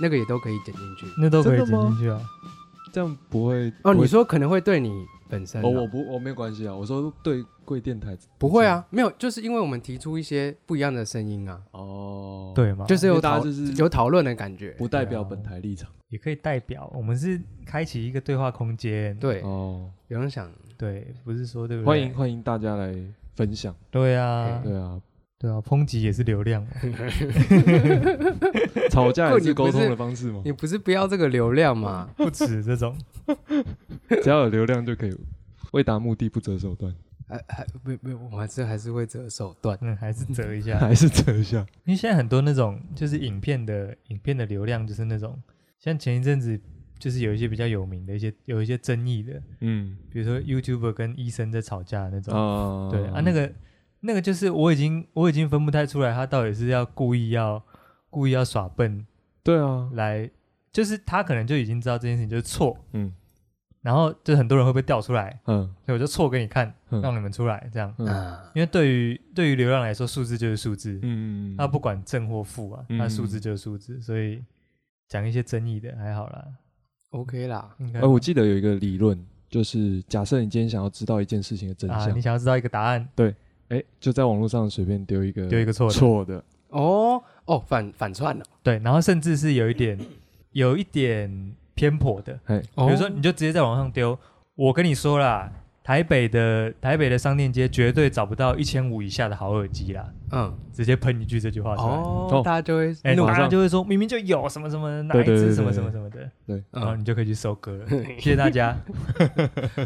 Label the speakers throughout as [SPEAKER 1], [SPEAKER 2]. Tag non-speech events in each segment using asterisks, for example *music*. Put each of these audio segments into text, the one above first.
[SPEAKER 1] 那个也都可以剪进去。
[SPEAKER 2] 那都可以
[SPEAKER 3] 真
[SPEAKER 2] 剪
[SPEAKER 3] 的吗
[SPEAKER 2] 进去啊。
[SPEAKER 3] 这样不会
[SPEAKER 1] 嗯哦，
[SPEAKER 3] 不会
[SPEAKER 1] 你说可能会对你本身啊、
[SPEAKER 3] 哦，我不我没有关系啊，我说对贵电台
[SPEAKER 1] 不会啊，没有，就是因为我们提出一些不一样的声音啊，
[SPEAKER 3] 哦，，
[SPEAKER 2] 对嘛，
[SPEAKER 1] 就是
[SPEAKER 3] 因
[SPEAKER 1] 有
[SPEAKER 3] 为大
[SPEAKER 1] 讨
[SPEAKER 3] 家就是
[SPEAKER 1] 有讨论的感觉。
[SPEAKER 3] 不代表本台立场
[SPEAKER 2] 也可以代表我们是开启一个对话空间，
[SPEAKER 1] 对，啊
[SPEAKER 3] 哦。
[SPEAKER 1] 有人想
[SPEAKER 2] 对，不是说对不对？
[SPEAKER 3] 欢迎，欢迎大家来分享，
[SPEAKER 2] 对啊，
[SPEAKER 3] 对啊，
[SPEAKER 2] 对啊，抨击也是流量嘛，
[SPEAKER 3] 啊吵架也
[SPEAKER 1] 不你
[SPEAKER 3] 是
[SPEAKER 1] 不
[SPEAKER 3] 沟
[SPEAKER 1] 是
[SPEAKER 3] 通的方式嘛，
[SPEAKER 1] 你不是不要这个流量吗？
[SPEAKER 2] 不止这种，
[SPEAKER 3] 只要有流量就可以为达目的不择手段，
[SPEAKER 1] 还还没没，我还是还是会折手段。
[SPEAKER 2] 嗯，还是折一下，
[SPEAKER 3] 还是折一下
[SPEAKER 2] 因为现在很多那种就是影片的影片的流量就是那种，像前一阵子就是有一些比较有名的一些有一些争议的，
[SPEAKER 3] 嗯
[SPEAKER 2] 比如说 YouTuber 跟医生在吵架的那种，
[SPEAKER 3] 啊
[SPEAKER 2] 对啊，那个那个就是我已经我已经分不太出来，他到底是要故意要故意要耍笨
[SPEAKER 3] 对啊，
[SPEAKER 2] 来，就是他可能就已经知道这件事情就是错，
[SPEAKER 3] 嗯
[SPEAKER 2] 然后就很多人会被调出来，
[SPEAKER 3] 嗯
[SPEAKER 2] 所以我就错给你看，
[SPEAKER 3] 嗯
[SPEAKER 2] 让你们出来这样。
[SPEAKER 3] 嗯
[SPEAKER 1] 啊，
[SPEAKER 2] 因为对于对于流量来说，数字就是数字，
[SPEAKER 3] 嗯，
[SPEAKER 2] 啊他不管正或负啊，
[SPEAKER 3] 嗯
[SPEAKER 2] 他数字就是数字，所以讲一些争议的还好啦，
[SPEAKER 1] OK 啦，
[SPEAKER 2] 应该
[SPEAKER 3] 哎，我记得有一个理论，就是假设你今天想要知道一件事情的真
[SPEAKER 2] 啊，
[SPEAKER 3] 相
[SPEAKER 2] 你，想要知道一个答案，
[SPEAKER 3] 哎，就在网络上随便丢一个
[SPEAKER 2] 丢一个错的
[SPEAKER 3] 错的，
[SPEAKER 1] 哦哦，反反串了。
[SPEAKER 2] 对，然后甚至是有一点有一点偏颇的，
[SPEAKER 3] 哎，
[SPEAKER 1] 比
[SPEAKER 2] 哦比如说你就直接在网上丢，我跟你说啦，台北的台北的商店街绝对找不到一千五以下的好耳机啦，
[SPEAKER 1] 嗯，
[SPEAKER 2] 直接喷一句这句话出来，
[SPEAKER 1] 哦
[SPEAKER 3] 哦，
[SPEAKER 1] 大家就会
[SPEAKER 2] 哎、
[SPEAKER 1] 怒
[SPEAKER 2] 大
[SPEAKER 3] 马
[SPEAKER 2] 家
[SPEAKER 3] 上
[SPEAKER 2] 就会说明明就有什么什么哪
[SPEAKER 3] 对
[SPEAKER 2] 一
[SPEAKER 3] 对
[SPEAKER 2] 只
[SPEAKER 3] 对
[SPEAKER 2] 什么
[SPEAKER 3] 对
[SPEAKER 2] 什么什么的，然后
[SPEAKER 1] 嗯
[SPEAKER 2] 你就可以去收割了。谢谢大家。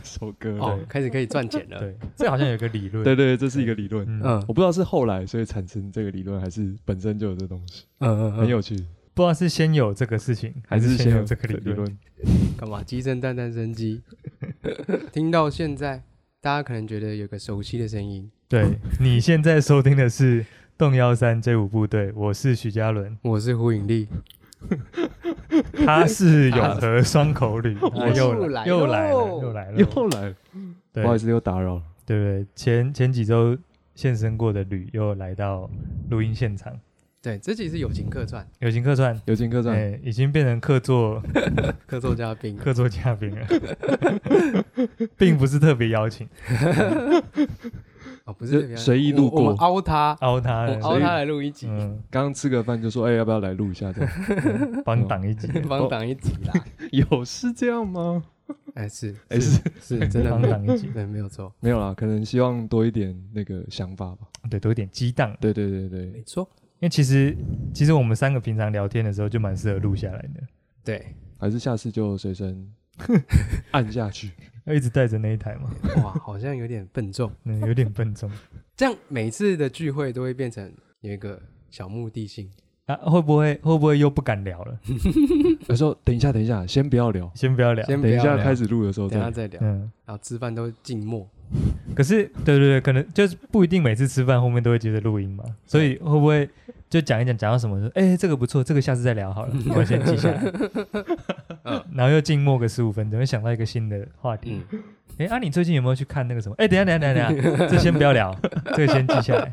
[SPEAKER 3] 首歌，
[SPEAKER 1] 哦
[SPEAKER 2] 对，
[SPEAKER 1] 开始可以赚钱了。
[SPEAKER 2] 对，这好像有个理论。
[SPEAKER 3] 对对，对这是一个理论，
[SPEAKER 2] 嗯，
[SPEAKER 1] 嗯
[SPEAKER 3] 我不知道是后来所以产生这个理论，还是本身就有这东西，
[SPEAKER 1] 嗯嗯，
[SPEAKER 3] 很有趣，
[SPEAKER 2] 不知道是先有这个事情，
[SPEAKER 3] 还
[SPEAKER 2] 是
[SPEAKER 3] 是先
[SPEAKER 2] 有
[SPEAKER 3] 有
[SPEAKER 2] 这个理
[SPEAKER 3] 理
[SPEAKER 2] 论。
[SPEAKER 3] 论，
[SPEAKER 1] 干嘛鸡生蛋蛋生鸡？听到现在，大家可能觉得有个熟悉的声音，
[SPEAKER 2] 对，你现在收听的是《动幺三街舞部队》，我是徐嘉伦，
[SPEAKER 1] 我是胡引力，
[SPEAKER 2] 他是永和双口旅，他又
[SPEAKER 1] 又来
[SPEAKER 2] 又来了，
[SPEAKER 1] 喽
[SPEAKER 2] 又来了，
[SPEAKER 3] 又来了，
[SPEAKER 2] 对
[SPEAKER 3] 不好意思又打扰了，
[SPEAKER 2] 对对，前前几周现身过的旅又来到录音现场，
[SPEAKER 1] 对，这集是友情客串，
[SPEAKER 2] 友情客串，
[SPEAKER 3] 友情客
[SPEAKER 2] 对、
[SPEAKER 3] 栈，
[SPEAKER 2] 已经变成客座
[SPEAKER 1] 客座嘉宾。
[SPEAKER 2] *laughs* 客座嘉宾了，并不是特别邀请，
[SPEAKER 1] 哦，不
[SPEAKER 3] 就是随意路过
[SPEAKER 1] 我们凹他，
[SPEAKER 2] 凹他
[SPEAKER 1] 我
[SPEAKER 2] 了，
[SPEAKER 1] 凹
[SPEAKER 2] 所以
[SPEAKER 1] 他来录一集，
[SPEAKER 2] 哎嗯，
[SPEAKER 3] 刚刚吃个饭就说，哎，要不要来录一下？这样
[SPEAKER 2] *laughs* 帮你挡一集，
[SPEAKER 1] *laughs* 帮挡一集啦。
[SPEAKER 3] 有是这样吗？
[SPEAKER 1] 哎，是
[SPEAKER 3] 哎，是
[SPEAKER 1] 是，真的
[SPEAKER 2] 帮
[SPEAKER 1] 没有
[SPEAKER 2] 挡一集，
[SPEAKER 1] *laughs* 对，没有错，
[SPEAKER 3] 没有啦，可能希望多一点那个想法吧。
[SPEAKER 2] 对，多一点激荡，
[SPEAKER 3] 对对对
[SPEAKER 1] 没
[SPEAKER 3] 对，
[SPEAKER 1] 错，
[SPEAKER 2] 因为其实其实我们三个平常聊天的时候就蛮适合录下来的，
[SPEAKER 1] 对，
[SPEAKER 3] 还是下次就随身按下去。
[SPEAKER 2] 要一直带着那一台嘛，
[SPEAKER 1] 哇，好像有点笨重。
[SPEAKER 2] 嗯，有点
[SPEAKER 1] *laughs*
[SPEAKER 2] 笨重。
[SPEAKER 1] 这样每次的聚会都会变成有一个小目的性，
[SPEAKER 2] 啊，会不会会不会又不敢聊了？
[SPEAKER 3] 有时候等一下，等一下，先不要聊，
[SPEAKER 2] 先不要聊，
[SPEAKER 1] 先不
[SPEAKER 3] 等一
[SPEAKER 1] 要
[SPEAKER 3] 下
[SPEAKER 1] 聊
[SPEAKER 3] 开始录的时候
[SPEAKER 1] 等一下
[SPEAKER 3] 再。
[SPEAKER 1] 再聊，
[SPEAKER 2] 嗯，
[SPEAKER 1] 然后吃饭都静默。
[SPEAKER 2] 可是，对对对，可能就是不一定每次吃饭后面都会接着录音嘛，所以会不会就讲一讲，讲到什么说，哎、这个不错，这个下次再聊
[SPEAKER 3] *laughs*
[SPEAKER 2] 好了，我先记下来，
[SPEAKER 3] 嗯
[SPEAKER 2] 然后又静默个十五分钟，又想到一个新的话题。
[SPEAKER 1] 嗯，
[SPEAKER 2] 哎、啊，你最近有没有去看那个什么？哎、等一下，等一下，等一
[SPEAKER 3] *laughs*
[SPEAKER 2] 下，等一下，这先不要聊，这个先记下来。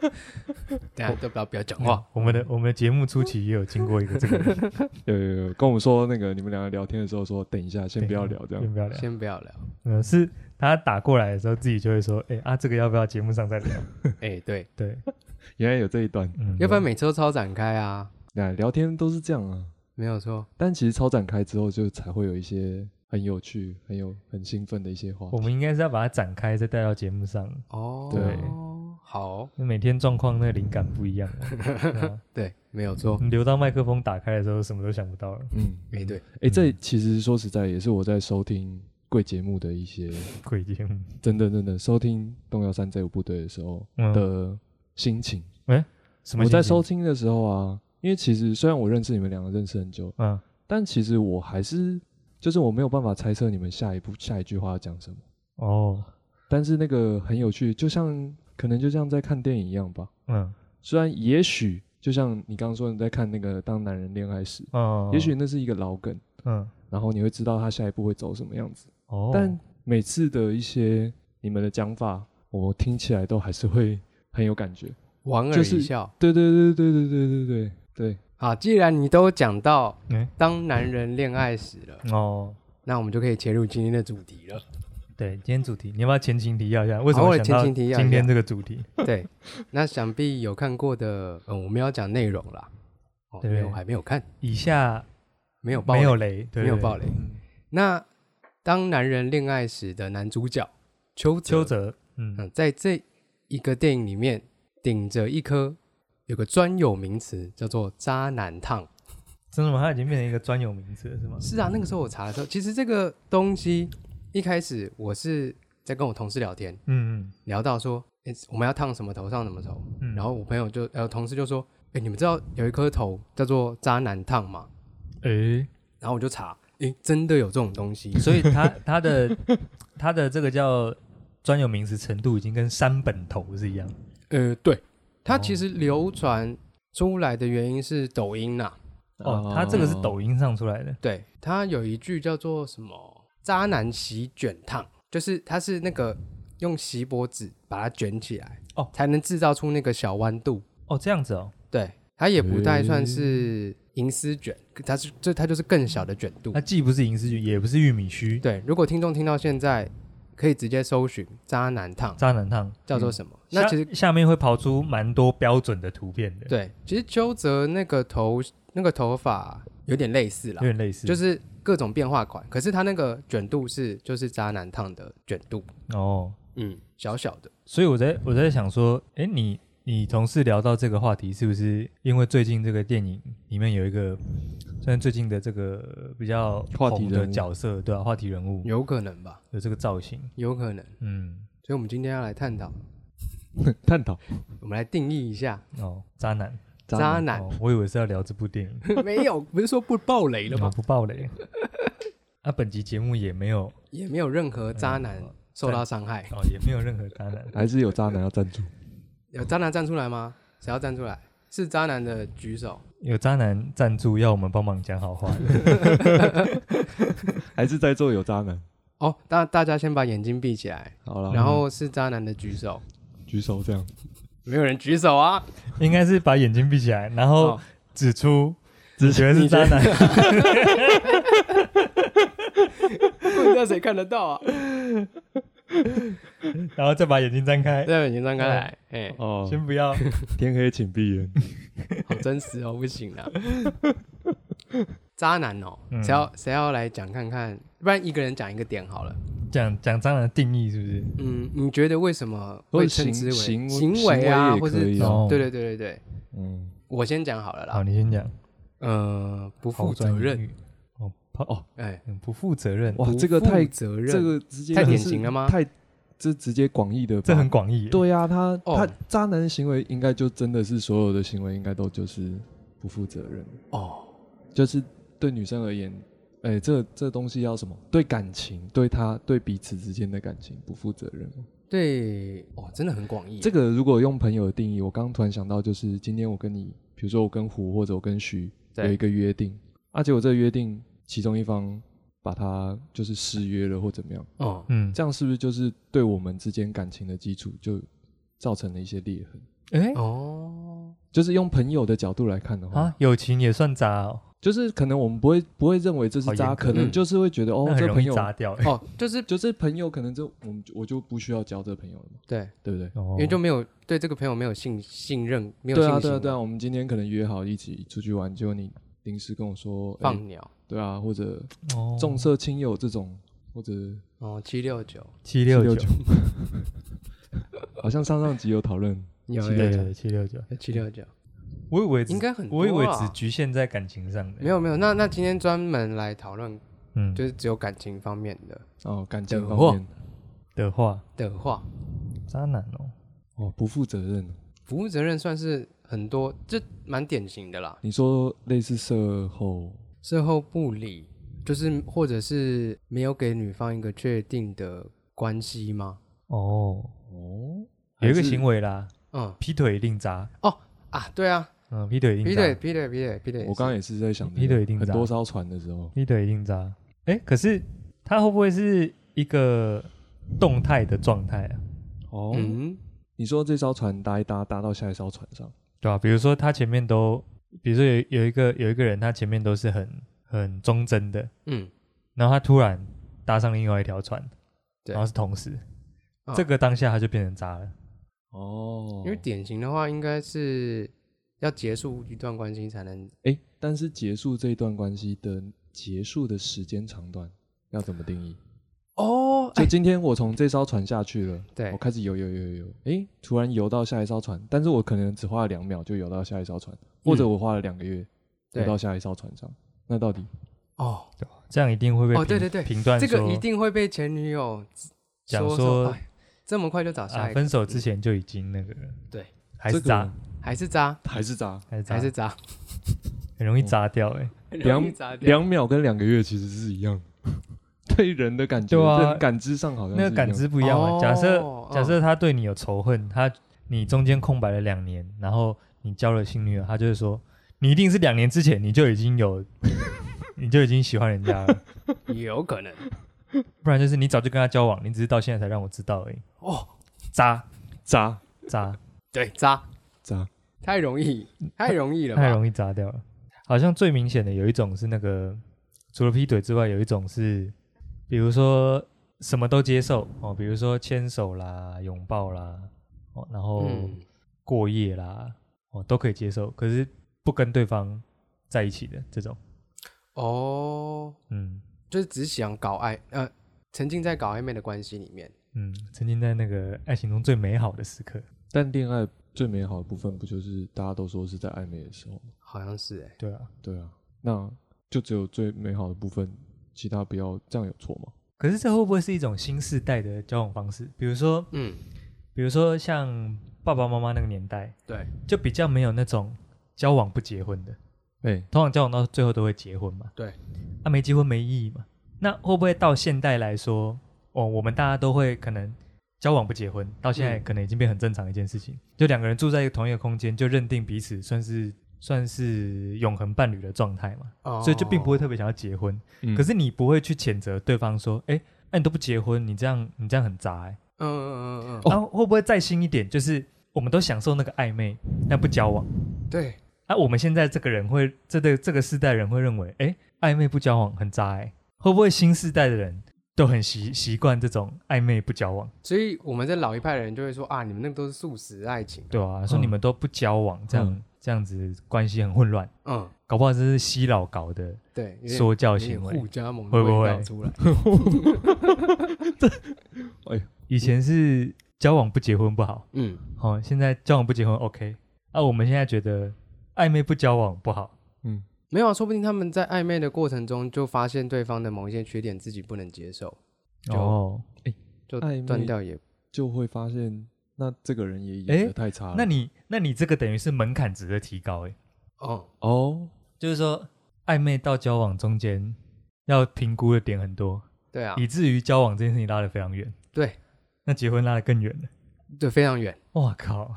[SPEAKER 1] 等下都不要不要讲话。
[SPEAKER 2] 我们的我们的节目初期也有经过一个这
[SPEAKER 3] *laughs*
[SPEAKER 2] 个，
[SPEAKER 3] 有有有，跟我们说那个你们两个聊天的时候说，等一下，先不
[SPEAKER 2] 啊
[SPEAKER 3] 要聊这样
[SPEAKER 2] 先。不要聊。
[SPEAKER 1] 先不要聊。
[SPEAKER 2] 嗯，是他打过来的时候，自己就会说，哎、啊，这个要不要节目上再聊？
[SPEAKER 1] 哎、对，
[SPEAKER 2] 对，
[SPEAKER 3] 原来有这一段，
[SPEAKER 2] 嗯，
[SPEAKER 1] 要不然每周超展开啊，
[SPEAKER 3] 那聊天都是这样啊。
[SPEAKER 1] 没有错。
[SPEAKER 3] 但其实超展开之后，就才会有一些很有趣、很有很兴奋的一些话
[SPEAKER 2] 我。们应该是要把它展开，再带到节目上。
[SPEAKER 1] 哦，
[SPEAKER 3] 对，
[SPEAKER 1] 好，
[SPEAKER 2] 那每天状况那个灵感不一样嘛、
[SPEAKER 1] *laughs*
[SPEAKER 2] 对啊
[SPEAKER 1] 对，没有错。
[SPEAKER 2] 你留到麦克风打开的时候，什么都想不到了。
[SPEAKER 3] 嗯，
[SPEAKER 1] 哎、对，
[SPEAKER 3] 哎、这其实说实在，也是我在收听贵节目的一些
[SPEAKER 2] 鬼节目，
[SPEAKER 3] 真的真的收听动摇山这个部队的时候
[SPEAKER 2] 嗯
[SPEAKER 3] 的心情。
[SPEAKER 2] 什么？
[SPEAKER 3] 我在收，听的时候啊，因为其实虽然我认识你们两个认识很久，
[SPEAKER 2] 嗯，
[SPEAKER 3] 但其实我还是就是我没有办法猜测你们下一步下一句话要讲什么。
[SPEAKER 2] 哦，
[SPEAKER 3] 但是那个很有趣，就像可能就像在看电影一样吧。
[SPEAKER 2] 嗯，
[SPEAKER 3] 虽然也许就像你刚刚说你在看那个《当男人恋爱时》
[SPEAKER 2] 哦，
[SPEAKER 3] 也许，那是一个老梗，
[SPEAKER 2] 嗯，
[SPEAKER 3] 然后你会知道他下一步会走什么样子。
[SPEAKER 2] 哦，
[SPEAKER 3] 但每次的一些你们的讲法，我听起来都还是会很有感觉。
[SPEAKER 1] 莞尔
[SPEAKER 3] 就是
[SPEAKER 1] 一笑。
[SPEAKER 3] 对对对对对对对对对，
[SPEAKER 1] 好，啊既然你都讲到
[SPEAKER 2] 嗯
[SPEAKER 1] 当男人恋爱时了，
[SPEAKER 2] 哦，
[SPEAKER 1] 那我们就可以切入今天的主题了。
[SPEAKER 2] 对，今天主题你要不要前情提要一下？为什
[SPEAKER 1] 好
[SPEAKER 2] 么
[SPEAKER 1] 啊我
[SPEAKER 2] 想
[SPEAKER 1] 前
[SPEAKER 2] 到
[SPEAKER 1] 情提要一
[SPEAKER 2] 今天
[SPEAKER 1] 下
[SPEAKER 2] 这个主题？
[SPEAKER 1] 对，那想必有看过的，嗯，我们要讲内容啦。哦，
[SPEAKER 2] 对
[SPEAKER 1] 没有，还没有看，
[SPEAKER 2] 以下
[SPEAKER 1] 没有爆
[SPEAKER 2] 没
[SPEAKER 1] 雷
[SPEAKER 2] 有雷，对
[SPEAKER 1] 没有
[SPEAKER 2] 对
[SPEAKER 1] 暴雷。
[SPEAKER 3] 嗯
[SPEAKER 1] 那当男人恋爱时的男主角邱
[SPEAKER 2] 邱
[SPEAKER 1] 泽，
[SPEAKER 2] 泽，嗯，
[SPEAKER 1] 嗯，在这一个电影里面顶着一颗有个专有名词叫做“渣男烫
[SPEAKER 2] 真的吗？他已经变成一个专有名词了，是吗”。？
[SPEAKER 1] 是啊，那个时候我查的时候，其实这个东西一开始我是在跟我同事聊天，
[SPEAKER 2] 嗯
[SPEAKER 1] 聊到说，诶我们要烫什么头上什么头，
[SPEAKER 2] 嗯嗯，
[SPEAKER 1] 然后我朋友就呃同事就说，哎、你们知道有一颗头叫做“渣男烫”吗？
[SPEAKER 2] 诶，，
[SPEAKER 1] 然后我就查，哎、真的有这种东西
[SPEAKER 2] 所以他他的 *laughs* 他的这个叫专有名词程度已经跟山本头是一样，
[SPEAKER 1] 呃，对，它
[SPEAKER 2] 哦
[SPEAKER 1] 其实流传出来的原因是抖音呐、
[SPEAKER 3] 啊
[SPEAKER 2] 哦，他这个是抖音上出来的，
[SPEAKER 1] 对，它有一句叫做什么“渣男洗卷烫”，就是它是那个用锡箔纸把它卷起来，
[SPEAKER 2] 哦
[SPEAKER 1] 才能制造出那个小弯度。
[SPEAKER 2] 哦，这样子哦，
[SPEAKER 1] 对，它也不太算是银丝卷，它是这它就是更小的卷度
[SPEAKER 2] 它。既不是银丝卷，也不是玉米须，
[SPEAKER 1] 对，如果听众听到现在，可以直接搜寻“渣男烫
[SPEAKER 2] 渣男烫”
[SPEAKER 1] 叫做
[SPEAKER 2] 嗯
[SPEAKER 1] 什么？那其实
[SPEAKER 2] 下下面会跑出蛮多标准的图片的，，
[SPEAKER 1] 对，其实邱泽那个头那个头发有点类似啦
[SPEAKER 2] 有，点类似，
[SPEAKER 1] 就是各种变化款，可是他那个卷度是就是渣男烫的卷度，
[SPEAKER 2] 哦，
[SPEAKER 1] 嗯，小小的。
[SPEAKER 2] 所以我在我在想说，诶，你你同事聊到这个话题，是不是因为最近这个电影里面有一个，算最近的这个比较
[SPEAKER 3] 话题
[SPEAKER 2] 红
[SPEAKER 3] 人
[SPEAKER 2] 的
[SPEAKER 3] 物
[SPEAKER 2] 角色，对啊，话题人物
[SPEAKER 1] 有可能吧，
[SPEAKER 2] 有这个造型，
[SPEAKER 1] 有可能。
[SPEAKER 2] 嗯，
[SPEAKER 1] 所以，我们今天要来探讨，
[SPEAKER 3] 探讨
[SPEAKER 1] 我们来定义一下
[SPEAKER 2] 哦，渣男，
[SPEAKER 1] 渣
[SPEAKER 3] 男
[SPEAKER 1] 男。
[SPEAKER 2] 哦，我以为是要聊这部电
[SPEAKER 1] *laughs*
[SPEAKER 2] 影，
[SPEAKER 1] 没有，不是说不爆雷了
[SPEAKER 2] 我
[SPEAKER 1] 吗？
[SPEAKER 2] 不爆雷。啊，本集节目也没有
[SPEAKER 1] *laughs* 也没有任何渣男
[SPEAKER 2] 嗯
[SPEAKER 1] 受到伤害。
[SPEAKER 2] 哦，也没有任何渣男，
[SPEAKER 3] 还是有渣男要赞助，
[SPEAKER 1] 有渣男站出来吗？谁要站出来？是渣男的举手。
[SPEAKER 2] 有渣男赞助要我们帮忙讲好话的，
[SPEAKER 3] 还是在座有渣男？
[SPEAKER 1] 哦，大大家先把眼睛闭起来，
[SPEAKER 3] 好了，
[SPEAKER 1] 然后是渣男的举手，
[SPEAKER 3] 举手这样。
[SPEAKER 1] 没有人举手啊。
[SPEAKER 2] 应该是把眼睛闭起来，然后
[SPEAKER 1] 哦
[SPEAKER 2] 指出只觉得是渣男，
[SPEAKER 1] 不知道谁看得到
[SPEAKER 3] *laughs*
[SPEAKER 1] 啊？
[SPEAKER 2] 然后再把眼睛张开，
[SPEAKER 1] 对，眼睛张开来，哎，
[SPEAKER 3] 哦，
[SPEAKER 2] 先不要。
[SPEAKER 3] 天黑请闭眼。
[SPEAKER 1] 好真实哦，不行
[SPEAKER 3] *laughs*
[SPEAKER 1] 啊。渣男哦，
[SPEAKER 2] 嗯
[SPEAKER 1] 谁要谁要来讲看看？不然一个人讲一个点好了。
[SPEAKER 2] 讲讲渣男的定义是不是？
[SPEAKER 1] 嗯，你觉得为什么会称之为
[SPEAKER 3] 行
[SPEAKER 1] 行
[SPEAKER 3] 行
[SPEAKER 1] 为啊，
[SPEAKER 3] 行
[SPEAKER 1] 或
[SPEAKER 3] 为也
[SPEAKER 1] 是
[SPEAKER 3] 可以啊
[SPEAKER 2] 哦
[SPEAKER 1] 对对对对对，
[SPEAKER 3] 嗯，
[SPEAKER 1] 我先讲好了
[SPEAKER 2] 好，
[SPEAKER 1] 啦。
[SPEAKER 2] 你先讲。
[SPEAKER 1] 呃，不负责任，
[SPEAKER 2] 哦，跑哦，
[SPEAKER 1] 哎，
[SPEAKER 2] 嗯不负责任，
[SPEAKER 3] 哇，
[SPEAKER 1] 不
[SPEAKER 3] 这个太
[SPEAKER 1] 负责任，
[SPEAKER 3] 这个直接
[SPEAKER 1] 太典
[SPEAKER 3] 就是
[SPEAKER 1] 型了吗
[SPEAKER 3] 太这直接广义的，
[SPEAKER 2] 这很。广义耶。
[SPEAKER 3] 对啊，他
[SPEAKER 1] 哦
[SPEAKER 3] 他渣男行为应该就真的是所有的行为应该都就是不负责任，
[SPEAKER 1] 哦，
[SPEAKER 3] 就是对女生而言，哎，这这东西要什么？对感情，对他对彼此之间的感情不负责任。
[SPEAKER 1] 对，哦，真的很广义。
[SPEAKER 3] 这个如果用朋友的定义，我刚刚突然想到，就是今天我跟你，比如说我跟胡或者我跟徐
[SPEAKER 1] 对
[SPEAKER 3] 有一个约定，啊，结果这个约定其中一方把他就是失约了或怎么样，
[SPEAKER 1] 哦，
[SPEAKER 2] 嗯，
[SPEAKER 3] 这样是不是就是对我们之间感情的基础就造成了一些裂痕？
[SPEAKER 2] 哎
[SPEAKER 1] 哦，
[SPEAKER 3] 就是用朋友的角度来看的话，
[SPEAKER 2] 啊，友情也算渣哦，
[SPEAKER 3] 就是可能我们不会不会认为这
[SPEAKER 2] 好严
[SPEAKER 3] 是渣，
[SPEAKER 2] 格嗯
[SPEAKER 3] 可能就是会觉得、
[SPEAKER 2] 那
[SPEAKER 3] 哦，
[SPEAKER 2] 很
[SPEAKER 3] 这
[SPEAKER 2] 容
[SPEAKER 3] 朋
[SPEAKER 2] 易
[SPEAKER 3] 友
[SPEAKER 2] 渣掉耶。
[SPEAKER 1] 哦，就是
[SPEAKER 3] 就是朋友，可能这我们就我就不需要交这朋友了嘛，
[SPEAKER 1] 对，
[SPEAKER 3] 对不对？
[SPEAKER 2] 哦
[SPEAKER 1] 因为就没有对这个朋友没有信信任，没有
[SPEAKER 3] 对
[SPEAKER 1] 信
[SPEAKER 3] 啊，
[SPEAKER 1] 心，
[SPEAKER 3] 对啊，对啊，，我们今天可能约好一起出去玩，结果你临时跟我说，哎
[SPEAKER 1] 放鸟
[SPEAKER 3] 对啊，或者
[SPEAKER 2] 哦
[SPEAKER 3] 重色轻友这种，或者
[SPEAKER 1] 哦，七六九
[SPEAKER 2] 七六九，
[SPEAKER 3] 769，好像上上集有讨论，
[SPEAKER 1] 有
[SPEAKER 2] 对对对，七六九。
[SPEAKER 1] 有七六九，
[SPEAKER 2] 我以为只
[SPEAKER 1] 应该很多
[SPEAKER 2] 我以为
[SPEAKER 1] 啦
[SPEAKER 2] 只局限在感情上的，
[SPEAKER 1] 没有没有，那那今天专门来讨论，
[SPEAKER 2] 嗯
[SPEAKER 1] 就是只有感情方面的
[SPEAKER 3] 哦，感情
[SPEAKER 1] 的
[SPEAKER 3] 方
[SPEAKER 1] 话
[SPEAKER 3] 面，
[SPEAKER 2] 的话，
[SPEAKER 1] 的话，
[SPEAKER 2] 渣男哦，
[SPEAKER 3] 哦，不负责任。
[SPEAKER 1] 服务责任算是很多，这蛮典型的啦。
[SPEAKER 3] 你说类似售后，
[SPEAKER 1] 事后不理，就是或者是没有给女方一个确定的关系吗？
[SPEAKER 2] 哦，
[SPEAKER 3] 哦，
[SPEAKER 2] 有一个
[SPEAKER 3] 还是
[SPEAKER 2] 行为啦，
[SPEAKER 1] 嗯
[SPEAKER 2] 劈腿一定渣，
[SPEAKER 1] 啊，对啊，
[SPEAKER 2] 嗯，劈腿一定
[SPEAKER 1] 劈
[SPEAKER 2] 渣，
[SPEAKER 1] 腿劈腿劈腿劈腿也是，
[SPEAKER 3] 我刚刚也是在想这
[SPEAKER 2] 劈腿
[SPEAKER 3] 个
[SPEAKER 2] 一定
[SPEAKER 3] 很
[SPEAKER 2] 渣
[SPEAKER 3] 多艘船的时候，
[SPEAKER 2] 劈腿一定渣。哎，可是他会不会是一个动态的状态啊？
[SPEAKER 3] 哦，
[SPEAKER 1] 嗯
[SPEAKER 3] 你说这艘船搭一搭搭到下一艘船上，
[SPEAKER 2] 啊对吧、比如说他前面都比如说有有一个有一个人，他前面都是很很忠贞的，
[SPEAKER 1] 嗯，
[SPEAKER 2] 然后他突然搭上另外一条船，
[SPEAKER 1] 对
[SPEAKER 2] 然后是同时，
[SPEAKER 1] 啊
[SPEAKER 2] 这个当下他就变成渣了。
[SPEAKER 3] 哦，
[SPEAKER 1] 因为典型的话应该是要结束一段关系才能
[SPEAKER 3] 哎，但是结束这一段关系的结束的时间长短要怎么定义？
[SPEAKER 1] 哦，
[SPEAKER 3] 就今天我从这艘船下去了，
[SPEAKER 1] 对
[SPEAKER 3] 我开始游游游游游，哎，突然游到下一艘船，但是我可能只花了两秒就游到下一艘船，或者我花了两个月游
[SPEAKER 1] 对
[SPEAKER 3] 到下一艘船上，那到底
[SPEAKER 1] 哦，
[SPEAKER 2] 这样一定会被
[SPEAKER 1] 哦
[SPEAKER 2] 评
[SPEAKER 1] 对对对
[SPEAKER 2] 评断
[SPEAKER 1] 这个
[SPEAKER 2] 说
[SPEAKER 1] 一定会被前女友
[SPEAKER 2] 讲
[SPEAKER 1] 说
[SPEAKER 2] 说
[SPEAKER 1] 哎这么快就找
[SPEAKER 2] 啊
[SPEAKER 1] 下一个，
[SPEAKER 2] 分手之前就已经那个了
[SPEAKER 1] 对，
[SPEAKER 2] 还是
[SPEAKER 3] 这个
[SPEAKER 2] 渣，
[SPEAKER 1] 还是渣，
[SPEAKER 3] 还是渣？
[SPEAKER 2] 还是渣，
[SPEAKER 1] 还是嗯渣，
[SPEAKER 2] 很容易渣掉哎、
[SPEAKER 1] 很
[SPEAKER 3] 两
[SPEAKER 1] 容易渣掉。
[SPEAKER 3] 两秒跟两个月其实是一样， *laughs* 对人的感觉，
[SPEAKER 2] 对啊
[SPEAKER 3] 人感知上好像
[SPEAKER 2] 那个
[SPEAKER 3] 是一
[SPEAKER 2] 感
[SPEAKER 3] 样
[SPEAKER 2] 知不一样嘛。假设
[SPEAKER 1] 哦
[SPEAKER 2] 假设他对你有仇恨，他你中间空白了两年，然后你交了新女友，他就会说你一定是两年之前你就已经有， *laughs* 你就已经喜欢人家了，
[SPEAKER 1] 嗯有可能
[SPEAKER 2] 不然就是你早就跟他交往，你只是到现在才让我知道而已。
[SPEAKER 1] 哦，
[SPEAKER 2] 渣
[SPEAKER 3] 渣
[SPEAKER 2] 渣
[SPEAKER 1] 对，渣
[SPEAKER 3] 渣，
[SPEAKER 1] 太容 *laughs* 易，太容易了吧，
[SPEAKER 2] 太容易渣掉了。好像最明显的有一种是那个，除了劈腿之外，有一种是，比如说什么都接受哦，比如说牵手啦、拥抱啦，哦，然后。
[SPEAKER 1] 嗯，
[SPEAKER 2] 过夜啦，哦，都可以接受，可是不跟对方在一起的这种，
[SPEAKER 1] 哦，
[SPEAKER 2] 嗯
[SPEAKER 1] 就是只想搞暧，呃，沉浸在搞暧昧的关系里面，
[SPEAKER 2] 嗯，曾经在那个爱情中最美好的时刻，
[SPEAKER 3] 但恋爱最美好的部分不就是大家都说是在暧昧的时候吗？
[SPEAKER 1] 好像是哎，
[SPEAKER 2] 对啊，
[SPEAKER 3] 对啊，那就只有最美好的部分，其他不要这样有错吗？
[SPEAKER 2] 可是这会不会是一种新世代的交往方式？比如说，
[SPEAKER 1] 嗯，
[SPEAKER 2] 比如说像爸爸妈妈那个年代，
[SPEAKER 1] 对，
[SPEAKER 2] 就比较没有那种交往不结婚的，
[SPEAKER 3] 哎、
[SPEAKER 2] 通常交往到最后都会结婚嘛，
[SPEAKER 1] 对，
[SPEAKER 2] 啊，没结婚没意义嘛。那会不会到现代来说，哦，我们大家都会可能交往不结婚，到现在
[SPEAKER 1] 嗯
[SPEAKER 2] 可能已经变很正常一件事情，就两个人住在同一个空间，就认定彼此算是算是永恒伴侣的状态嘛，
[SPEAKER 1] 哦
[SPEAKER 2] 所以就并不会特别想要结婚。
[SPEAKER 3] 嗯
[SPEAKER 2] 可是你不会去谴责对方说，哎、那、你都不结婚，你这样你这样很渣、欸。
[SPEAKER 1] 嗯嗯嗯嗯嗯，
[SPEAKER 2] 然后会不会再新一点，就是我们都享受那个暧昧，但不交往。
[SPEAKER 1] 对，
[SPEAKER 2] 啊，我们现在这个人会，这对这个世代人会认为，哎，暧昧不交往很渣、欸，会不会新世代的人都很习习惯这种暧昧不交往，
[SPEAKER 1] 所以我们这老一派的人就会说啊，你们那个都是素食爱情，
[SPEAKER 2] 对啊？说你们都不交往，这样、
[SPEAKER 3] 嗯
[SPEAKER 2] 这样子关系很混乱，
[SPEAKER 1] 嗯，
[SPEAKER 2] 搞不好这是西老搞的
[SPEAKER 1] 对，有点
[SPEAKER 2] 说教
[SPEAKER 1] 有点
[SPEAKER 2] 行为
[SPEAKER 1] 互。加盟的
[SPEAKER 2] 会不
[SPEAKER 1] 味道
[SPEAKER 2] 会
[SPEAKER 1] 出来？
[SPEAKER 2] 以前是交往不结婚不好，
[SPEAKER 1] 嗯，
[SPEAKER 2] 哦，现在交往不结婚 OK。啊，我们现在觉得暧昧不交往不好，
[SPEAKER 3] 嗯，
[SPEAKER 1] 没有啊，说不定他们在暧昧的过程中就发现对方的某一些缺点自己不能接受，就
[SPEAKER 2] 哦，
[SPEAKER 1] 就
[SPEAKER 3] 暧昧
[SPEAKER 1] 断掉也
[SPEAKER 3] 就会发现那这个人也
[SPEAKER 2] 哎
[SPEAKER 3] 演的太差了。
[SPEAKER 2] 那你那你这个等于是门槛值的提高、欸，哎。
[SPEAKER 1] 哦，
[SPEAKER 3] 哦，
[SPEAKER 2] 就是说暧昧到交往中间要评估的点很多，
[SPEAKER 1] 对啊，
[SPEAKER 2] 以至于交往这件事情拉得非常远。
[SPEAKER 1] 对，
[SPEAKER 2] 那结婚拉得更远了。
[SPEAKER 1] 对，非常远，
[SPEAKER 2] 哇靠！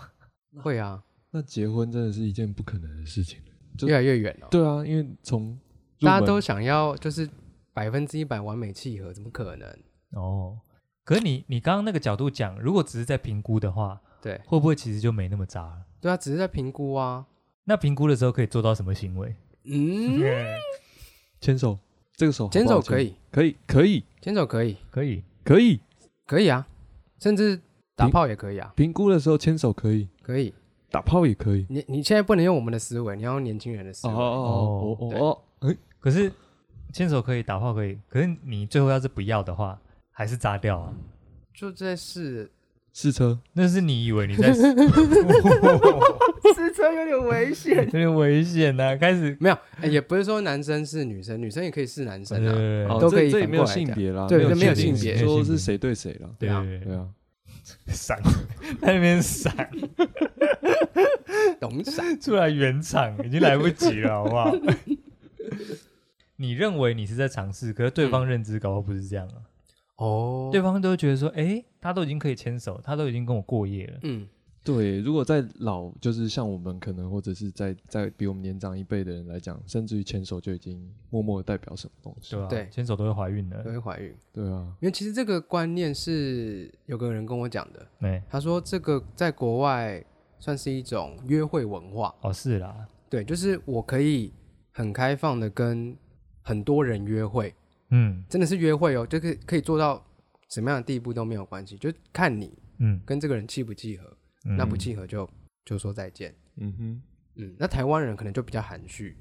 [SPEAKER 1] 会啊，
[SPEAKER 3] 那结婚真的是一件不可能的事情。就
[SPEAKER 1] 越来越远了。
[SPEAKER 3] 对啊，因为从入
[SPEAKER 1] 大家
[SPEAKER 3] 门
[SPEAKER 1] 都想要就是百分之一百完美契合，怎么可能？
[SPEAKER 2] 哦，可是你你刚刚那个角度讲，如果只是在评估的话，
[SPEAKER 1] 对
[SPEAKER 2] 会不会其实就没那么渣了？
[SPEAKER 1] 对啊，只是在评估啊。
[SPEAKER 2] 那评估的时候可以做到什么行为？
[SPEAKER 1] 嗯，
[SPEAKER 3] 牵手，这个手好不好
[SPEAKER 1] 牵手可以，
[SPEAKER 3] 牵，可以，可以，
[SPEAKER 1] 牵手可以，
[SPEAKER 2] *laughs* 可以
[SPEAKER 3] 可以。
[SPEAKER 1] 可以啊，甚至打炮也可以啊，
[SPEAKER 3] 评估的时候牵手可以，
[SPEAKER 1] 可以。
[SPEAKER 3] 打炮也可以。
[SPEAKER 1] 你你现在不能用我们的思维，你要用年轻人的思
[SPEAKER 3] 哦
[SPEAKER 1] 维。
[SPEAKER 3] 哦哦
[SPEAKER 1] 对
[SPEAKER 3] 哦哦，哎，
[SPEAKER 2] 可是牵手可以，打炮可以，可是你最后要是不要的话，还是渣掉啊？
[SPEAKER 1] 就这 *laughs* 是
[SPEAKER 3] 试车，
[SPEAKER 2] 那是你以为你在， *laughs*
[SPEAKER 1] 试车有点危险。
[SPEAKER 2] 有点危险呐、开始
[SPEAKER 1] 没有、哎也不是说男生是女生，女生也可以是男生啊。
[SPEAKER 2] 对
[SPEAKER 3] 哦
[SPEAKER 1] 都
[SPEAKER 3] 这
[SPEAKER 1] 可以
[SPEAKER 3] 这也
[SPEAKER 1] 反
[SPEAKER 3] 没
[SPEAKER 1] 过
[SPEAKER 3] 有
[SPEAKER 1] 来
[SPEAKER 3] 性
[SPEAKER 1] 讲
[SPEAKER 3] 别啦，
[SPEAKER 1] 对
[SPEAKER 2] 这没有
[SPEAKER 3] 性
[SPEAKER 2] 性别
[SPEAKER 3] 说是谁对谁啦。
[SPEAKER 1] 对啊
[SPEAKER 2] 对
[SPEAKER 3] 对啊，
[SPEAKER 2] 闪， *laughs* 在那边闪
[SPEAKER 1] 懂啥？
[SPEAKER 2] 出来圆场，已经来不及了，好不好？你认为你是在尝试，可是对
[SPEAKER 1] 嗯
[SPEAKER 2] 方认知搞不好不是这样啊。
[SPEAKER 1] 哦，
[SPEAKER 2] 对方都会觉得说，诶，他都已经可以牵手，他都已经跟我过夜了，
[SPEAKER 1] 嗯，
[SPEAKER 3] 对，如果在老，就是像我们可能，或者是在在比我们年长一辈的人来讲，甚至于牵手就已经默默地代表什么东西。
[SPEAKER 2] 对啊吧、
[SPEAKER 1] 对
[SPEAKER 2] 牵手都会怀孕
[SPEAKER 1] 都
[SPEAKER 2] 的，
[SPEAKER 1] 会怀孕。
[SPEAKER 3] 对啊，
[SPEAKER 1] 因为其实这个观念是有个人跟我讲的，
[SPEAKER 2] 对、
[SPEAKER 1] 他说这个在国外算是一种约会文化，
[SPEAKER 2] 哦，是啦，
[SPEAKER 1] 对，就是我可以很开放的跟很多人约会，
[SPEAKER 2] 嗯
[SPEAKER 1] 真的是约会哦，就可以可以做到什么样的地步都没有关系，就看你
[SPEAKER 2] 嗯，
[SPEAKER 1] 跟这个人契不契合，
[SPEAKER 2] 嗯
[SPEAKER 1] 那不契合就就说再见。
[SPEAKER 3] 嗯哼，
[SPEAKER 1] 嗯，那台湾人可能就比较含蓄，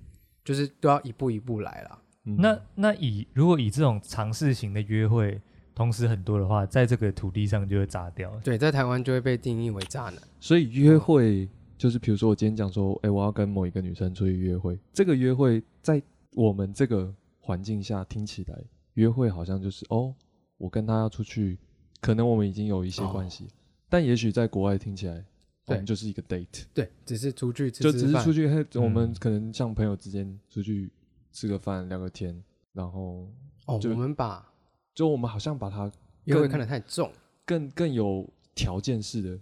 [SPEAKER 1] 就是都要一步一步来啦。
[SPEAKER 3] 嗯
[SPEAKER 2] 那那以如果以这种尝试型的约会，同时很多的话，在这个土地上就会炸掉。
[SPEAKER 1] 对，在台湾就会被定义为渣男。
[SPEAKER 3] 所以约会就是，比如说我今天讲说，哎、我要跟某一个女生出去约会，这个约会在我们这个环境下听起来，约会好像就是哦，我跟她要出去，可能我们已经有一些关系，但也许在国外听起来，我
[SPEAKER 1] 对
[SPEAKER 3] 们就是一个 date，
[SPEAKER 1] 对，只是出去吃
[SPEAKER 3] 就
[SPEAKER 1] 吃
[SPEAKER 3] 只是
[SPEAKER 1] 饭
[SPEAKER 3] 出去，嘿
[SPEAKER 2] 嗯
[SPEAKER 3] 我们可能像朋友之间出去吃个饭、聊个天，然后
[SPEAKER 1] 哦，
[SPEAKER 3] 就
[SPEAKER 1] 我们把
[SPEAKER 3] 就我们好像把它
[SPEAKER 1] 约会
[SPEAKER 3] 更
[SPEAKER 1] 看得太重。
[SPEAKER 3] 更更有条件式的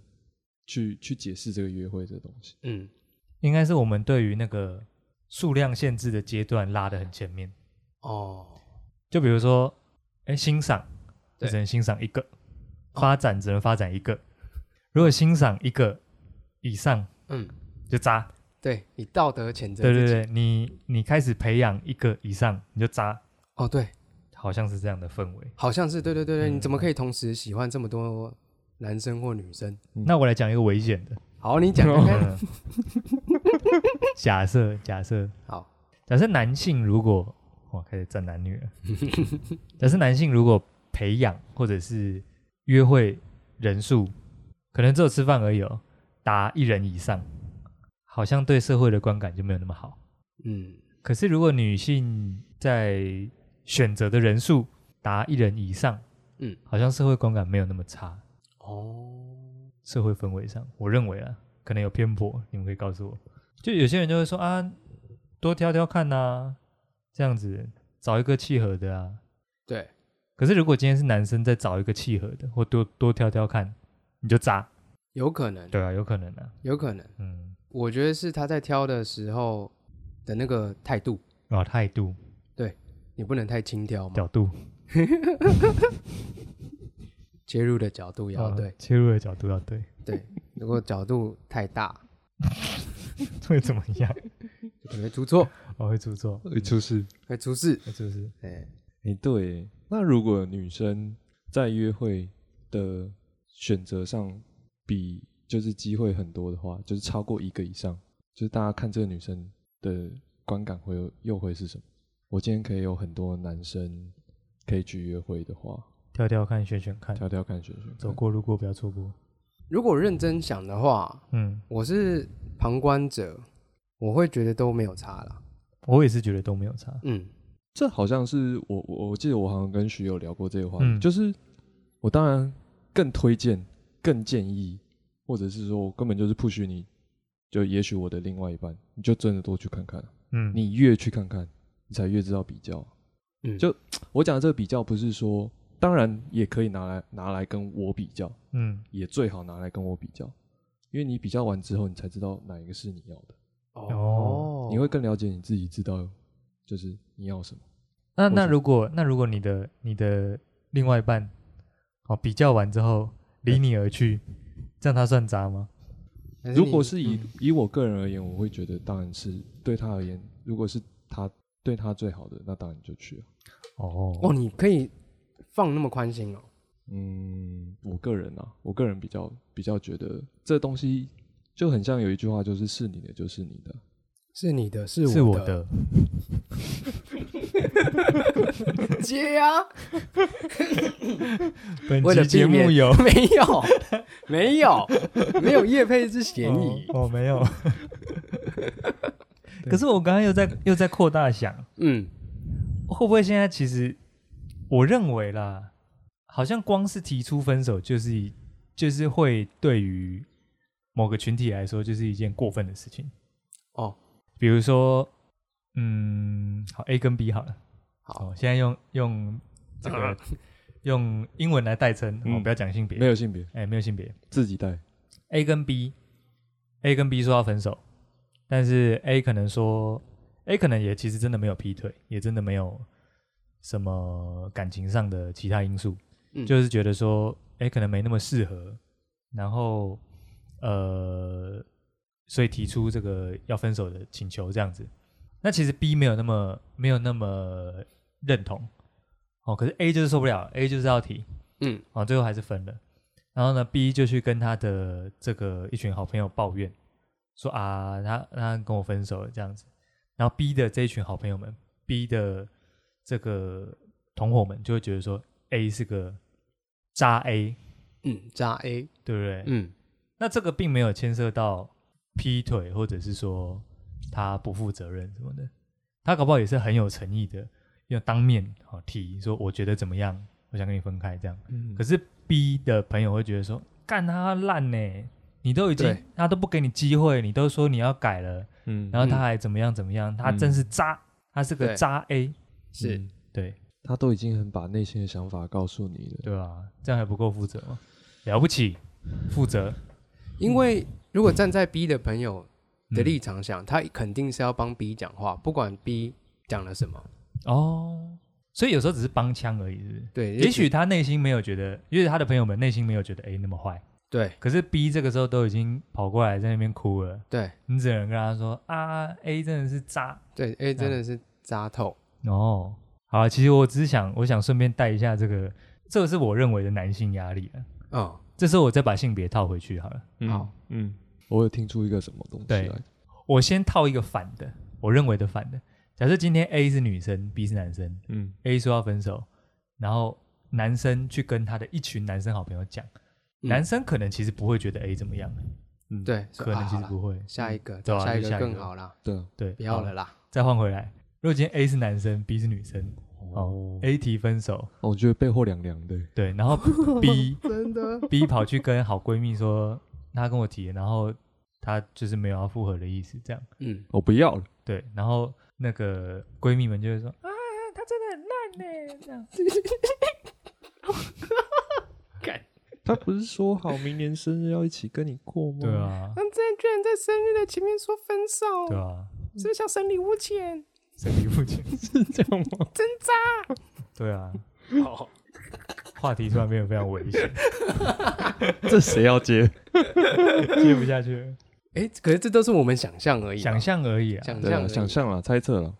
[SPEAKER 3] 去去解释这个约会这个东西。
[SPEAKER 1] 嗯，
[SPEAKER 2] 应该是我们对于那个数量限制的阶段拉得很前面。
[SPEAKER 1] 哦，
[SPEAKER 2] 就比如说，哎，欣赏
[SPEAKER 1] 对哦
[SPEAKER 2] 只能欣赏一个，发展只能发展一个。如果欣赏一个以上
[SPEAKER 1] 嗯，
[SPEAKER 2] 就渣，
[SPEAKER 1] 对，以道德谴责
[SPEAKER 2] 对
[SPEAKER 1] 自
[SPEAKER 2] 对
[SPEAKER 1] 己
[SPEAKER 2] 对，你你开始培养一个以上你就渣，
[SPEAKER 1] 哦，对，
[SPEAKER 2] 好像是这样的氛围。
[SPEAKER 1] 好像是对对对对，
[SPEAKER 2] 嗯
[SPEAKER 1] 你怎么可以同时喜欢这么多男生或女生？
[SPEAKER 2] 那我来讲一个危险的，
[SPEAKER 1] 好，你讲看
[SPEAKER 2] *laughs*
[SPEAKER 1] 看。
[SPEAKER 2] 嗯假设假设
[SPEAKER 1] 好，
[SPEAKER 2] 假设男性如果哇开始站男女了，假设男性如果培养或者是约会人数，可能只有吃饭而已、哦，达一人以上，好像对社会的观感就没有那么好。
[SPEAKER 1] 嗯，
[SPEAKER 2] 可是如果女性在选择的人数达一人以上，
[SPEAKER 1] 嗯，
[SPEAKER 2] 好像社会观感没有那么差，
[SPEAKER 1] 哦，
[SPEAKER 2] 社会氛围上，我认为啊，可能有偏颇，你们可以告诉我。就有些人就会说啊，多挑挑看呐、这样子找一个契合的啊。
[SPEAKER 1] 对，
[SPEAKER 2] 可是如果今天是男生再找一个契合的，或多多挑挑看，你就渣。
[SPEAKER 1] 有可能，
[SPEAKER 2] 对啊，有可能啊，
[SPEAKER 1] 有可能。
[SPEAKER 2] 嗯，
[SPEAKER 1] 我觉得是他在挑的时候的那个态度，
[SPEAKER 2] 啊，态度、
[SPEAKER 1] 你不能太轻佻嘛，
[SPEAKER 2] 角度，
[SPEAKER 1] 切入的角度也要
[SPEAKER 3] 嗯
[SPEAKER 2] 啊
[SPEAKER 1] 对。
[SPEAKER 2] 切入的角度要对， *laughs*
[SPEAKER 1] 对，如果角度太大，
[SPEAKER 2] 会怎么样？
[SPEAKER 1] 就可能会出错，
[SPEAKER 2] 我、会出错，
[SPEAKER 3] 会出事。
[SPEAKER 1] 会出事。
[SPEAKER 2] 会出事。
[SPEAKER 1] 哎，
[SPEAKER 3] 哎、对，那如果女生在约会的选择上比就是机会很多的话，就是超过一个以上，就是大家看这个女生的观感会有又会是什么？我今天可以有很多男生可以去约会的话，
[SPEAKER 2] 挑挑看，选选看，
[SPEAKER 3] 挑挑看选选看
[SPEAKER 2] 走过路过不要错过。
[SPEAKER 1] 如果认真想的话，
[SPEAKER 2] 嗯，
[SPEAKER 1] 我是旁观者，我会觉得都没有差了。
[SPEAKER 2] 我也是觉得都没有差。
[SPEAKER 1] 嗯，
[SPEAKER 3] 这好像是我我我记得我好像跟徐友聊过这个话题，
[SPEAKER 2] 嗯
[SPEAKER 3] 就是我当然更推荐、更建议，或者是说我根本就是不许你，就也许我的另外一半，你就真的多去看看，
[SPEAKER 2] 嗯，
[SPEAKER 3] 你越去看看，你才越知道比较。
[SPEAKER 1] 嗯
[SPEAKER 3] 就我讲的这个比较不是说，当然也可以拿来拿来跟我比较，
[SPEAKER 2] 嗯，
[SPEAKER 3] 也最好拿来跟我比较，因为你比较完之后，你才知道哪一个是你要的，
[SPEAKER 1] 哦，
[SPEAKER 3] 你会更了解你自己，知道就是你要什么。
[SPEAKER 2] 那
[SPEAKER 3] 或
[SPEAKER 2] 那
[SPEAKER 3] 者
[SPEAKER 2] 如果那如果你的你的另外一半哦比较完之后离你而去，这样他算渣吗？
[SPEAKER 1] 但
[SPEAKER 3] 如
[SPEAKER 1] 你
[SPEAKER 3] 果是以、
[SPEAKER 1] 嗯
[SPEAKER 3] 以我个人而言，我会觉得当然是对他而言，如果是他对他最好的，那当然就去了。
[SPEAKER 2] 哦
[SPEAKER 1] 哦，你可以放那么宽心哦。
[SPEAKER 3] 嗯，我个人啊，我个人比较比较觉得这东西就很像有一句话，就是是你的就是你的，
[SPEAKER 1] 是你的，是
[SPEAKER 2] 是
[SPEAKER 1] 我
[SPEAKER 2] 我
[SPEAKER 1] *laughs* 的，
[SPEAKER 2] 的，
[SPEAKER 1] 接啊！
[SPEAKER 2] 本
[SPEAKER 1] 为了
[SPEAKER 2] 期节
[SPEAKER 1] 避免
[SPEAKER 2] 目有
[SPEAKER 1] *laughs* 没有，没有，没有叶配之嫌疑。
[SPEAKER 2] 哦，哦没
[SPEAKER 1] *laughs*
[SPEAKER 2] *laughs* 有。
[SPEAKER 3] 对
[SPEAKER 2] 可是我刚刚又在又在扩大想，
[SPEAKER 1] 嗯，
[SPEAKER 2] 会不会现在其实我认为啦，好像光是提出分手就是就是会对于某个群体来说就是一件过分的事情。
[SPEAKER 1] 哦，
[SPEAKER 2] 比如说，嗯，好 A 跟 B 好了，
[SPEAKER 1] 好，
[SPEAKER 2] 哦，现在用用这
[SPEAKER 3] *laughs*
[SPEAKER 2] 个、用英文来代称，哦，
[SPEAKER 3] 嗯
[SPEAKER 2] 不要讲性别，
[SPEAKER 3] 没有性别，
[SPEAKER 2] 哎，没有性别
[SPEAKER 3] 自己带。
[SPEAKER 2] ，A 跟 B，A 跟 B 说要分手，但是 A 可能说，A 可能也其实真的没有劈腿，也真的没有什么感情上的其他因素，
[SPEAKER 1] 嗯
[SPEAKER 2] 就是觉得说，哎，可能没那么适合，然后呃，所以提出这个要分手的请求这样子。那其实 B 没有那么没有那么认同，哦，可是 A 就是受不了，A 就是要提，
[SPEAKER 1] 嗯，
[SPEAKER 2] 哦，最后还是分了。然后呢，B 就去跟他的这个一群好朋友抱怨，说啊，他他跟我分手了这样子。然后 B 的这一群好朋友们，B 的这个同伙们就会觉得说，A 是个渣 A，
[SPEAKER 1] 嗯，渣 A，
[SPEAKER 2] 对不对？
[SPEAKER 1] 嗯
[SPEAKER 2] 那这个并没有牵涉到劈腿，或者是说他不负责任什么的。他搞不好也是很有诚意的，要当面哦提说我觉得怎么样，我想跟你分开这样。
[SPEAKER 3] 嗯
[SPEAKER 2] 可是 B 的朋友会觉得说，干他烂呢、你都已经
[SPEAKER 1] 对
[SPEAKER 2] 他都不给你机会，你都说你要改了，
[SPEAKER 3] 嗯
[SPEAKER 2] 然后他还怎么样怎么样，他真是渣，他是个
[SPEAKER 1] 对
[SPEAKER 2] 渣 A，
[SPEAKER 1] 是
[SPEAKER 3] 嗯
[SPEAKER 2] 对
[SPEAKER 3] 他都已经很把内心的想法告诉你了，
[SPEAKER 2] 对吧、这样还不够负责吗？了不起，负责
[SPEAKER 1] 因为如果站在 B 的朋友的
[SPEAKER 2] 嗯
[SPEAKER 1] 立场想，他肯定是要帮 B 讲话，不管 B 讲了什么。
[SPEAKER 2] 哦。所以有时候只是帮腔而已，是不是？
[SPEAKER 1] 对，
[SPEAKER 2] 也许他内心没有觉得，也许他的朋友们内心没有觉得 A 那么坏，
[SPEAKER 1] 对
[SPEAKER 2] 可是 B 这个时候都已经跑过来在那边哭了，
[SPEAKER 1] 对
[SPEAKER 2] 你只能跟他说啊，A 真的是渣
[SPEAKER 1] 对，
[SPEAKER 2] 嗯
[SPEAKER 1] 哎，真的是渣透。
[SPEAKER 2] 哦。好，其实我只是想，我想顺便带一下这个，这个是我认为的男性压力啊。
[SPEAKER 1] 嗯，
[SPEAKER 2] 这时候我再把性别套回去好了，
[SPEAKER 3] 嗯
[SPEAKER 1] 好，
[SPEAKER 3] 嗯，我有听出一个什么东西
[SPEAKER 2] 对
[SPEAKER 3] 来，
[SPEAKER 2] 我先套一个反的，我认为的反的。假设今天 A 是女生，B 是男生
[SPEAKER 3] 嗯
[SPEAKER 2] ，A 说要分手，然后男生去跟他的一群男生好朋友讲，
[SPEAKER 1] 嗯
[SPEAKER 2] 男生可能其实不会觉得 A 怎么样，
[SPEAKER 3] 嗯，
[SPEAKER 1] 对，说
[SPEAKER 2] 可能
[SPEAKER 1] 啊
[SPEAKER 2] 其实
[SPEAKER 1] 好啦
[SPEAKER 2] 不会。
[SPEAKER 1] 下一个，
[SPEAKER 2] 对
[SPEAKER 1] 找
[SPEAKER 2] 啊
[SPEAKER 1] 下一个
[SPEAKER 2] 就下一
[SPEAKER 1] 更
[SPEAKER 2] 个
[SPEAKER 1] 好啦，
[SPEAKER 3] 对啊，
[SPEAKER 2] 对，
[SPEAKER 1] 不要
[SPEAKER 2] 好
[SPEAKER 1] 了啦。
[SPEAKER 2] 再换回来。如果今天 A 是男生，B 是女生
[SPEAKER 3] 哦，
[SPEAKER 2] ，A 提分手，
[SPEAKER 3] 哦我觉得背后凉凉的，
[SPEAKER 2] 对， *laughs* 然后 B
[SPEAKER 1] 真的，
[SPEAKER 2] B 跑去跟好闺蜜说，她跟我提，然后她就是没有要复合的意思，这样
[SPEAKER 1] 嗯，
[SPEAKER 3] 我不要了，
[SPEAKER 2] 对，然后那个闺蜜们就会说啊，她真的很烂
[SPEAKER 1] *laughs*
[SPEAKER 2] 呢、这样
[SPEAKER 3] 他不是说好明年生日要一起跟你 *laughs* 过吗？
[SPEAKER 2] 对，啊，
[SPEAKER 1] 那这居然在生日的前面说分手
[SPEAKER 2] 对啊，
[SPEAKER 1] 是不是想省礼物钱？
[SPEAKER 2] 身体不清 *laughs* 是这样吗？
[SPEAKER 1] 真渣！
[SPEAKER 2] *laughs* 对啊， *laughs* 话题突然变得非常危 *laughs* 险，
[SPEAKER 3] 这谁要接？
[SPEAKER 2] 接不下去了，
[SPEAKER 1] 哎，可是这都是我们想象而已吧，
[SPEAKER 2] 想象而已啊。
[SPEAKER 1] 想
[SPEAKER 3] 对
[SPEAKER 1] 象
[SPEAKER 3] 啊，
[SPEAKER 1] 而已
[SPEAKER 3] 想象了，猜测了，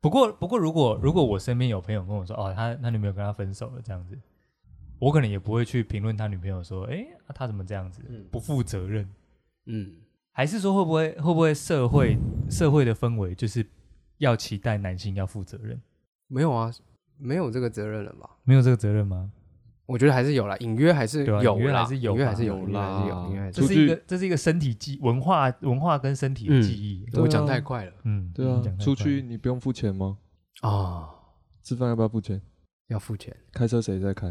[SPEAKER 2] 不过，不过，如果如果我身边有朋友跟我说，哦，他他女朋友跟他分手了这样子，我可能也不会去评论他女朋友说，诶，啊他怎么这样子，
[SPEAKER 1] 嗯
[SPEAKER 2] 不负责任，
[SPEAKER 1] 嗯，
[SPEAKER 2] 还是说会不会会不会社会社会的氛围就是要期待男性要负责任，
[SPEAKER 1] 没有啊，没有这个责任了吧？
[SPEAKER 2] 没有这个责任吗？
[SPEAKER 1] 我觉得还是有啦，隐约还是
[SPEAKER 2] 对啊
[SPEAKER 1] 有
[SPEAKER 2] 隐约
[SPEAKER 1] 啦，
[SPEAKER 2] 还是有
[SPEAKER 1] 隐约
[SPEAKER 2] 吧
[SPEAKER 1] 还是有，
[SPEAKER 3] 有
[SPEAKER 1] 隐约还是有，
[SPEAKER 3] 啦
[SPEAKER 1] 隐约还是
[SPEAKER 2] 这
[SPEAKER 1] 有。
[SPEAKER 3] 出
[SPEAKER 2] 是一个这是一个身体记文化文化跟身体的
[SPEAKER 1] 嗯
[SPEAKER 2] 记忆，
[SPEAKER 3] 对啊
[SPEAKER 1] 我讲太快了
[SPEAKER 2] 嗯，
[SPEAKER 3] 对啊
[SPEAKER 2] 你讲，太
[SPEAKER 3] 出
[SPEAKER 2] 快
[SPEAKER 3] 去你不用付钱吗？
[SPEAKER 1] 啊，
[SPEAKER 3] 吃饭要不要付钱？
[SPEAKER 1] 要付钱，
[SPEAKER 3] 开车谁在开？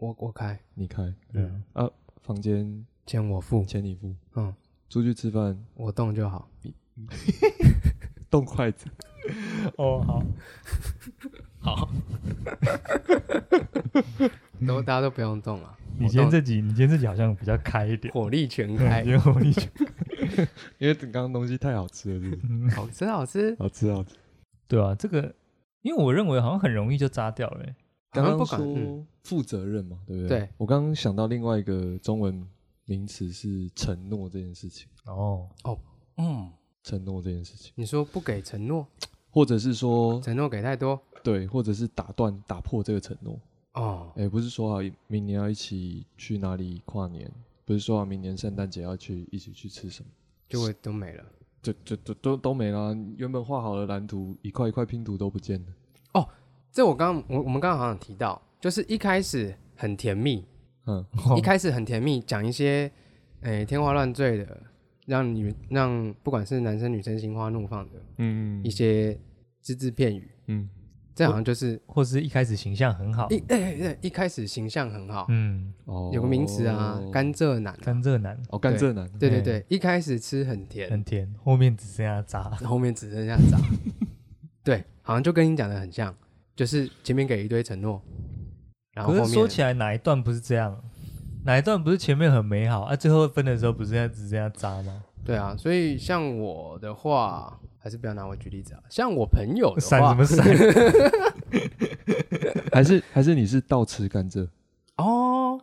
[SPEAKER 1] 我我开，
[SPEAKER 3] 你开，
[SPEAKER 2] 对啊
[SPEAKER 3] 房间
[SPEAKER 1] 钱我付，
[SPEAKER 3] 钱你付，
[SPEAKER 1] 嗯，
[SPEAKER 3] 出去吃饭
[SPEAKER 1] *laughs* 我动就好。
[SPEAKER 3] 动筷子， *laughs*
[SPEAKER 2] 哦，好，
[SPEAKER 1] 都大家都不用动了，
[SPEAKER 2] 你
[SPEAKER 1] 我
[SPEAKER 2] 今天
[SPEAKER 1] 动
[SPEAKER 2] 这集你今天这集好像比较开一点，
[SPEAKER 1] *laughs* 火力全
[SPEAKER 2] 对 *laughs*
[SPEAKER 1] 开
[SPEAKER 2] 你今，天火力全
[SPEAKER 3] 因为刚刚东西太好吃了，是不
[SPEAKER 1] *laughs*
[SPEAKER 3] 是
[SPEAKER 1] 好吃好吃，
[SPEAKER 3] 好吃好吃。
[SPEAKER 2] 对啊，这个因为我认为好像很容易就渣掉了欸、
[SPEAKER 1] 好
[SPEAKER 3] 刚
[SPEAKER 1] 像
[SPEAKER 3] 刚
[SPEAKER 1] 不敢嗯
[SPEAKER 3] 说负责任嘛，对不对？
[SPEAKER 1] 对
[SPEAKER 3] 我刚刚想到另外一个中文名词是承诺这件事情，
[SPEAKER 2] 哦，
[SPEAKER 1] 嗯，
[SPEAKER 3] 承诺这件事情，
[SPEAKER 1] 你说不给承诺，
[SPEAKER 3] 或者是说
[SPEAKER 1] 承诺给太多
[SPEAKER 3] 对，或者是打断打破这个承诺。
[SPEAKER 1] 哦，
[SPEAKER 3] 哎，不是说好明年要一起去哪里跨年，不是说好啊明年圣诞节要去一起去吃什么。
[SPEAKER 1] 结果都没了。
[SPEAKER 3] 就就就都都没了啊、原本画好的蓝图，一块一块拼图都不见了。
[SPEAKER 1] 这我刚我我们刚刚好像提到，就是一开始很甜蜜，
[SPEAKER 3] 嗯，
[SPEAKER 1] 一开始很甜蜜，讲一些诶、天花乱坠的，让女让不管是男生女生心花怒放的
[SPEAKER 3] 嗯
[SPEAKER 1] 一些只字片语，
[SPEAKER 3] 嗯，
[SPEAKER 1] 这好像就是
[SPEAKER 2] 或是一开始形象很好
[SPEAKER 1] 一，哎哎、哎一开始形象很好，
[SPEAKER 2] 嗯，
[SPEAKER 3] 哦，
[SPEAKER 1] 有个名词啊，甘蔗男，
[SPEAKER 2] 甘蔗男
[SPEAKER 3] 哦甘蔗男，
[SPEAKER 1] 对对对，一开始吃很甜
[SPEAKER 2] 很，甜，后面只剩下渣，
[SPEAKER 1] 后面只剩下
[SPEAKER 2] *laughs*
[SPEAKER 1] 渣，对，好像就跟你讲的很像，就是前面给一堆承诺，然后
[SPEAKER 2] 可
[SPEAKER 1] 后
[SPEAKER 2] 是
[SPEAKER 1] 面
[SPEAKER 2] 说起来哪一段不是这样？哪一段不是前面很美好啊？最后分的时候不是要只剩下渣吗？
[SPEAKER 1] 对啊，所以像我的话，还是不要拿我举例子啊。像我朋友的
[SPEAKER 2] 闪什
[SPEAKER 1] 话，
[SPEAKER 2] 么闪？ *laughs*
[SPEAKER 3] 还是还是你是倒吃甘蔗，
[SPEAKER 1] 哦，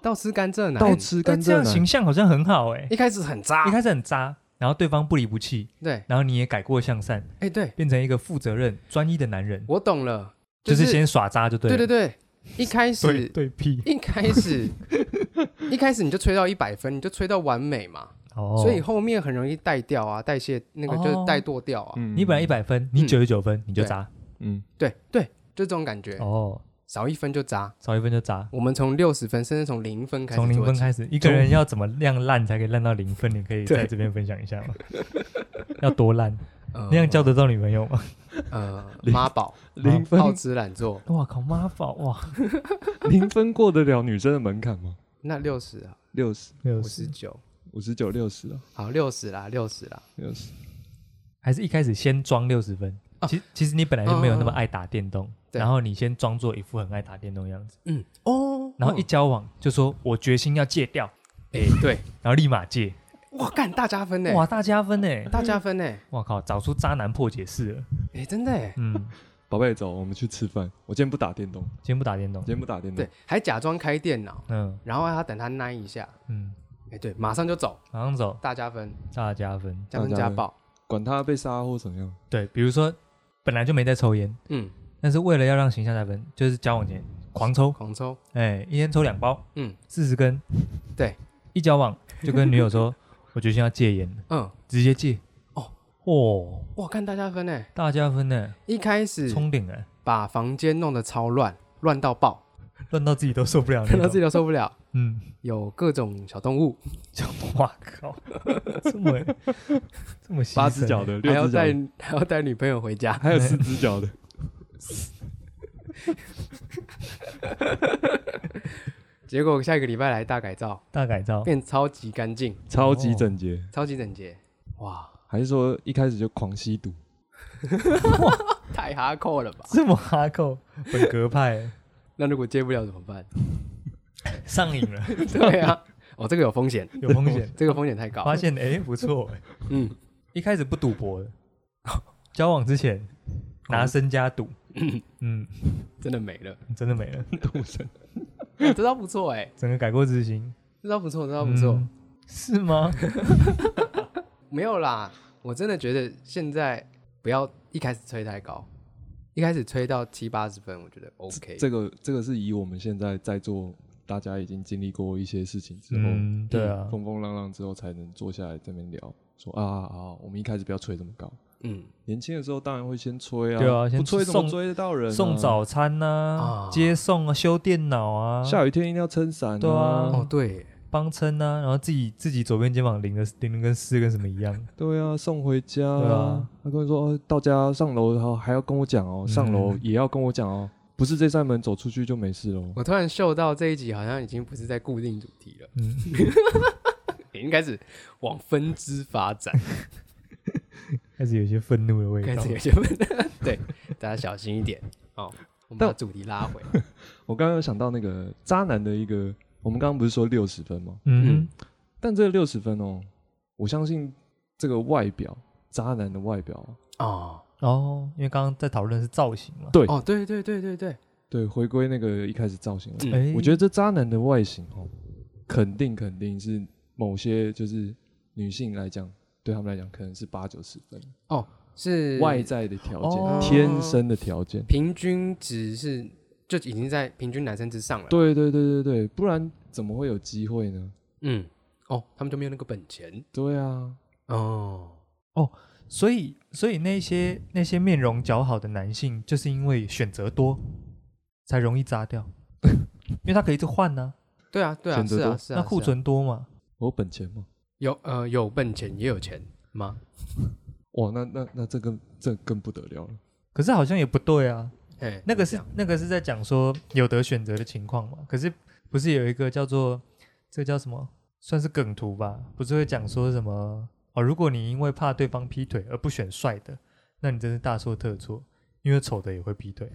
[SPEAKER 1] 倒吃甘蔗男，
[SPEAKER 3] 倒吃甘
[SPEAKER 2] 但这
[SPEAKER 3] 蔗
[SPEAKER 2] 样
[SPEAKER 3] 男
[SPEAKER 2] 形象好像很好哎、
[SPEAKER 1] 一开始很渣
[SPEAKER 2] 一，开始很渣，然后对方不离不弃，
[SPEAKER 1] 啊对，
[SPEAKER 2] 然后你也改过向善，
[SPEAKER 1] 哎、对
[SPEAKER 2] 变成一个负责任、专一的男人，
[SPEAKER 1] 我懂了，
[SPEAKER 2] 就是是先耍渣就对
[SPEAKER 1] 对
[SPEAKER 2] 了。
[SPEAKER 1] 对对，一开
[SPEAKER 2] 对
[SPEAKER 1] 始
[SPEAKER 2] 对屁
[SPEAKER 1] 一开
[SPEAKER 2] *laughs*
[SPEAKER 1] 始一开始你就吹到一百分，你就吹到完美嘛，
[SPEAKER 2] 哦，
[SPEAKER 1] 所以后面很容易带掉啊，代谢那个就是
[SPEAKER 2] 哦
[SPEAKER 1] 带惰掉啊，
[SPEAKER 3] 嗯
[SPEAKER 2] 你本来一，百分，你
[SPEAKER 1] 嗯
[SPEAKER 2] 九十九分，你就
[SPEAKER 1] 对
[SPEAKER 2] 渣
[SPEAKER 3] 嗯，
[SPEAKER 1] 对对，就这种感觉，
[SPEAKER 2] 哦，
[SPEAKER 1] 少一分就渣。
[SPEAKER 2] 少一分就渣。
[SPEAKER 1] 我们从六十分，甚至从零分开始
[SPEAKER 2] 从零
[SPEAKER 1] 做
[SPEAKER 2] 分
[SPEAKER 1] 起
[SPEAKER 2] 开始，一个人要怎么样烂才可以烂到零分？你可以在这边分享一下
[SPEAKER 1] *laughs*
[SPEAKER 2] 吗？要多烂，
[SPEAKER 1] 呃
[SPEAKER 2] *laughs* 那样交得到女朋友吗？
[SPEAKER 1] 呃妈
[SPEAKER 2] *laughs*
[SPEAKER 1] 宝、
[SPEAKER 3] 零分
[SPEAKER 1] 好吃懒做，
[SPEAKER 2] 哇靠，妈宝哇，
[SPEAKER 3] 零分过得了女生的门槛吗？
[SPEAKER 1] 那六十啊
[SPEAKER 3] 六十、
[SPEAKER 2] 没有
[SPEAKER 1] 五
[SPEAKER 2] 事
[SPEAKER 1] 十九，
[SPEAKER 3] 五十九、六十啊，
[SPEAKER 1] 好六十啦，六十啦，
[SPEAKER 3] 六十。
[SPEAKER 2] 还是一开始先装六十分。其其实你本来就没有那么爱打电动，
[SPEAKER 1] 对
[SPEAKER 2] 然后你先装作一副很爱打电动的样子，
[SPEAKER 1] 嗯哦，
[SPEAKER 2] 然后一交往就说我决心要戒掉，
[SPEAKER 1] 哎、对，
[SPEAKER 2] 然后立马戒，
[SPEAKER 1] 哇干大加分呢、
[SPEAKER 2] 哇大加分呢！
[SPEAKER 1] 大加分呢、欸，
[SPEAKER 2] 哇靠，找出渣男破解式了。
[SPEAKER 1] 哎、真的哎、
[SPEAKER 2] 嗯，
[SPEAKER 3] 宝贝，走，我们去吃饭。我今天不打电动，
[SPEAKER 2] 先不打电动
[SPEAKER 3] 今。天不打电动
[SPEAKER 1] 对。，还假装开电脑，
[SPEAKER 2] 嗯
[SPEAKER 1] 然后让他等他耐一下，
[SPEAKER 2] 嗯，
[SPEAKER 1] 哎、对，马上就走，
[SPEAKER 2] 马上走，
[SPEAKER 1] 大加分，
[SPEAKER 2] 大加分。
[SPEAKER 1] 加分
[SPEAKER 3] 大加
[SPEAKER 1] 加
[SPEAKER 3] 分
[SPEAKER 1] 爆，
[SPEAKER 3] 管他被杀或怎样，
[SPEAKER 2] 对，比如说本来就没在抽烟，
[SPEAKER 1] 嗯，
[SPEAKER 2] 但是为了要让形象加分，就是交往前狂抽，
[SPEAKER 1] 狂抽，
[SPEAKER 2] 哎，一天抽两包，
[SPEAKER 1] 嗯
[SPEAKER 2] 四十根。
[SPEAKER 1] 对，
[SPEAKER 2] 一交往就跟女
[SPEAKER 1] *laughs*
[SPEAKER 2] 友说，我决心要戒烟了，
[SPEAKER 1] 嗯，
[SPEAKER 2] 直接戒。
[SPEAKER 1] 哦
[SPEAKER 2] 哦，
[SPEAKER 1] 哇干大加分呢、
[SPEAKER 2] 大加分呢，
[SPEAKER 1] 一开始
[SPEAKER 2] 冲顶了，
[SPEAKER 1] 把房间弄得超乱，乱到爆，
[SPEAKER 2] 乱到自己都受不了那种，
[SPEAKER 1] 看到 *laughs* 自己都受不了，
[SPEAKER 2] 嗯，
[SPEAKER 1] 有各种小动物，
[SPEAKER 2] 就哇靠，这
[SPEAKER 1] *laughs*
[SPEAKER 2] 么这么牺牲
[SPEAKER 3] 八只脚，的，
[SPEAKER 1] 还
[SPEAKER 3] 六
[SPEAKER 1] 要
[SPEAKER 3] 只脚
[SPEAKER 1] 带 *laughs*
[SPEAKER 3] 的，
[SPEAKER 1] 还要带女朋友回家，
[SPEAKER 3] 还有四只脚的，
[SPEAKER 1] 结果下一个礼拜来大改造，
[SPEAKER 2] 大改
[SPEAKER 3] 哦
[SPEAKER 2] 造，
[SPEAKER 1] 变超级干净，
[SPEAKER 3] *laughs* 超
[SPEAKER 2] 哦
[SPEAKER 3] 级整洁。
[SPEAKER 1] 超级整洁，哇，
[SPEAKER 3] 还是说一开始就狂吸毒？
[SPEAKER 1] 太哈扣了吧？
[SPEAKER 2] 这么哈扣，本格派
[SPEAKER 1] 那如果戒不了怎么办？ *laughs*
[SPEAKER 2] 上瘾了，
[SPEAKER 1] 对啊，哦，这个有风险，
[SPEAKER 2] 有风
[SPEAKER 1] *laughs*
[SPEAKER 2] 险。
[SPEAKER 1] 这个风险太高，
[SPEAKER 2] 发现哎不错，哎
[SPEAKER 1] 嗯，
[SPEAKER 2] 一开始不赌博的，
[SPEAKER 1] *laughs*
[SPEAKER 2] 交往之前
[SPEAKER 1] 哦
[SPEAKER 2] 拿身家
[SPEAKER 1] *laughs*
[SPEAKER 2] 赌，嗯，
[SPEAKER 1] 真的没了，
[SPEAKER 2] 真的没了，
[SPEAKER 1] 哎这招不错哎，
[SPEAKER 2] 整个改过自新，
[SPEAKER 1] 这招不错，这招不错。
[SPEAKER 2] 嗯，是吗？
[SPEAKER 1] 没有啦，我真的觉得现在不要一开始吹太高，一开始吹到七八十分，我觉得 OK。
[SPEAKER 3] 这个这个是以我们现在在座大家已经经历过一些事情之后，
[SPEAKER 2] 嗯，对啊，
[SPEAKER 3] 风风浪浪之后才能坐下来这边聊，说啊啊啊，我们一开始不要吹这么高。
[SPEAKER 1] 嗯，
[SPEAKER 3] 年轻的时候当然会先吹啊，
[SPEAKER 2] 对啊先
[SPEAKER 3] 不吹怎么
[SPEAKER 2] 送
[SPEAKER 3] 追得到人、啊？
[SPEAKER 2] 送，早餐呐
[SPEAKER 1] 嗯啊，
[SPEAKER 2] 接送啊，修电脑啊，
[SPEAKER 3] 下雨天一定要撑伞、
[SPEAKER 2] 对啊
[SPEAKER 1] 哦对耶，
[SPEAKER 2] 帮撑啊，然后自己自己左边肩膀淋的淋的跟湿跟什么一 *laughs* 样，
[SPEAKER 3] 对啊，送回家、
[SPEAKER 2] 对啊。
[SPEAKER 3] 他跟我说、哦到家上楼，然后还要跟我讲哦，上楼
[SPEAKER 2] 嗯
[SPEAKER 3] 也要跟我讲哦，不是这扇门走出去就没事喽。
[SPEAKER 1] 我突然嗅到这一集好像已经不是在固定主题了， *laughs*
[SPEAKER 2] 嗯，
[SPEAKER 1] 已经开始往分支发展，
[SPEAKER 2] 开始有一些愤怒的味
[SPEAKER 1] 开
[SPEAKER 2] 道
[SPEAKER 1] 始。有些分对，大家小心一点哦。我们把
[SPEAKER 3] 但
[SPEAKER 1] 主题拉回，
[SPEAKER 3] 我刚刚有想到那个渣男的一个，我们刚刚不是说六十分吗？
[SPEAKER 2] 嗯
[SPEAKER 3] 但这六十分哦，我相信这个外表，渣男的外表啊，
[SPEAKER 1] 哦
[SPEAKER 2] 哼，哦，因为刚刚在讨论的是造型嘛，
[SPEAKER 3] 对
[SPEAKER 1] 哦，对对对对对，
[SPEAKER 3] 对，回归那个一开始造型问题，
[SPEAKER 1] 嗯
[SPEAKER 2] 哎，
[SPEAKER 3] 我觉得这渣男的外形哦，肯定肯定是某些就是女性来讲，对他们来讲可能是八九十分，
[SPEAKER 1] 是
[SPEAKER 3] 外在的条件，
[SPEAKER 2] 哦
[SPEAKER 3] 天生的条件。
[SPEAKER 1] 平均值是就已经在平均男生之上了。，
[SPEAKER 3] 对对对对对，不然怎么会有机会呢？
[SPEAKER 1] 嗯，哦，他们就没有那个本钱
[SPEAKER 3] 对啊，
[SPEAKER 1] 哦。
[SPEAKER 2] 所以所以那些那些面容姣好的男性，就是因为选择多，才容易
[SPEAKER 1] *laughs*
[SPEAKER 2] 渣掉，因为他可以一直换呢、
[SPEAKER 1] 对啊，对啊，
[SPEAKER 3] 选择
[SPEAKER 1] 是啊，
[SPEAKER 3] 多
[SPEAKER 1] 是啊，
[SPEAKER 2] 那库
[SPEAKER 1] 是啊
[SPEAKER 2] 存多嘛，
[SPEAKER 3] 我有本钱吗？
[SPEAKER 1] 有呃有本钱也有钱吗？
[SPEAKER 3] 哇，那那那这更这更不得了了。
[SPEAKER 2] 可是好像也不对啊，
[SPEAKER 1] 哎，
[SPEAKER 2] 那个
[SPEAKER 1] 怎
[SPEAKER 2] 是
[SPEAKER 1] 么
[SPEAKER 2] 那个是在讲说有得选择的情况嘛？可是不是有一个叫做这个叫什么，算是梗图吧？不是会讲说什么哦？如果你因为怕对方劈腿而不选帅的，那你真是大错特错，因为丑的也会劈腿。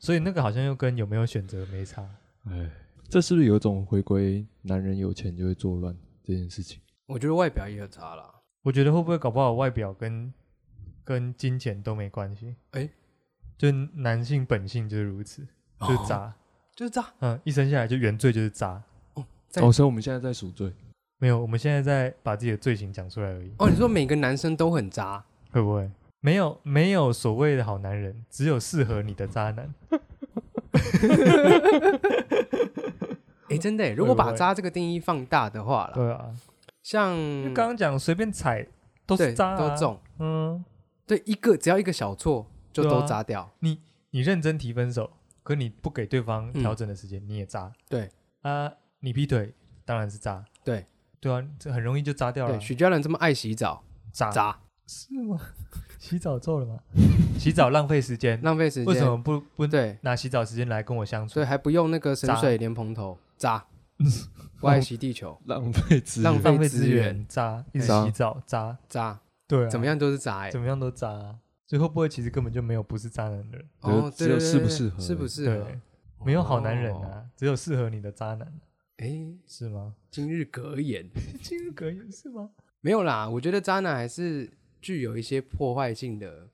[SPEAKER 2] 所以那个好像又跟有没有选择没差。
[SPEAKER 3] 哎，这是不是有一种回归男人有钱就会作乱这件事情？
[SPEAKER 1] 我觉得外表也有差啦。
[SPEAKER 2] 我觉得会不会搞不好外表跟跟金钱都没关系？
[SPEAKER 1] 诶
[SPEAKER 2] 就男性本性就是如此，就是
[SPEAKER 1] 哦
[SPEAKER 2] 渣。
[SPEAKER 1] 就是这样。
[SPEAKER 2] 嗯，一生下来就原罪就是渣。
[SPEAKER 1] 在
[SPEAKER 3] 哦，所以我们现在在赎罪。
[SPEAKER 2] 没有，我们现在在把自己的罪行讲出来而已。
[SPEAKER 1] 哦，你说每个男生都很渣，
[SPEAKER 2] 会不会没有没有所谓的好男人，只有适合你的渣男？
[SPEAKER 1] 哎，真的耶，如果把
[SPEAKER 2] 会
[SPEAKER 1] 渣这个定义放大的话啦，
[SPEAKER 2] 对啊，
[SPEAKER 1] 像
[SPEAKER 2] 就刚刚讲随便踩
[SPEAKER 1] 嗯
[SPEAKER 2] 都
[SPEAKER 1] 对
[SPEAKER 2] 是渣、啊，
[SPEAKER 1] 都。中，
[SPEAKER 2] 嗯，
[SPEAKER 1] 对一个只要一个小错就
[SPEAKER 2] 对啊
[SPEAKER 1] 都渣掉，
[SPEAKER 2] 你认真提分手，可你不给对方
[SPEAKER 1] 嗯
[SPEAKER 2] 调整的时间，你也渣。
[SPEAKER 1] 对
[SPEAKER 2] 啊，你劈腿当然是渣。
[SPEAKER 1] 对
[SPEAKER 2] 对啊，这很容易就渣掉了
[SPEAKER 1] 对，
[SPEAKER 2] 啊，
[SPEAKER 1] 许家人这么爱洗澡，
[SPEAKER 2] 渣
[SPEAKER 1] 渣
[SPEAKER 2] 是吗？洗澡皱了吗？洗澡浪费时间，
[SPEAKER 1] 浪费时
[SPEAKER 2] 为什
[SPEAKER 1] 间，
[SPEAKER 2] 么不不
[SPEAKER 1] 对，
[SPEAKER 2] 拿洗澡时间来跟我相处
[SPEAKER 1] 所以？还不用那个神
[SPEAKER 2] 渣
[SPEAKER 1] 水莲蓬头，
[SPEAKER 2] *laughs*
[SPEAKER 1] 渣，不爱惜地球，
[SPEAKER 3] 浪费资
[SPEAKER 1] 浪
[SPEAKER 3] 源，
[SPEAKER 2] 浪费
[SPEAKER 1] 资
[SPEAKER 2] 资
[SPEAKER 1] 源
[SPEAKER 2] 源，渣，一直
[SPEAKER 3] 渣
[SPEAKER 2] 洗澡，渣，
[SPEAKER 1] 渣，
[SPEAKER 2] 对啊，
[SPEAKER 1] 怎么
[SPEAKER 2] 样？
[SPEAKER 1] 样都是渣哎
[SPEAKER 2] 怎。么样都渣啊。所以会不会其实根本就没有不是渣男的人？
[SPEAKER 3] 对
[SPEAKER 1] 哦，
[SPEAKER 3] 只
[SPEAKER 1] 对
[SPEAKER 3] 有
[SPEAKER 1] 对
[SPEAKER 3] 适不
[SPEAKER 1] 对
[SPEAKER 3] 适合
[SPEAKER 1] 适不
[SPEAKER 3] 而已
[SPEAKER 1] 适合
[SPEAKER 2] 对，，没有好男人
[SPEAKER 1] 啊哦。
[SPEAKER 2] 啊，只有适合你的渣男，
[SPEAKER 1] 哎，
[SPEAKER 2] 是吗？
[SPEAKER 1] 今日格言
[SPEAKER 2] 今日格言是吗？
[SPEAKER 1] 没有啦，我觉得渣男还是具有一些破坏性的。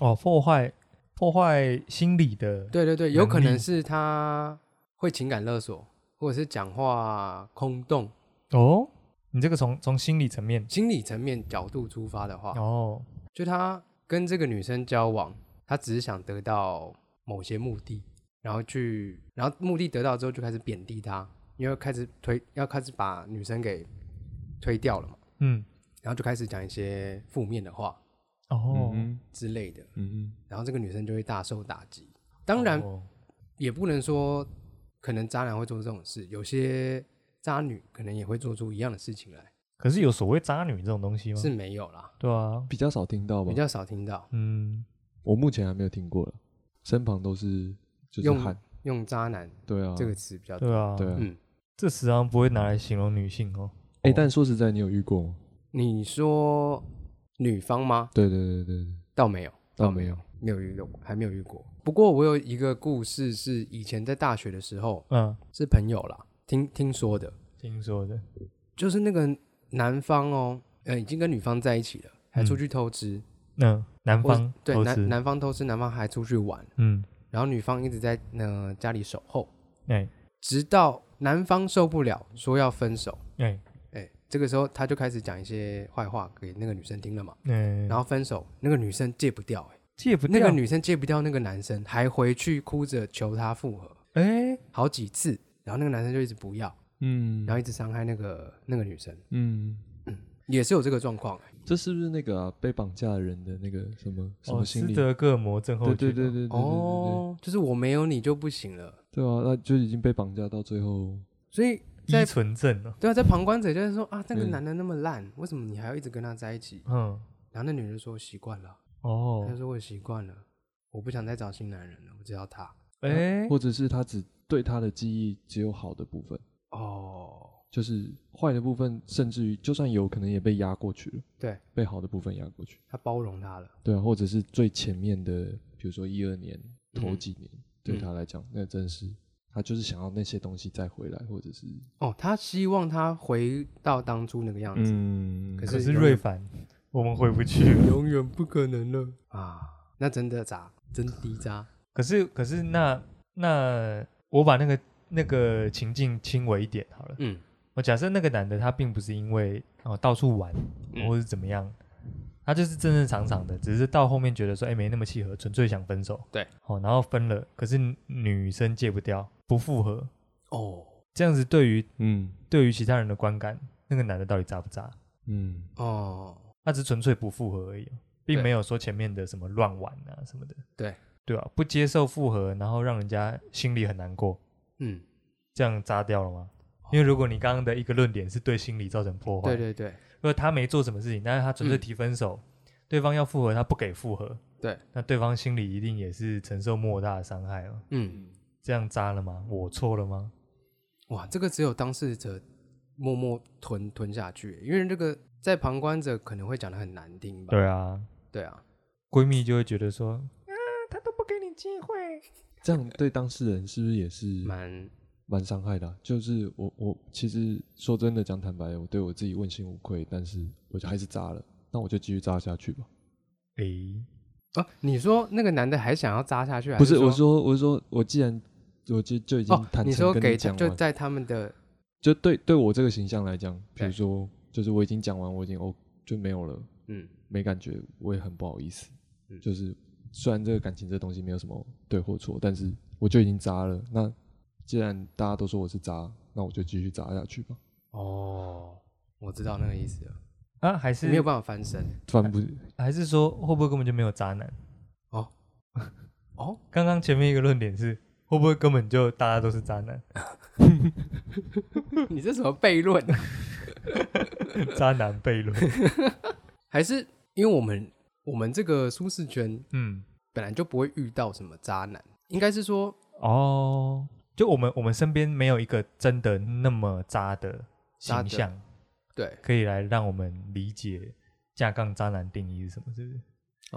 [SPEAKER 2] 哦，破坏破坏心理的，
[SPEAKER 1] 对对对，有可
[SPEAKER 2] 能
[SPEAKER 1] 能
[SPEAKER 2] 力
[SPEAKER 1] 是他会情感勒索，或者是讲话空洞，
[SPEAKER 2] 哦，你这个从从心理层面，
[SPEAKER 1] 心理层面角度出发的话，
[SPEAKER 2] 哦，
[SPEAKER 1] 就他跟这个女生交往，他只是想得到某些目的，然后去，然后目的得到之后就开始贬低她，因为开始推要开始把女生给推掉了嘛，
[SPEAKER 2] 嗯，
[SPEAKER 1] 然后就开始讲一些负面的话
[SPEAKER 2] 哦，
[SPEAKER 3] 嗯
[SPEAKER 1] 之类的，
[SPEAKER 3] 哼嗯
[SPEAKER 1] 然后这个女生就会大受打击。当然
[SPEAKER 2] 哦
[SPEAKER 1] 也不能说可能渣男会做这种事，有些渣女可能也会做出一样的事情来，
[SPEAKER 2] 可是有所谓渣女这种东西吗？
[SPEAKER 1] 是，没有啦，
[SPEAKER 2] 对啊
[SPEAKER 3] 哼，，比较少听到吧
[SPEAKER 1] 比？较少听到
[SPEAKER 2] 嗯，
[SPEAKER 3] 我目前还没有听过了，身旁都是就是
[SPEAKER 1] 用
[SPEAKER 3] 喊，
[SPEAKER 1] 用“渣男
[SPEAKER 3] 对啊”，
[SPEAKER 1] 这个词比较多。
[SPEAKER 2] 对啊，
[SPEAKER 3] 对啊。
[SPEAKER 1] 嗯，
[SPEAKER 2] 这时常不会拿来形容女性哦。
[SPEAKER 3] 哎，但说实在，你有遇过吗？
[SPEAKER 1] 你说女方吗？
[SPEAKER 3] 对对对对对，
[SPEAKER 1] 倒没有，
[SPEAKER 3] 倒没有。
[SPEAKER 1] 没有遇到过，还没有遇过。不过我有一个故事，是以前在大学的时候，
[SPEAKER 2] 嗯，
[SPEAKER 1] 是朋友啦，听听说的，
[SPEAKER 2] 听说的，
[SPEAKER 1] 就是那个男方哦，呃，已经跟女方在一起了，还出去偷吃，
[SPEAKER 2] 嗯，男
[SPEAKER 1] 或
[SPEAKER 2] 方
[SPEAKER 1] 对
[SPEAKER 2] 偷吃
[SPEAKER 1] 男男方偷吃，男方还出去玩，
[SPEAKER 2] 嗯，
[SPEAKER 1] 然后女方一直在呃家里守候，
[SPEAKER 2] 哎
[SPEAKER 1] 直到男方受不了，说要分手，
[SPEAKER 2] 哎
[SPEAKER 1] 哎，这个时候他就开始讲一些坏话给那个女生听了嘛，
[SPEAKER 2] 哎，
[SPEAKER 1] 然后分手，那个女生戒不掉、哎。
[SPEAKER 2] 戒不
[SPEAKER 1] 那个
[SPEAKER 2] 掉
[SPEAKER 1] 女生戒不掉那个男生，还回去哭着求他复合
[SPEAKER 2] 哎，
[SPEAKER 1] 好几次，然后那个男生就一直不要，
[SPEAKER 3] 嗯
[SPEAKER 1] 然后一直伤害那个那个女生，
[SPEAKER 3] 嗯，
[SPEAKER 1] 也是有这个状况、
[SPEAKER 2] 嗯
[SPEAKER 3] 这是不是那个啊？被绑架的人的那个什么什
[SPEAKER 2] 哦，
[SPEAKER 3] 么
[SPEAKER 2] 斯
[SPEAKER 3] 心理？
[SPEAKER 2] 德哥尔摩症候群，
[SPEAKER 3] 对对对对对对对
[SPEAKER 1] 哦，就是我没有你就不行了，
[SPEAKER 3] 对啊！那就已经被绑架到最后，
[SPEAKER 1] 所以
[SPEAKER 2] 依
[SPEAKER 1] 在
[SPEAKER 2] 存症哦，
[SPEAKER 1] 对啊，在旁观者就是说啊，那个
[SPEAKER 3] 嗯
[SPEAKER 1] 男的那么烂，为什么你还要一直跟他在一起？
[SPEAKER 2] 嗯，
[SPEAKER 1] 然后那女人说习惯了，她
[SPEAKER 2] 哦，
[SPEAKER 1] 说我习惯了，我不想再找新男人了，我只要他。
[SPEAKER 2] 哎，
[SPEAKER 3] 或者是他只对他的记忆只有好的部分，
[SPEAKER 1] 哦，
[SPEAKER 3] 就是坏的部分，甚至于就算有可能也被压过去了，
[SPEAKER 1] 对，
[SPEAKER 3] 被好的部分压过去，
[SPEAKER 1] 他包容他了，
[SPEAKER 3] 对啊，或者是最前面的，比如说一二年头
[SPEAKER 1] 嗯
[SPEAKER 3] 几年，对他来讲，那真是他就是想要那些东西再回来，或者是
[SPEAKER 1] 哦，他希望他回到当初那个样子，
[SPEAKER 3] 嗯
[SPEAKER 1] 可
[SPEAKER 2] 可
[SPEAKER 1] 是
[SPEAKER 2] 是
[SPEAKER 1] 有
[SPEAKER 2] 瑞凡，我们回不去了。
[SPEAKER 1] 永远不可能了啊！那真的渣，真低渣。
[SPEAKER 2] 可是可是那那我把那个那个情境轻微一点好了。
[SPEAKER 1] 嗯，
[SPEAKER 2] 我假设那个男的他并不是因为哦到处玩
[SPEAKER 1] 嗯
[SPEAKER 2] 或者怎么样，他就是正正常常的，只是到后面觉得说哎没那么契合，纯粹想分手。
[SPEAKER 1] 对，
[SPEAKER 2] 哦，然后分了，可是女生戒不掉，不复合，
[SPEAKER 1] 哦
[SPEAKER 2] 这样子对于
[SPEAKER 3] 嗯
[SPEAKER 2] 对于其他人的观感，那个男的到底渣不渣？
[SPEAKER 3] 嗯
[SPEAKER 1] 哦，
[SPEAKER 2] 他只是纯粹不复合而已哦，
[SPEAKER 1] 对
[SPEAKER 2] 并没有说前面的什么乱玩啊什么的。
[SPEAKER 1] 对
[SPEAKER 2] 对啊，不接受复合，然后让人家心里很难过。
[SPEAKER 1] 嗯，
[SPEAKER 2] 这样扎掉了吗？因为如果你刚刚的一个论点是对心理造成破坏，
[SPEAKER 1] 对对对，
[SPEAKER 2] 如果他没做什么事情，但是他纯粹提分手，对方要复合，他不给复合，
[SPEAKER 1] 对，
[SPEAKER 2] 那对方心里一定也是承受莫大的伤害哦。
[SPEAKER 1] 嗯，
[SPEAKER 2] 这样扎了吗？我错了吗？
[SPEAKER 1] 哇，这个只有当事者默默吞吞下去，因为这个在旁观者可能会讲的很难听吧？
[SPEAKER 2] 对啊，
[SPEAKER 1] 对啊，
[SPEAKER 2] 闺蜜就会觉得说，啊，他都不给你机会，
[SPEAKER 3] 这样对当事人是不是也是
[SPEAKER 1] 蛮
[SPEAKER 3] 蛮伤害的啊、就是我我其实说真的，讲坦白，我对我自己问心无愧，但是我就还是渣了，那我就继续渣下去吧。
[SPEAKER 2] 诶，
[SPEAKER 1] 啊。你说那个男的还想要扎下去，还
[SPEAKER 3] 不是，我
[SPEAKER 1] 说
[SPEAKER 3] 说我是说我既然我就就已经
[SPEAKER 1] 哦，
[SPEAKER 3] 坦
[SPEAKER 1] 你
[SPEAKER 3] 诚
[SPEAKER 1] 说
[SPEAKER 3] 跟
[SPEAKER 1] 给他
[SPEAKER 3] 讲
[SPEAKER 1] 就
[SPEAKER 3] 完，
[SPEAKER 1] 在他们的
[SPEAKER 3] 就对对我这个形象来讲，比
[SPEAKER 1] 对
[SPEAKER 3] 如说就是我已经讲完，我已经哦就没有了，
[SPEAKER 1] 嗯
[SPEAKER 3] 没感觉，我也很不好意思。
[SPEAKER 1] 嗯
[SPEAKER 3] 就是虽然这个感情这东西没有什么对或错，但是我就已经渣了。那既然大家都说我是渣，那我就继续渣下去吧。
[SPEAKER 1] 哦，我知道那个意思了，
[SPEAKER 2] 啊，还
[SPEAKER 1] 没有
[SPEAKER 2] 是
[SPEAKER 1] 办法翻身
[SPEAKER 3] 反不
[SPEAKER 2] 还是说会不会根本就没有渣男？ *laughs*
[SPEAKER 1] 哦，
[SPEAKER 2] 刚刚前面一个论点是会不会根本就大家都是渣男？ *laughs*
[SPEAKER 1] *laughs* 你这什么悖论啊？
[SPEAKER 2] 渣男
[SPEAKER 1] *laughs*
[SPEAKER 2] 悖论。
[SPEAKER 1] 还是因为我们我们这个舒适圈
[SPEAKER 2] 嗯，
[SPEAKER 1] 本来就不会遇到什么渣男，应该是说
[SPEAKER 2] 哦，就我们我们身边没有一个真的那么渣的
[SPEAKER 1] 渣
[SPEAKER 2] 形
[SPEAKER 1] 的
[SPEAKER 2] 象，
[SPEAKER 1] 对
[SPEAKER 2] 可以来让我们理解架杠渣男定义是什么，是不是？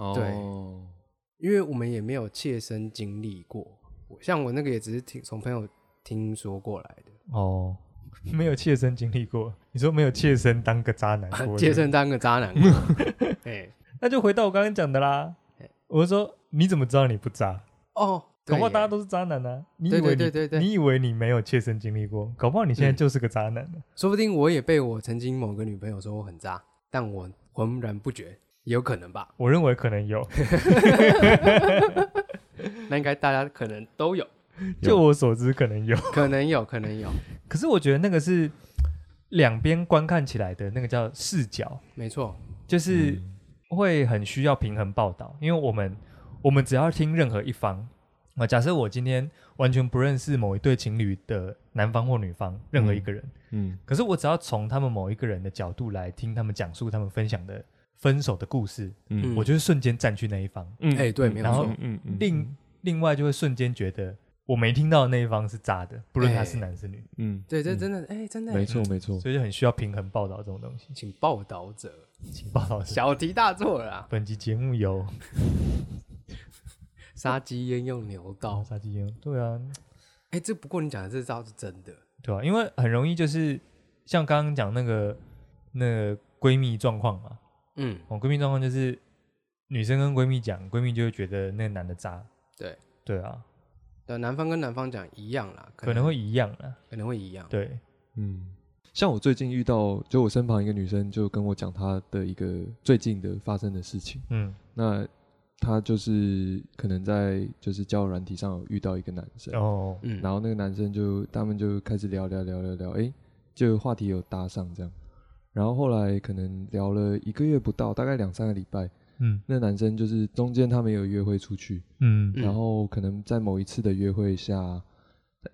[SPEAKER 3] *laughs* 哦，
[SPEAKER 1] 因为我们也没有切身经历过，我像我那个也只是听从朋友听说过来的，
[SPEAKER 2] 哦， *laughs* 没有切身经历过，你说没有切身当个渣男过，
[SPEAKER 1] 啊切
[SPEAKER 2] 是不是
[SPEAKER 1] 身当个渣
[SPEAKER 2] *laughs*
[SPEAKER 1] 男，哎
[SPEAKER 2] 那就回到我刚刚讲的啦
[SPEAKER 1] 哎。
[SPEAKER 2] 我是说你怎么知道你不渣？
[SPEAKER 1] 哦，
[SPEAKER 2] 搞
[SPEAKER 1] 对
[SPEAKER 2] 不好
[SPEAKER 1] 耶
[SPEAKER 2] 大家都是渣男啊！你以为
[SPEAKER 1] 对
[SPEAKER 2] 你
[SPEAKER 1] 对对对对
[SPEAKER 2] 你以为你没有切身经历过，搞不好你现在
[SPEAKER 1] 嗯
[SPEAKER 2] 就是个渣男啊 *laughs*
[SPEAKER 1] 说不定我也被我曾经某个女朋友说我很渣，但我浑然不觉，也有可能吧？
[SPEAKER 2] 我认为可能 *laughs* 有，
[SPEAKER 1] 那应该大家可能都
[SPEAKER 2] *laughs*
[SPEAKER 1] 有，
[SPEAKER 3] 有
[SPEAKER 2] 就我所知可能有。 *laughs*
[SPEAKER 1] 可能有，可能有，
[SPEAKER 2] 可是我觉得那个是两边观看起来的那个叫视角，
[SPEAKER 1] 没错，
[SPEAKER 2] 就是
[SPEAKER 3] 嗯
[SPEAKER 2] 会很需要平衡报道，因为我们我们只要听任何一方。啊，假设我今天完全不认识某一对情侣的男方或女方任何一个人，
[SPEAKER 3] 嗯
[SPEAKER 2] 可是我只要从他们某一个人的角度来听他们讲述他们分享的分手的故事，
[SPEAKER 3] 嗯
[SPEAKER 2] 我就会瞬间站去那一方，
[SPEAKER 3] 嗯
[SPEAKER 1] 哎对没有
[SPEAKER 2] 然后错
[SPEAKER 3] 嗯
[SPEAKER 2] 另另外就会瞬间觉得我没听到的那一方是渣的，不论他是
[SPEAKER 1] 哎
[SPEAKER 2] 男是女，
[SPEAKER 3] 嗯
[SPEAKER 1] 对，这
[SPEAKER 3] 嗯
[SPEAKER 1] 真的，哎、真的耶，
[SPEAKER 3] 没错没错，
[SPEAKER 2] 所以就很需要平衡报道这种东西。
[SPEAKER 1] 请报道者
[SPEAKER 2] 请报
[SPEAKER 1] *laughs*
[SPEAKER 2] 道
[SPEAKER 1] 小题大做了啊啦，
[SPEAKER 2] 本集节目由
[SPEAKER 1] 杀鸡焉用牛刀，
[SPEAKER 2] 杀鸡烟，对啊，
[SPEAKER 1] 哎、这不过你讲的这招是真的，
[SPEAKER 2] 对啊，因为很容易就是像刚刚讲那个那个闺蜜状况嘛，
[SPEAKER 1] 嗯，
[SPEAKER 2] 哦，闺蜜状况就是女生跟闺蜜讲，闺蜜就会觉得那个男的渣，
[SPEAKER 1] 对
[SPEAKER 2] 对啊，
[SPEAKER 1] 对，男方跟男方讲一样啦，
[SPEAKER 2] 可
[SPEAKER 1] 能
[SPEAKER 2] 能会一样啦，
[SPEAKER 1] 可能会一样，
[SPEAKER 2] 对，
[SPEAKER 3] 嗯，像我最近遇到，就我身旁一个女生就跟我讲她的一个最近的发生的事情。
[SPEAKER 2] 嗯
[SPEAKER 3] 那她就是可能在就是交友软体上有遇到一个男生，
[SPEAKER 2] 哦，
[SPEAKER 1] 嗯，
[SPEAKER 3] 然后那个男生就他们就开始聊聊聊聊聊，诶，就话题有搭上这样。然后后来可能聊了一个月不到，大概两三个礼拜，
[SPEAKER 2] 嗯
[SPEAKER 3] 那男生就是中间他们有约会出去，
[SPEAKER 2] 嗯
[SPEAKER 1] 嗯
[SPEAKER 3] 然后可能在某一次的约会下，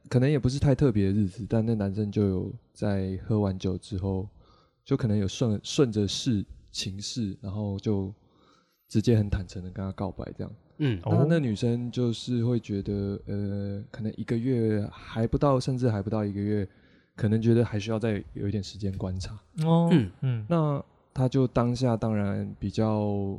[SPEAKER 3] 可能也不是太特别的日子，但那男生就有在喝完酒之后，就可能有顺顺着事情势，然后就直接很坦诚的跟他告白这样。
[SPEAKER 1] 嗯，
[SPEAKER 2] 哦
[SPEAKER 3] 那那女生就是会觉得，呃，可能一个月还不到，甚至还不到一个月，可能觉得还需要再有一点时间观察。
[SPEAKER 2] 哦
[SPEAKER 1] 嗯
[SPEAKER 2] 嗯
[SPEAKER 3] 那他就当下当然比较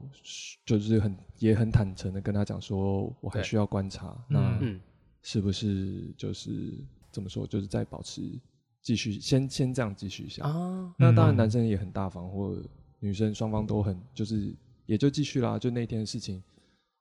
[SPEAKER 3] 就是很也很坦诚的跟他讲说，我还
[SPEAKER 1] 对
[SPEAKER 3] 需要观察，那
[SPEAKER 1] 嗯
[SPEAKER 3] 是不是就是怎么说，就是再保持继续先先这样继续下。
[SPEAKER 1] 啊，
[SPEAKER 3] 那当然
[SPEAKER 2] 嗯
[SPEAKER 3] 男生也很大方，或者女生双方都很就是也就继续啦，就那天的事情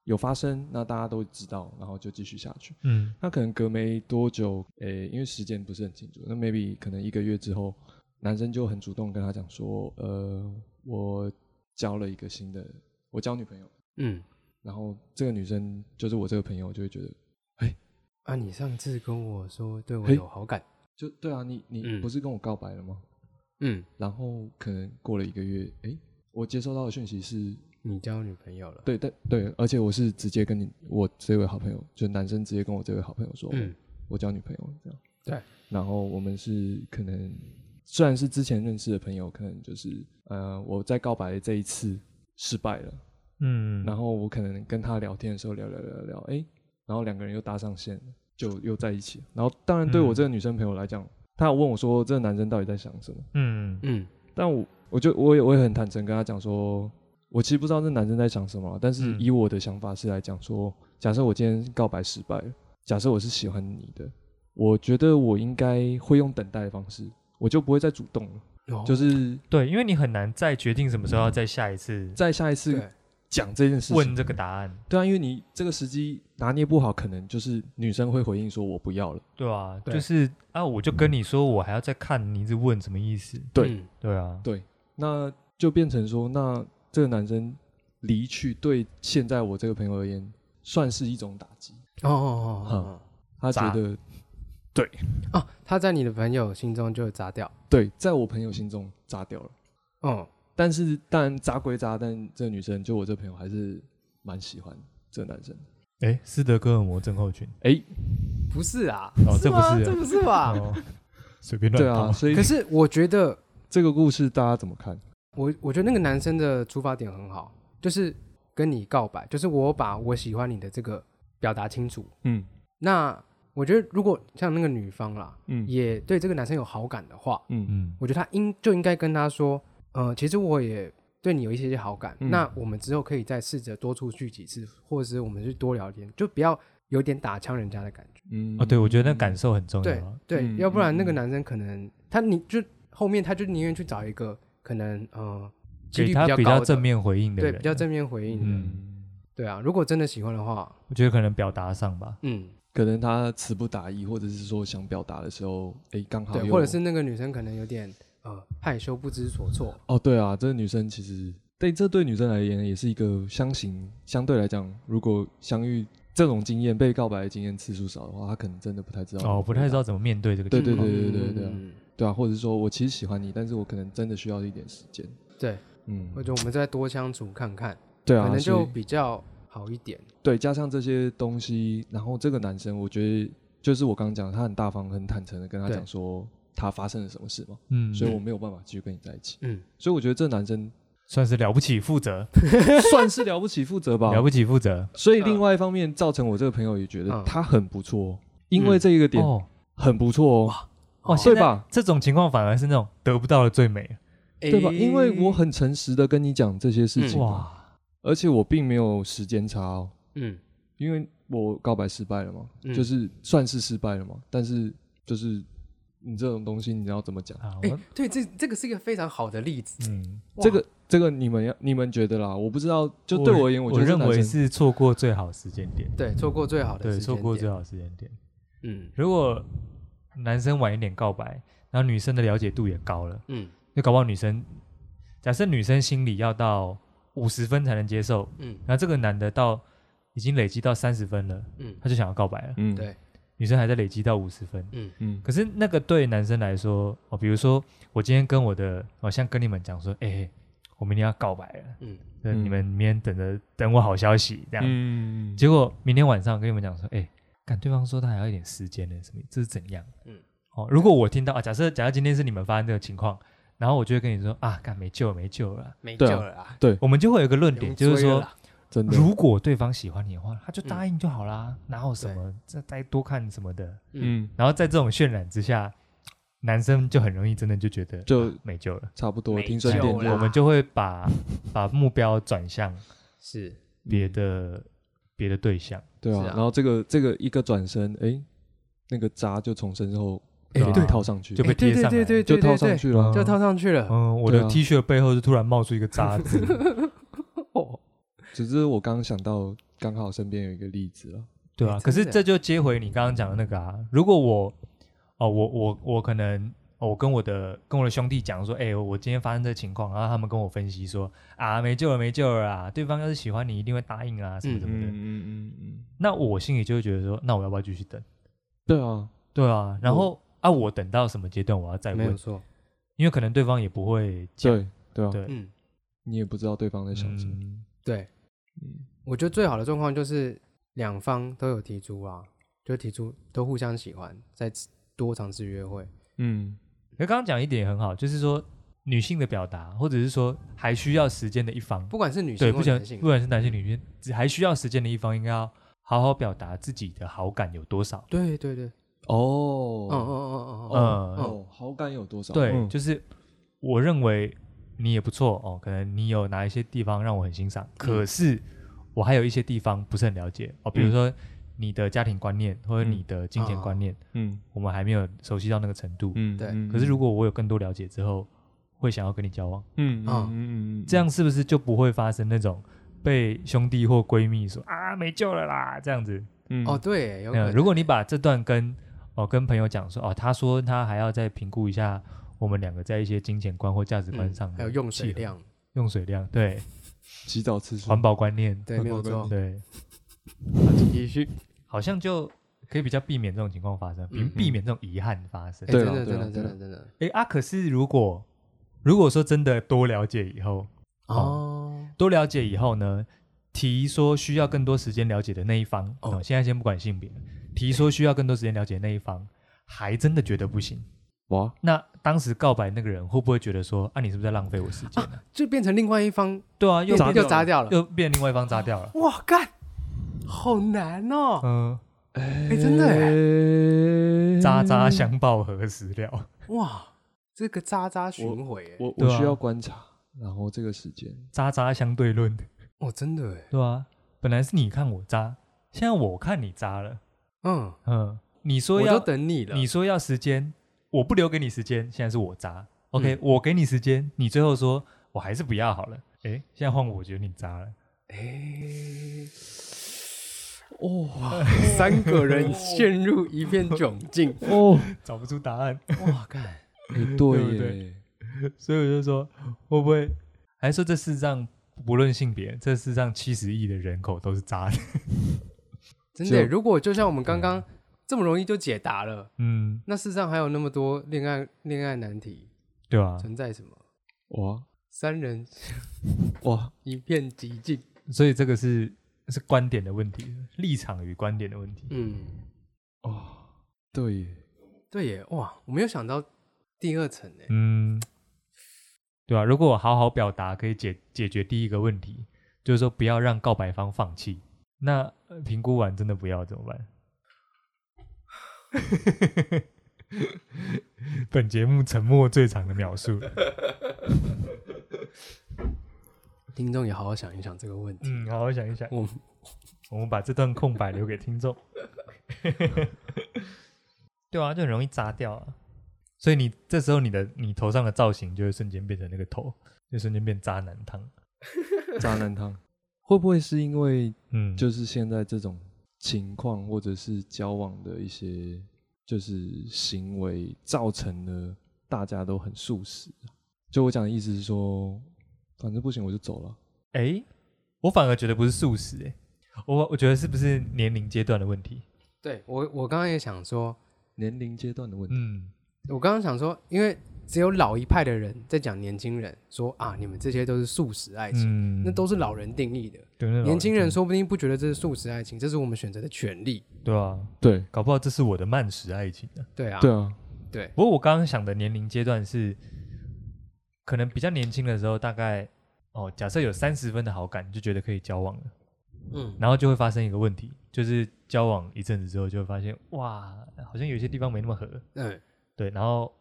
[SPEAKER 3] 有发生，那大家都知道，然后就继续下去。
[SPEAKER 2] 嗯
[SPEAKER 3] 那可能隔没多久，诶、因为时间不是很清楚，那 maybe 可能一个月之后，男生就很主动跟他讲说，呃，我交了一个新的，我交女朋友，
[SPEAKER 1] 嗯，
[SPEAKER 3] 然后这个女生就是我这个朋友，就会觉得，
[SPEAKER 1] 啊，你上次跟我说对我
[SPEAKER 3] 嘿
[SPEAKER 1] 有好感，
[SPEAKER 3] 就对啊，你你
[SPEAKER 1] 嗯
[SPEAKER 3] 不是跟我告白了吗？
[SPEAKER 1] 嗯，
[SPEAKER 3] 然后可能过了一个月，诶、我接收到的讯息是，
[SPEAKER 1] 你交女朋友了，
[SPEAKER 3] 对，但对，而且我是直接跟你，我这位好朋友，就男生直接跟我这位好朋友说，
[SPEAKER 1] 嗯，
[SPEAKER 3] 我交女朋友了这样。
[SPEAKER 1] 对，
[SPEAKER 3] 然后我们是可能虽然是之前认识的朋友，可能就是呃我在告白的这一次失败了，
[SPEAKER 2] 嗯，
[SPEAKER 3] 然后我可能跟他聊天的时候聊聊聊聊，哎，然后两个人又搭上线了，就又在一起了。然后当然对我
[SPEAKER 2] 嗯
[SPEAKER 3] 这个女生朋友来讲，她有问我说这个男生到底在想什么，
[SPEAKER 2] 嗯
[SPEAKER 1] 嗯
[SPEAKER 3] 但我我就我也我也很坦诚跟她讲说。我其实不知道这男生在想什么啊，但是
[SPEAKER 2] 嗯
[SPEAKER 3] 以我的想法是来讲说，假设我今天告白失败了，假设我是喜欢你的，我觉得我应该会用等待的方式，我就不会再主动了。
[SPEAKER 1] 哦
[SPEAKER 3] 就是
[SPEAKER 2] 对，因为你很难再决定什么时候要再下一次，
[SPEAKER 3] 在下一次
[SPEAKER 1] 对
[SPEAKER 3] 讲这件事
[SPEAKER 2] 问
[SPEAKER 3] 情。
[SPEAKER 2] 这个答案，
[SPEAKER 3] 对啊，因为你这个时机拿捏不好，可能就是女生会回应说“我不要了
[SPEAKER 2] 对啊，
[SPEAKER 1] 对
[SPEAKER 2] 就是啊，我就跟你说，我还要再看，你一直问什么意思？
[SPEAKER 3] 对
[SPEAKER 1] 嗯
[SPEAKER 2] 对啊，”，
[SPEAKER 3] 那就变成说，那这个男生离去，对现在我这个朋友而言，算是一种打击。
[SPEAKER 1] 哦哦哦哦
[SPEAKER 3] 他觉
[SPEAKER 2] 砸
[SPEAKER 3] 得
[SPEAKER 1] 哦，哦，他在你的朋友心中就砸掉，
[SPEAKER 3] 对，在我朋友心中炸掉了。
[SPEAKER 1] 嗯，
[SPEAKER 3] 但是当然渣归渣，但这女生就我这朋友还是蛮喜欢这男生的。
[SPEAKER 2] 哎，斯德哥尔摩症候群
[SPEAKER 3] 哎、
[SPEAKER 1] 不 *laughs* 是啊，
[SPEAKER 2] 哦，这不
[SPEAKER 1] 吗
[SPEAKER 2] 是
[SPEAKER 1] 这不是 *laughs* 吧？
[SPEAKER 2] 哦，随便乱
[SPEAKER 3] 对啊，
[SPEAKER 2] 套，
[SPEAKER 3] 所以
[SPEAKER 1] 可是我觉得，
[SPEAKER 3] 这个故事大家怎么看？
[SPEAKER 1] 我我觉得那个男生的出发点很好，就是跟你告白，就是我把我喜欢你的这个表达清楚。
[SPEAKER 3] 嗯
[SPEAKER 1] 那我觉得，如果像那个女方啦，
[SPEAKER 3] 嗯
[SPEAKER 1] 也对这个男生有好感的话，
[SPEAKER 2] *laughs*
[SPEAKER 3] 嗯
[SPEAKER 2] 嗯，
[SPEAKER 1] 我觉得他应就应该跟他说，呃，其实我也对你有一些些好感，
[SPEAKER 3] 嗯
[SPEAKER 1] 那我们之后可以再试着多出去几次，或者是我们去多聊天，就不要有点打枪人家的感觉。
[SPEAKER 3] 嗯
[SPEAKER 2] 哦，对，我觉得那感受很重要
[SPEAKER 1] 对
[SPEAKER 2] 啊，
[SPEAKER 1] 对，
[SPEAKER 3] 嗯
[SPEAKER 1] 要不然那个
[SPEAKER 3] 嗯嗯
[SPEAKER 1] 男生可能他你就后面他就宁愿去找一个可能呃几率比
[SPEAKER 2] 给他
[SPEAKER 1] 较
[SPEAKER 2] 比
[SPEAKER 1] 高
[SPEAKER 2] 较
[SPEAKER 1] 的
[SPEAKER 2] 正面回应的
[SPEAKER 1] 对
[SPEAKER 2] 人，
[SPEAKER 1] 比较正面回应的，
[SPEAKER 2] 嗯
[SPEAKER 1] 对啊，如果真的喜欢的话，
[SPEAKER 2] 我觉得可能表达上吧，
[SPEAKER 1] 嗯，
[SPEAKER 3] 可能他词不达意，或者是说想表达的时候，哎、刚好
[SPEAKER 1] 对，
[SPEAKER 3] 又
[SPEAKER 1] 或者是那个女生可能有点呃害羞不知所措，
[SPEAKER 3] 哦，对啊，这个女生其实对这对女生而言也是一个相形相对来讲，如果相遇这种经验被告白的经验次数少的话，她可能真的不太知道
[SPEAKER 2] 哦，不太知道怎么面对这个情
[SPEAKER 3] 对
[SPEAKER 2] 况，
[SPEAKER 3] 对对
[SPEAKER 1] 嗯
[SPEAKER 3] 对对对啊
[SPEAKER 1] 嗯
[SPEAKER 3] 对啊，或者说我其实喜欢你，但是我可能真的需要一点时间。
[SPEAKER 1] 对，
[SPEAKER 3] 嗯，
[SPEAKER 1] 或者我们再多相处看看，
[SPEAKER 3] 对啊，
[SPEAKER 1] 可能
[SPEAKER 3] 所
[SPEAKER 1] 就
[SPEAKER 3] 以
[SPEAKER 1] 比较好一点。
[SPEAKER 3] 对，加上这些东西，然后这个男生，我觉得就是我刚刚讲的，他很大方、很坦诚的跟他
[SPEAKER 1] 对
[SPEAKER 3] 讲说他发生了什么事嘛，
[SPEAKER 2] 嗯，
[SPEAKER 3] 所以我没有办法继续跟你在一起。
[SPEAKER 1] 嗯，
[SPEAKER 3] 所以我觉得这男生 *laughs*
[SPEAKER 2] 算是了不起，负责，
[SPEAKER 3] 算是了不起负责吧。
[SPEAKER 2] 了不起，负责，
[SPEAKER 3] 所以
[SPEAKER 1] 嗯
[SPEAKER 3] 另外一方面，造成我这个朋友也觉
[SPEAKER 1] 嗯
[SPEAKER 3] 得他很不错哦，因为这一个点
[SPEAKER 2] 哦，
[SPEAKER 3] 很不错哦，
[SPEAKER 2] 哇，
[SPEAKER 3] 对
[SPEAKER 2] 现在
[SPEAKER 3] 吧？
[SPEAKER 2] 这种情况反而是那种得不到的最美，
[SPEAKER 3] 对吧？
[SPEAKER 1] 诶
[SPEAKER 3] 因为我很诚实的跟你讲这些事
[SPEAKER 1] 嗯
[SPEAKER 3] 情嘛，
[SPEAKER 2] 哇，
[SPEAKER 3] 而且我并没有时间差哦，
[SPEAKER 1] 嗯
[SPEAKER 3] 因为我告白失败了嘛，
[SPEAKER 1] 嗯
[SPEAKER 3] 就是算是失败了嘛，但是就是你这种东西，你要怎么讲？
[SPEAKER 2] 啊，
[SPEAKER 1] 哎、
[SPEAKER 2] 我
[SPEAKER 1] 对，这这个是一个非常好的例子。
[SPEAKER 2] 嗯，
[SPEAKER 1] 哇
[SPEAKER 3] 这个这个你们要你们觉得啦，我不知道，就对我而言，
[SPEAKER 2] 我
[SPEAKER 3] 觉得这
[SPEAKER 2] 认
[SPEAKER 3] 男
[SPEAKER 2] 为
[SPEAKER 3] 生
[SPEAKER 2] 是错过最好时间点，
[SPEAKER 1] 对错过最好的
[SPEAKER 2] 对，
[SPEAKER 1] 时间
[SPEAKER 2] 错过最
[SPEAKER 1] 点
[SPEAKER 2] 好时间点。
[SPEAKER 1] 嗯
[SPEAKER 2] 如果男生晚一点告白，然后女生的了解度也高了，
[SPEAKER 1] 嗯
[SPEAKER 2] 就搞不好女生，假设女生心里要到五十分才能接受，
[SPEAKER 1] 嗯
[SPEAKER 2] 然后这个男的到已经累积到三十分了，
[SPEAKER 1] 嗯
[SPEAKER 2] 他就想要告白了，
[SPEAKER 3] 嗯
[SPEAKER 1] 对
[SPEAKER 2] 女生还在累积到五十分。
[SPEAKER 1] 嗯
[SPEAKER 3] 嗯
[SPEAKER 2] 可是那个对男生来说，哦，比如说我今天跟我的，好像跟你们讲说，哎、我明天要告白了，
[SPEAKER 1] 嗯
[SPEAKER 2] 那
[SPEAKER 3] 嗯
[SPEAKER 2] 你们明天等着等我好消息，这样。
[SPEAKER 3] 嗯
[SPEAKER 2] 结果明天晚上跟你们讲说，哎、看对方说他还要一点时间呢，什么意这是怎样？
[SPEAKER 1] 嗯
[SPEAKER 2] 嗯，哦，如果我听到啊，假设假设今天是你们发生这个情况，然后我就会跟你说啊，干没救了，没救了啦，
[SPEAKER 1] 没救
[SPEAKER 3] 对啊
[SPEAKER 1] 了啦，
[SPEAKER 2] 我们就会有一个论
[SPEAKER 1] 不
[SPEAKER 2] 点，
[SPEAKER 1] 用
[SPEAKER 2] 就
[SPEAKER 1] 追
[SPEAKER 2] 是
[SPEAKER 1] 了
[SPEAKER 2] 说，
[SPEAKER 1] 啦
[SPEAKER 3] 真的，
[SPEAKER 2] 如果对方喜欢你的话，他就答应就好啦，哪有什么再再多看什么的。
[SPEAKER 1] 嗯，
[SPEAKER 2] 然后在这种渲染之下，男生就很容易真的就觉得
[SPEAKER 3] 就
[SPEAKER 2] 啊没救了，
[SPEAKER 3] 差不多
[SPEAKER 1] 没
[SPEAKER 3] 听顺
[SPEAKER 1] 救
[SPEAKER 3] 点
[SPEAKER 1] 啦
[SPEAKER 2] 我
[SPEAKER 3] 就
[SPEAKER 2] 们就会
[SPEAKER 1] *laughs*
[SPEAKER 2] 把把目标转向
[SPEAKER 1] 是
[SPEAKER 2] 别
[SPEAKER 1] 嗯
[SPEAKER 2] 的别的对象。
[SPEAKER 3] 对啊。
[SPEAKER 1] 是啊
[SPEAKER 3] 然后这个这个一个转身，哎，那个渣就从身后
[SPEAKER 1] 哎
[SPEAKER 3] 就
[SPEAKER 2] 对
[SPEAKER 3] 套上去
[SPEAKER 2] 就，被
[SPEAKER 1] 诶对
[SPEAKER 2] 贴上来
[SPEAKER 1] 对对对
[SPEAKER 3] 就
[SPEAKER 1] 对
[SPEAKER 3] 套
[SPEAKER 1] 对
[SPEAKER 3] 上
[SPEAKER 1] 对，
[SPEAKER 3] 去了
[SPEAKER 2] 嗯。
[SPEAKER 3] 啊
[SPEAKER 1] 就套上去了。
[SPEAKER 2] 嗯，我
[SPEAKER 3] 对
[SPEAKER 2] 的
[SPEAKER 3] 啊
[SPEAKER 2] T 恤背后就突然冒出一个渣子，
[SPEAKER 1] 哦，
[SPEAKER 3] 只是我刚想到，刚好身边有一个例子了。
[SPEAKER 2] 对啊。
[SPEAKER 1] 欸
[SPEAKER 2] 可是
[SPEAKER 1] 真的
[SPEAKER 2] 这就接回你刚刚讲的那个啊，如果我哦，我我我可能、哦我跟我的跟我的兄弟讲说，哎、我今天发生这个情况，然后他们跟我分析说啊，没救了，没救了啊，对方要是喜欢你，一定会答应啊，什么什么的。
[SPEAKER 3] 嗯嗯，
[SPEAKER 2] 那我心里就会觉得说，那我要不要继续等？
[SPEAKER 3] 对啊，
[SPEAKER 2] 对啊，然后、啊，我等到什么阶段我要再
[SPEAKER 1] 没有
[SPEAKER 2] 问，
[SPEAKER 1] 错。
[SPEAKER 2] 因为可能对方也不会讲，
[SPEAKER 3] 对对啊，
[SPEAKER 2] 对
[SPEAKER 1] 嗯，
[SPEAKER 3] 你也不知道对方在想什么。
[SPEAKER 2] 嗯，
[SPEAKER 1] 对，
[SPEAKER 3] 嗯
[SPEAKER 1] 我觉得最好的状况就是两方都有提出啊，就提出都互相喜欢，再多尝试约会。
[SPEAKER 3] 嗯
[SPEAKER 2] 可刚刚讲一点也很好，就是说女性的表达，或者是说还需要时间的一方，
[SPEAKER 1] 不管是女性
[SPEAKER 2] 对，不
[SPEAKER 1] 或
[SPEAKER 2] 想
[SPEAKER 1] 男性
[SPEAKER 2] 不，管是男性女性，只还需要时间的一方，应该要好好表达自己的好感有多少。
[SPEAKER 1] 对对对，
[SPEAKER 3] 哦
[SPEAKER 1] 嗯嗯嗯嗯嗯，
[SPEAKER 2] 嗯，
[SPEAKER 3] 哦，好感有多少？
[SPEAKER 2] 对，
[SPEAKER 3] 嗯
[SPEAKER 2] 就是我认为你也不错哦，可能你有哪一些地方让我很欣赏，
[SPEAKER 1] 嗯
[SPEAKER 2] 可是我还有一些地方不是很了解哦，比如
[SPEAKER 3] 嗯
[SPEAKER 2] 说你的家庭观念或者
[SPEAKER 1] 嗯
[SPEAKER 2] 你的金
[SPEAKER 1] 哦
[SPEAKER 2] 钱观念，
[SPEAKER 3] 嗯
[SPEAKER 2] 我们还没有熟悉到那个程度。
[SPEAKER 3] 嗯
[SPEAKER 1] 对
[SPEAKER 2] 可是如果我有更多了解之后，会想要跟你交往。
[SPEAKER 3] 嗯
[SPEAKER 1] 嗯
[SPEAKER 3] 嗯嗯
[SPEAKER 2] 这样是不是就不会发生那种被兄弟或闺蜜说啊没救了啦这样子。
[SPEAKER 3] 嗯
[SPEAKER 1] 哦，对，有可
[SPEAKER 2] 没有
[SPEAKER 1] 能。
[SPEAKER 2] 如果你把这段跟哦跟朋友讲说哦，他说他还要再评估一下我们两个在一些金钱观或价值观
[SPEAKER 1] 嗯
[SPEAKER 2] 上、
[SPEAKER 1] 还有用水、量，
[SPEAKER 2] 用水量，对
[SPEAKER 3] 洗澡次数
[SPEAKER 2] 环保观念，
[SPEAKER 1] 对，没有
[SPEAKER 3] 环保
[SPEAKER 1] 错。啊
[SPEAKER 2] 对，
[SPEAKER 1] 好请继续。
[SPEAKER 2] 好像就可以比较避免这种情况发生，避
[SPEAKER 1] 嗯
[SPEAKER 2] 避免这种遗憾发生
[SPEAKER 1] 哎。
[SPEAKER 3] 对
[SPEAKER 1] 真
[SPEAKER 3] 啦
[SPEAKER 1] 的，
[SPEAKER 3] 对
[SPEAKER 1] 真
[SPEAKER 3] 啦
[SPEAKER 1] 的，真
[SPEAKER 3] 对
[SPEAKER 1] 的，
[SPEAKER 3] 啦
[SPEAKER 1] 真的。
[SPEAKER 2] 哎啊，可是如果如果说真的多了解以后，
[SPEAKER 1] 哦，
[SPEAKER 2] 多了解以后呢，提说需要更多时间了解的那一方，
[SPEAKER 1] 哦
[SPEAKER 2] 哦，现在先不管性别，提说需要更多时间了解的那一方，还真的觉得不行。
[SPEAKER 3] 哇，
[SPEAKER 2] 那当时告白那个人会不会觉得说，啊，你是不是在浪费我时间、啊？
[SPEAKER 1] 就变成另外一方
[SPEAKER 2] 对啊，又
[SPEAKER 1] 又
[SPEAKER 3] 砸
[SPEAKER 1] 又
[SPEAKER 3] 掉
[SPEAKER 1] 砸
[SPEAKER 3] 了
[SPEAKER 1] 掉了。
[SPEAKER 2] 又变另外一方砸掉了。
[SPEAKER 1] 哇，干，好难哦。
[SPEAKER 2] 嗯，
[SPEAKER 1] 哎，
[SPEAKER 3] 哎
[SPEAKER 1] 真的哎，嗯
[SPEAKER 2] 渣渣相报何时了？
[SPEAKER 1] 哇，这个渣渣巡回哎，
[SPEAKER 3] 我我
[SPEAKER 2] 对啊
[SPEAKER 3] 需要观察，然后这个时间
[SPEAKER 2] 渣渣相对论，
[SPEAKER 1] 哦，真的哎，
[SPEAKER 2] 对啊，本来是你看我渣，现在我看你渣了。
[SPEAKER 1] 嗯，
[SPEAKER 2] 嗯，你说
[SPEAKER 1] 我都
[SPEAKER 2] 要
[SPEAKER 1] 等你了。
[SPEAKER 2] 你说要时间，我不留给你时间，现在是我渣。OK，、我给你时间，你最后说我还是不要好了。诶，现在换我觉得你渣了。 *laughs*
[SPEAKER 1] 哎，
[SPEAKER 3] 哦
[SPEAKER 1] 三个人陷入一片窘境。
[SPEAKER 3] 哦，
[SPEAKER 2] 找不出答案，
[SPEAKER 1] *laughs* 哇，干，
[SPEAKER 3] 哎
[SPEAKER 2] 对不
[SPEAKER 3] 对
[SPEAKER 2] 对
[SPEAKER 3] 耶，
[SPEAKER 2] 所以我就说会不会，还是说这世上不论性别，这世上七十亿的人口都是渣的。
[SPEAKER 1] 真的耶，
[SPEAKER 3] 就
[SPEAKER 1] 如果就像我嗯们刚刚这么容易就解答了，
[SPEAKER 2] 嗯，
[SPEAKER 1] 那世上还有那么多恋爱恋爱难题
[SPEAKER 2] 对啊吧、
[SPEAKER 1] 存在什么？
[SPEAKER 3] 哇
[SPEAKER 1] 三人
[SPEAKER 3] 哇，
[SPEAKER 1] 一片寂静。
[SPEAKER 2] 所以这个是是观点的问题，立场与观点的问题。
[SPEAKER 1] 嗯，
[SPEAKER 3] 对耶，
[SPEAKER 1] 对耶，哇，我没有想到第二层诶。
[SPEAKER 2] 嗯，对啊，如果我好好表达，可以解解决第一个问题，就是说不要让告白方放弃。那呃评估完真的不要怎么办？ *laughs* 本节目沉默最长的描述。
[SPEAKER 1] 听众也好好想一想这个问题。
[SPEAKER 2] 嗯，好好想一想。
[SPEAKER 1] 我
[SPEAKER 2] *laughs* 我们把这段空白留给听众。 *laughs* 对啊，就很容易扎掉啊。所以你这时候你的你头上的造型就会瞬间变成那个头，就瞬间变渣男汤。
[SPEAKER 3] 渣男汤会不会是因为
[SPEAKER 2] 嗯，
[SPEAKER 3] 就是现在这种情况，或者是交往的一些就是行为，造成了大家都很素食啊。就我讲的意思是说，反正不行我就走了。
[SPEAKER 2] 哎、我反而觉得不是素食、欸，我我觉得是不是年龄阶段的问题？
[SPEAKER 1] 对我我刚刚也想说，
[SPEAKER 3] 年龄阶段的问题，
[SPEAKER 2] 嗯，
[SPEAKER 1] 我刚刚想说，因为只有老一派的人在讲年轻人，说啊，你们这些都是素食爱情，
[SPEAKER 2] 嗯
[SPEAKER 1] 那都是老人定义的。
[SPEAKER 2] 对那老
[SPEAKER 1] 年轻人
[SPEAKER 2] 真
[SPEAKER 1] 说不定不觉得这是素食爱情，这是我们选择的权利。
[SPEAKER 2] 的对啊，
[SPEAKER 3] 对
[SPEAKER 2] 搞不好这是我的慢食爱情啊。
[SPEAKER 1] 对啊，
[SPEAKER 3] 对啊，
[SPEAKER 1] 对
[SPEAKER 2] 不过我刚刚想的年龄阶段是，可能比较年轻的时候，大概哦，假设有三十分的好感，就觉得可以交往了，
[SPEAKER 1] 嗯，
[SPEAKER 2] 然后就会发生一个问题，就是交往一阵子之后，就会发现哇，好像有些地方没那么合，
[SPEAKER 1] 嗯，
[SPEAKER 2] 对，然后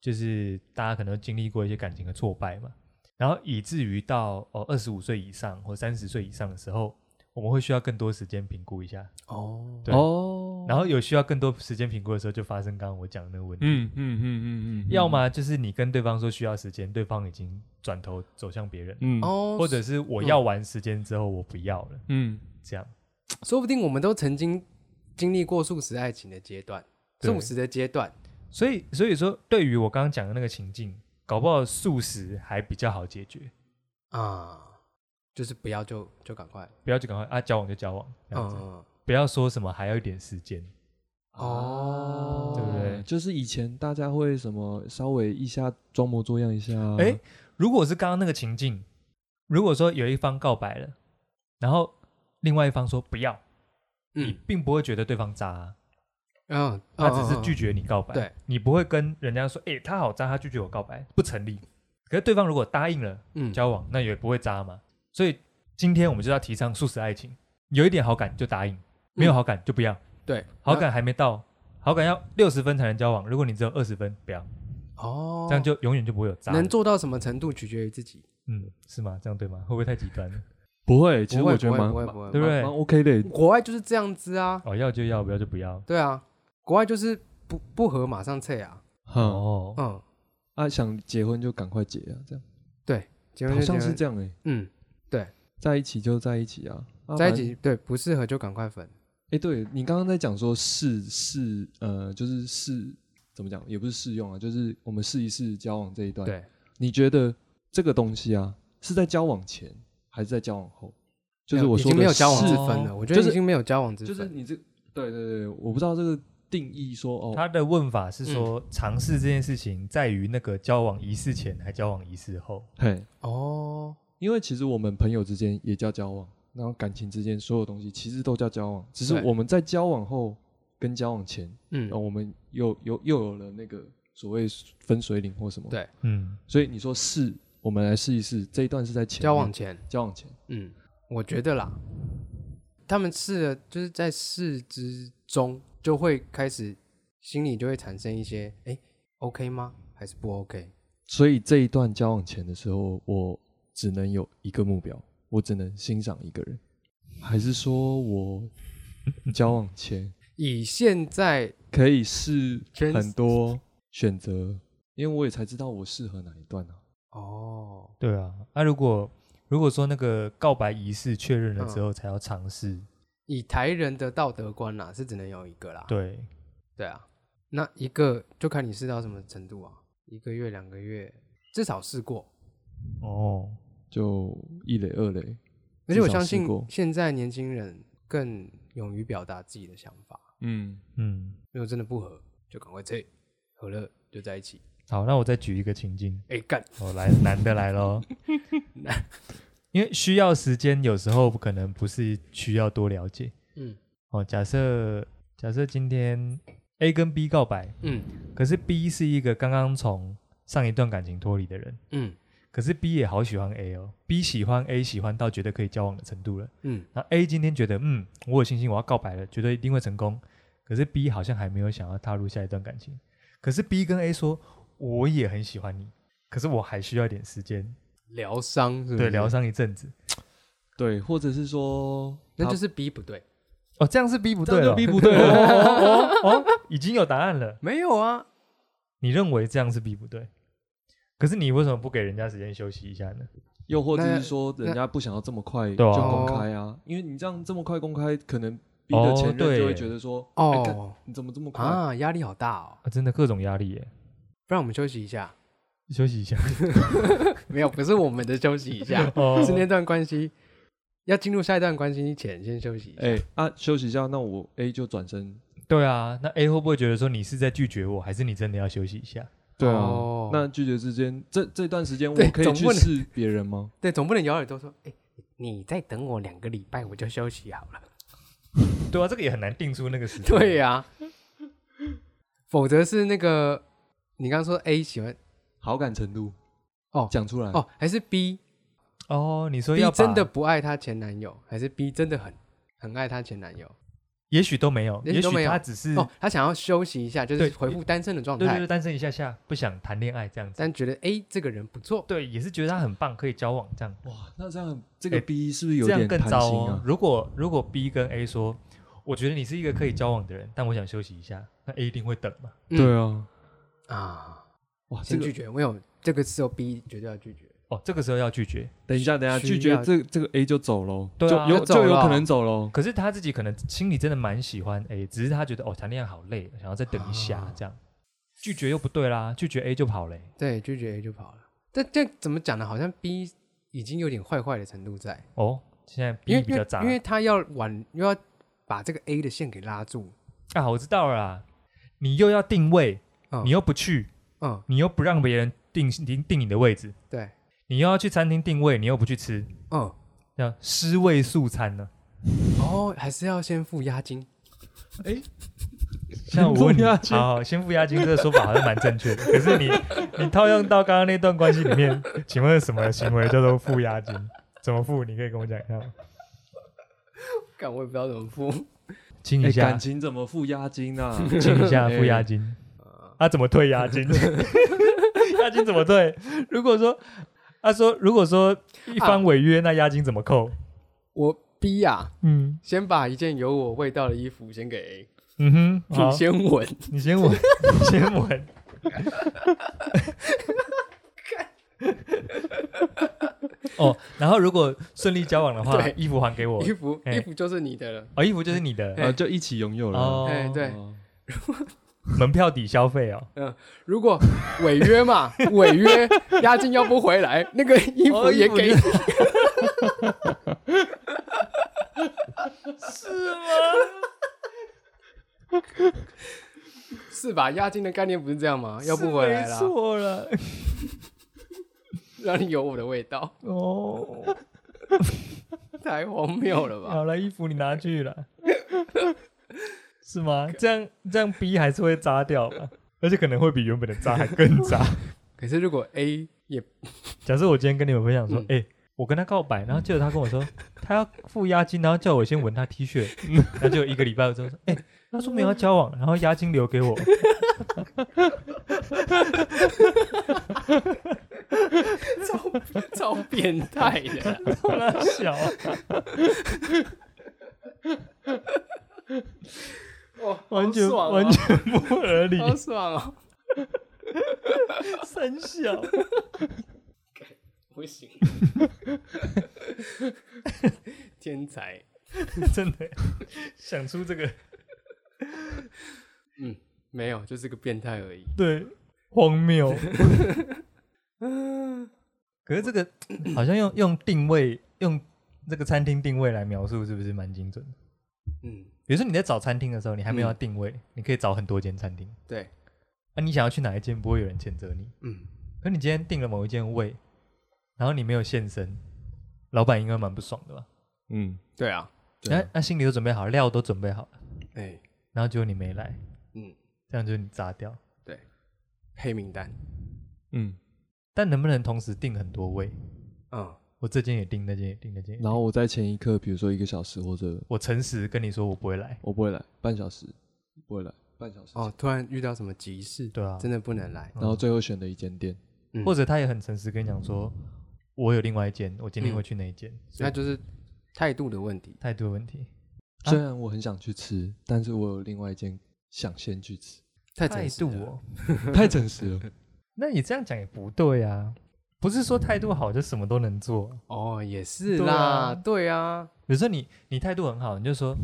[SPEAKER 2] 就是大家可能经历过一些感情的挫败嘛，然后以至于到哦二十五岁以上或三十岁以上的时候，我们会需要更多时间评估一下，
[SPEAKER 1] 哦，
[SPEAKER 2] 对
[SPEAKER 3] 哦
[SPEAKER 2] 然后有需要更多时间评估的时候，就发生刚刚我讲的那个问题，
[SPEAKER 3] 嗯嗯嗯嗯嗯
[SPEAKER 2] 要么就是你跟对方说需要时间，对方已经转头走向别人，
[SPEAKER 3] 嗯
[SPEAKER 1] 哦，
[SPEAKER 2] 或者是我要完时间之后我不要了，
[SPEAKER 3] 嗯，
[SPEAKER 2] 这样
[SPEAKER 1] 说不定我们都曾经经历过素食爱情的阶段，
[SPEAKER 2] 对
[SPEAKER 1] 素食的阶段，
[SPEAKER 2] 所以所以说，对于我刚刚讲的那个情境，搞不好素食还比较好解决，
[SPEAKER 1] 啊，就是不要就就赶快，
[SPEAKER 2] 不要就赶快啊交往就交往这样子，
[SPEAKER 1] 嗯，
[SPEAKER 3] 哦
[SPEAKER 2] 不要说什么还要一点时间，
[SPEAKER 1] 哦
[SPEAKER 2] 对不对
[SPEAKER 3] 就是以前大家会什么稍微一下装模作样一下，啊
[SPEAKER 2] 哎如果是刚刚那个情境，如果说有一方告白了，然后另外一方说不要，你
[SPEAKER 1] 嗯
[SPEAKER 2] 并不会觉得对方渣啊、
[SPEAKER 1] 嗯，
[SPEAKER 2] 他只是拒
[SPEAKER 1] 绝，
[SPEAKER 2] 绝你告白，
[SPEAKER 1] 对
[SPEAKER 2] 你不会跟人家说，哎、他好渣，他拒绝我告白，不成立。可是对方如果答应了
[SPEAKER 1] 嗯，
[SPEAKER 2] 交往，那也不会渣嘛。所以今天我们就要提倡素食爱情，有一点好感就答
[SPEAKER 1] 嗯
[SPEAKER 2] 应，没有好感就不要，
[SPEAKER 1] 对，
[SPEAKER 2] 好感还没到，好感要六十分才能交往，如果你只有二十分，不要，
[SPEAKER 1] 那哦，
[SPEAKER 2] 这样就永远就不会有渣的。
[SPEAKER 1] 能做到什么程度取决于自己，
[SPEAKER 2] 嗯，是吗？这样对吗？会不会太极端了？
[SPEAKER 3] 不会，其
[SPEAKER 1] 不
[SPEAKER 3] 实
[SPEAKER 1] 会
[SPEAKER 3] 我觉
[SPEAKER 1] 不会
[SPEAKER 3] 得蛮
[SPEAKER 1] 不会不会，
[SPEAKER 2] 对不对
[SPEAKER 3] 蛮 OK 的，
[SPEAKER 1] 国外就是这样子啊，
[SPEAKER 2] 哦，要就要，不要就不要。
[SPEAKER 1] 对啊，国外就是不不合马上撤啊，
[SPEAKER 3] 哈
[SPEAKER 2] 哦，
[SPEAKER 1] 嗯，
[SPEAKER 3] 啊，想结婚就赶快结啊，这样
[SPEAKER 1] 结婚就
[SPEAKER 3] 好
[SPEAKER 1] 结
[SPEAKER 3] 像是
[SPEAKER 1] 婚，
[SPEAKER 3] 这样哎，
[SPEAKER 1] 嗯，对，
[SPEAKER 3] 在一起就在一起啊，啊
[SPEAKER 1] 在一。
[SPEAKER 3] 反
[SPEAKER 1] 起对不适合就赶快分，
[SPEAKER 3] 哎，对你刚刚在讲说试试，呃，就是试怎么讲，也不是试用啊，就是我们试一试交往这一段。
[SPEAKER 1] 对，
[SPEAKER 3] 你觉得这个东西啊，是在交往前还是在交往后？就是我
[SPEAKER 1] 已
[SPEAKER 3] 说
[SPEAKER 1] 经
[SPEAKER 3] 的
[SPEAKER 1] 没有交往之
[SPEAKER 3] 是
[SPEAKER 2] 是
[SPEAKER 1] 分了，我觉
[SPEAKER 3] 就
[SPEAKER 1] 得已
[SPEAKER 3] 是
[SPEAKER 1] 经没有交往之
[SPEAKER 3] 就是
[SPEAKER 1] 分，
[SPEAKER 3] 你这对对对，我不知道这个定义说哦，
[SPEAKER 2] 他的问法是
[SPEAKER 1] 嗯
[SPEAKER 2] 说，尝试这件事情在于那个交往仪式前还交往仪式后，
[SPEAKER 3] 嘿，
[SPEAKER 1] 哦，
[SPEAKER 3] 因为其实我们朋友之间也叫交往，然后感情之间所有东西其实都叫交往，只是
[SPEAKER 1] 对
[SPEAKER 3] 我们在交往后跟交往前，
[SPEAKER 1] 嗯
[SPEAKER 3] 然后，我们又又又有了那个所谓分水岭或什么，
[SPEAKER 1] 对
[SPEAKER 2] 嗯，
[SPEAKER 3] 所以你说试，我们来试一试这一段是在前面
[SPEAKER 1] 交往前，
[SPEAKER 3] 交往前，
[SPEAKER 1] 嗯，我觉得啦，他们试了，就是在试之中就会开始心里就会产生一些，哎，OK 吗？还是不 OK？
[SPEAKER 3] 所以这一段交往前的时候，我只能有一个目标，我只能欣赏一个人，还是说我交往
[SPEAKER 1] *laughs*
[SPEAKER 3] 前
[SPEAKER 1] 以现在
[SPEAKER 3] 可以试
[SPEAKER 1] 全
[SPEAKER 3] 很多选择，因为我也才知道我适合哪一段啊。
[SPEAKER 1] 哦，
[SPEAKER 2] 对啊。那、如果如果说那个告白仪式确认了之后才要尝试，
[SPEAKER 1] 以台人的道德观啦，是只能有一个啦。
[SPEAKER 2] 对，
[SPEAKER 1] 对啊，那一个就看你试到什么程度啊，一个月、两个月，至少试过。
[SPEAKER 2] 哦，
[SPEAKER 3] 就一垒、二垒，
[SPEAKER 1] 而且我
[SPEAKER 3] 至少
[SPEAKER 1] 相
[SPEAKER 3] 试
[SPEAKER 1] 信
[SPEAKER 3] 过
[SPEAKER 1] 现在年轻人更勇于表达自己的想法，
[SPEAKER 3] 嗯，
[SPEAKER 2] 嗯，
[SPEAKER 1] 如果真的不合，就赶快撤，合了就在一起。
[SPEAKER 2] 好，那我再举一个情境，
[SPEAKER 1] 哎、干，
[SPEAKER 2] 哦，来，男的来喽。 *laughs* 因为需要时间，有时候可能不是需要多了解
[SPEAKER 1] 嗯
[SPEAKER 2] 哦。假设假设今天 A 跟 B 告白，
[SPEAKER 1] 嗯
[SPEAKER 2] 可是 B 是一个刚刚从上一段感情脱离的人，
[SPEAKER 1] 嗯
[SPEAKER 2] 可是 B 也好喜欢 A 哦，B 喜欢 A 喜欢到觉得可以交往的程度了。
[SPEAKER 1] 嗯，
[SPEAKER 2] 然后 A 今天觉得嗯，我有信心我要告白了，觉得一定会成功，可是 B 好像还没有想要踏入下一段感情。可是 B 跟 A 说，我也很喜欢你，可是我还需要一点时间，
[SPEAKER 1] 疗伤是不是
[SPEAKER 2] 对，疗，伤一阵子。
[SPEAKER 3] 对，或者是说，
[SPEAKER 1] 那就是是 B 不对，
[SPEAKER 2] 哦，这样是 B 不
[SPEAKER 3] 这
[SPEAKER 2] 对
[SPEAKER 3] 样
[SPEAKER 2] 了
[SPEAKER 3] 就逼不对
[SPEAKER 2] 哦
[SPEAKER 3] 了。
[SPEAKER 2] 哦 *laughs* 哦哦，已经有答案了。
[SPEAKER 1] 没有啊，
[SPEAKER 2] 你认为这样是 B 不对，可是你为什么不给人家时间休息一下呢？
[SPEAKER 3] 又或者是说，人家不想要这么快就
[SPEAKER 2] 对啊
[SPEAKER 3] 公开啊，因为你这样这么快公开，可能 B 的前
[SPEAKER 2] 哦对
[SPEAKER 3] 任就会觉得说，哎干
[SPEAKER 1] 哦
[SPEAKER 3] 你怎么这么快？
[SPEAKER 1] 啊，压力好大哦，
[SPEAKER 2] 啊，真的各种压力耶，
[SPEAKER 1] 不然我们休息一下， *laughs*
[SPEAKER 2] 休息一下。，
[SPEAKER 1] 没有，不是我们的休息一下
[SPEAKER 3] *laughs*
[SPEAKER 2] *laughs* 哦
[SPEAKER 1] 是那段关系要进入下一段关系前先休息一下。
[SPEAKER 3] 哎啊，休息一下，那我 A 就转身。
[SPEAKER 2] 对啊，那 A 会不会觉得说你是在拒绝我，还是你真的要休息一下？
[SPEAKER 3] 对啊，
[SPEAKER 1] 哦
[SPEAKER 3] 那拒绝之间，这这段时间
[SPEAKER 1] 对
[SPEAKER 3] 我可以
[SPEAKER 1] 总
[SPEAKER 3] 去
[SPEAKER 1] 不能
[SPEAKER 3] 试别人吗？
[SPEAKER 1] 对，总不能咬耳朵说，哎、你再等我两个礼拜，我就休息好了。
[SPEAKER 2] 对啊，这个也很难定出
[SPEAKER 1] *laughs*
[SPEAKER 2] 那个时间。
[SPEAKER 1] 对、呀、否则是那个你刚刚说 A 喜欢
[SPEAKER 3] 好感程度
[SPEAKER 1] 哦
[SPEAKER 3] 讲出来
[SPEAKER 1] 哦，还是 B，B
[SPEAKER 2] 哦，你嗯说要把
[SPEAKER 1] 真的，不爱她前男友，还是 B 真的很很爱她前男友？
[SPEAKER 2] 也许都没有，
[SPEAKER 1] 也
[SPEAKER 2] 也
[SPEAKER 1] 许都没有
[SPEAKER 2] 他只是、
[SPEAKER 1] 哦，她想要休息一下，就是
[SPEAKER 2] 对
[SPEAKER 1] 回复单身的状
[SPEAKER 2] 对对
[SPEAKER 1] 态
[SPEAKER 2] 对，，单身一下下，不想谈恋爱这样子。
[SPEAKER 1] 但觉得 A 这个人不错，
[SPEAKER 2] 对，也是觉得他很棒，可以交往这样。
[SPEAKER 3] 哇，那这样这个
[SPEAKER 2] 哎
[SPEAKER 3] B 是不是有
[SPEAKER 2] 这样
[SPEAKER 3] 点
[SPEAKER 2] 更
[SPEAKER 3] 贪
[SPEAKER 2] 糟
[SPEAKER 3] 心
[SPEAKER 2] 哦
[SPEAKER 3] 啊。？
[SPEAKER 2] 如果如果 B 跟 A 说，我觉得你是一个可以交往的人，但我想休息一下，那 A 一定会等嘛？
[SPEAKER 1] 嗯
[SPEAKER 3] 对啊，
[SPEAKER 1] 啊，
[SPEAKER 3] 哇，这
[SPEAKER 1] 先
[SPEAKER 3] 个
[SPEAKER 1] 拒绝，没有这个时候 B 绝对要拒绝。
[SPEAKER 2] 哦，这个时候要拒绝。
[SPEAKER 3] 等一下，等一下，
[SPEAKER 1] 需
[SPEAKER 3] 拒绝
[SPEAKER 1] 要
[SPEAKER 3] 这这个 A 就走喽，
[SPEAKER 2] 对啊
[SPEAKER 3] 就有
[SPEAKER 1] 就走
[SPEAKER 3] 就有
[SPEAKER 1] 了
[SPEAKER 3] 可能走喽。
[SPEAKER 2] 可是他自己可能心里真的蛮喜欢 A，只是他觉得哦谈恋爱好累，想要再等一下、
[SPEAKER 1] 啊
[SPEAKER 2] 这样。拒绝又不对啦，拒绝 A 就跑嘞、
[SPEAKER 1] 对，拒绝 A 就跑了。这这怎么讲呢？好像 B 已经有点坏坏的程度在，
[SPEAKER 2] 哦，现在
[SPEAKER 1] 因
[SPEAKER 2] B
[SPEAKER 1] 为
[SPEAKER 2] 比
[SPEAKER 1] 因
[SPEAKER 2] 较
[SPEAKER 1] 为
[SPEAKER 2] 渣
[SPEAKER 1] 因为他要挽，又要把这个 A 的线给拉住。
[SPEAKER 2] 啊，我知道了啦，你又要定位，
[SPEAKER 1] 嗯
[SPEAKER 2] 你又不去，
[SPEAKER 1] 嗯，
[SPEAKER 2] 你又不让别人定定定你的位置，
[SPEAKER 1] 对，
[SPEAKER 2] 你又要去餐厅定位，你又不去吃，
[SPEAKER 1] 嗯，
[SPEAKER 2] 叫尸位素餐呢、
[SPEAKER 1] 哦，还是要先付押金。
[SPEAKER 2] 像我问你，
[SPEAKER 3] 付押
[SPEAKER 2] 好
[SPEAKER 3] 金
[SPEAKER 2] 好，先付押金这个说法好像蛮正确的， *laughs* 可是你你套用到刚刚那段关系里面，请问什么行为叫做付押金？怎么付？你可以跟我讲一下吗？
[SPEAKER 1] 干，我也不知道怎么付。
[SPEAKER 2] 亲
[SPEAKER 3] 哎
[SPEAKER 2] 一下
[SPEAKER 3] 感，情怎么付押金
[SPEAKER 2] *laughs*
[SPEAKER 3] 啊？
[SPEAKER 1] *laughs*
[SPEAKER 2] 亲一下，
[SPEAKER 3] 哎
[SPEAKER 2] 付押金。
[SPEAKER 1] 呃
[SPEAKER 2] 啊，怎么退押金？押金怎么退？如果说他说，如果说一方违约，那押金怎么扣？
[SPEAKER 1] 我 B 呀、
[SPEAKER 2] 嗯
[SPEAKER 1] 先把一件有我味道的衣服先给
[SPEAKER 2] 嗯
[SPEAKER 1] A，
[SPEAKER 2] 哼，好
[SPEAKER 1] 你，先闻。
[SPEAKER 2] 你
[SPEAKER 1] *laughs*
[SPEAKER 2] 先吻，你先吻。哦，然后如果顺利交往的话
[SPEAKER 1] 对，
[SPEAKER 2] 衣服还给我。
[SPEAKER 1] 衣服
[SPEAKER 2] 哎
[SPEAKER 1] 衣服就是你的了，
[SPEAKER 2] 哦，衣服就是你的
[SPEAKER 1] 哎
[SPEAKER 3] 啊，就一起拥有了。
[SPEAKER 2] 哦
[SPEAKER 1] 哎，对，
[SPEAKER 3] 哦，
[SPEAKER 2] 门票抵消费哦。
[SPEAKER 1] 如果违约嘛，违约押金要不回来，那个衣服
[SPEAKER 2] 哦
[SPEAKER 1] 也给
[SPEAKER 2] 衣
[SPEAKER 1] 你。 *laughs*
[SPEAKER 2] 是吗？
[SPEAKER 1] 是吧？押金的概念不是这样吗？要不回来啦，
[SPEAKER 2] 错了。
[SPEAKER 1] 让你有我的味道，
[SPEAKER 2] 哦，
[SPEAKER 1] 太荒谬了吧？
[SPEAKER 2] *laughs* 好了，衣服你拿
[SPEAKER 1] *laughs*
[SPEAKER 2] 去了，是吗？这样这样 B 还是会扎掉吧，而且可能会比原本的扎还更
[SPEAKER 1] *laughs*
[SPEAKER 2] 扎。
[SPEAKER 1] 可是如果 A 也
[SPEAKER 2] 假设我今天跟你们分享说，
[SPEAKER 1] 嗯
[SPEAKER 2] 哎、我跟他告白，然后结果他跟我
[SPEAKER 1] *laughs*
[SPEAKER 2] 说他要付押金，然后叫我先闻他 T 恤，然后就一个礼拜
[SPEAKER 1] *laughs*
[SPEAKER 2] 之后说，哎、他说没有要交往，然后押金留给我，
[SPEAKER 1] 超 *laughs* 超变态的，
[SPEAKER 2] 那小啊、
[SPEAKER 1] 哦，
[SPEAKER 2] 完全、
[SPEAKER 1] 好爽哦
[SPEAKER 2] 完全不合理，
[SPEAKER 1] 好爽哦！
[SPEAKER 2] 三小。
[SPEAKER 1] 不
[SPEAKER 2] *laughs*
[SPEAKER 1] 行，天才，
[SPEAKER 2] 真的想出这个
[SPEAKER 1] 没有，就是个变态而已。
[SPEAKER 2] 对荒谬。 *laughs* 可是这个好像用用定位用这个餐厅定位来描述，是不是蛮精准的？
[SPEAKER 1] 嗯，
[SPEAKER 2] 比如说你在找餐厅的时候，你还没有
[SPEAKER 1] 嗯
[SPEAKER 2] 要定位，你可以找很多间餐厅。
[SPEAKER 1] 对，
[SPEAKER 2] 那、你想要去哪一间，不会有人谴责你。
[SPEAKER 1] 嗯，
[SPEAKER 2] 可你今天定了某一间位，然后你没有现身，老板应该蛮不爽的吧？
[SPEAKER 3] 嗯，
[SPEAKER 1] 对啊，
[SPEAKER 3] 对
[SPEAKER 2] 那
[SPEAKER 3] 啊，
[SPEAKER 2] 那心里都准备好了，料都准备好了，
[SPEAKER 1] 哎、
[SPEAKER 2] 然后结果你没来，
[SPEAKER 1] 嗯，
[SPEAKER 2] 这样就是你炸掉。
[SPEAKER 1] 黑名单，
[SPEAKER 3] 嗯，
[SPEAKER 2] 但能不能同时定很多位？
[SPEAKER 1] 嗯，
[SPEAKER 2] 我这间也定，那间也定，那间也定
[SPEAKER 3] 然后我在前一刻，比如说一个小时或者
[SPEAKER 2] 我诚实跟你说，我不会来。
[SPEAKER 3] 我不会来，半小时不会来，半小时前
[SPEAKER 1] 哦，，突然遇到什么急事，
[SPEAKER 2] 对啊，
[SPEAKER 1] 真的不能来，
[SPEAKER 3] 然后最后选了一间店，
[SPEAKER 1] 嗯
[SPEAKER 2] 或者他也很诚实跟你讲说，我有另外一间，我今天会去那一间。
[SPEAKER 1] 嗯
[SPEAKER 2] 所
[SPEAKER 1] 那
[SPEAKER 2] 以
[SPEAKER 1] 就是态度的问题。
[SPEAKER 2] 态度的问题，啊
[SPEAKER 3] 虽然我很想去吃，但是我有另外一间想先
[SPEAKER 2] *laughs*
[SPEAKER 3] 去吃，
[SPEAKER 1] 太
[SPEAKER 2] 态
[SPEAKER 1] 诚实
[SPEAKER 2] 度
[SPEAKER 1] 了
[SPEAKER 2] 哦。
[SPEAKER 3] 太真实了。
[SPEAKER 2] 那你这样讲也不对啊，不是说态度好就什么都能做。
[SPEAKER 1] 哦，也是
[SPEAKER 2] 对
[SPEAKER 1] 啦，
[SPEAKER 2] 啊
[SPEAKER 1] 对啊，
[SPEAKER 2] 比如说你你态度很好，你就说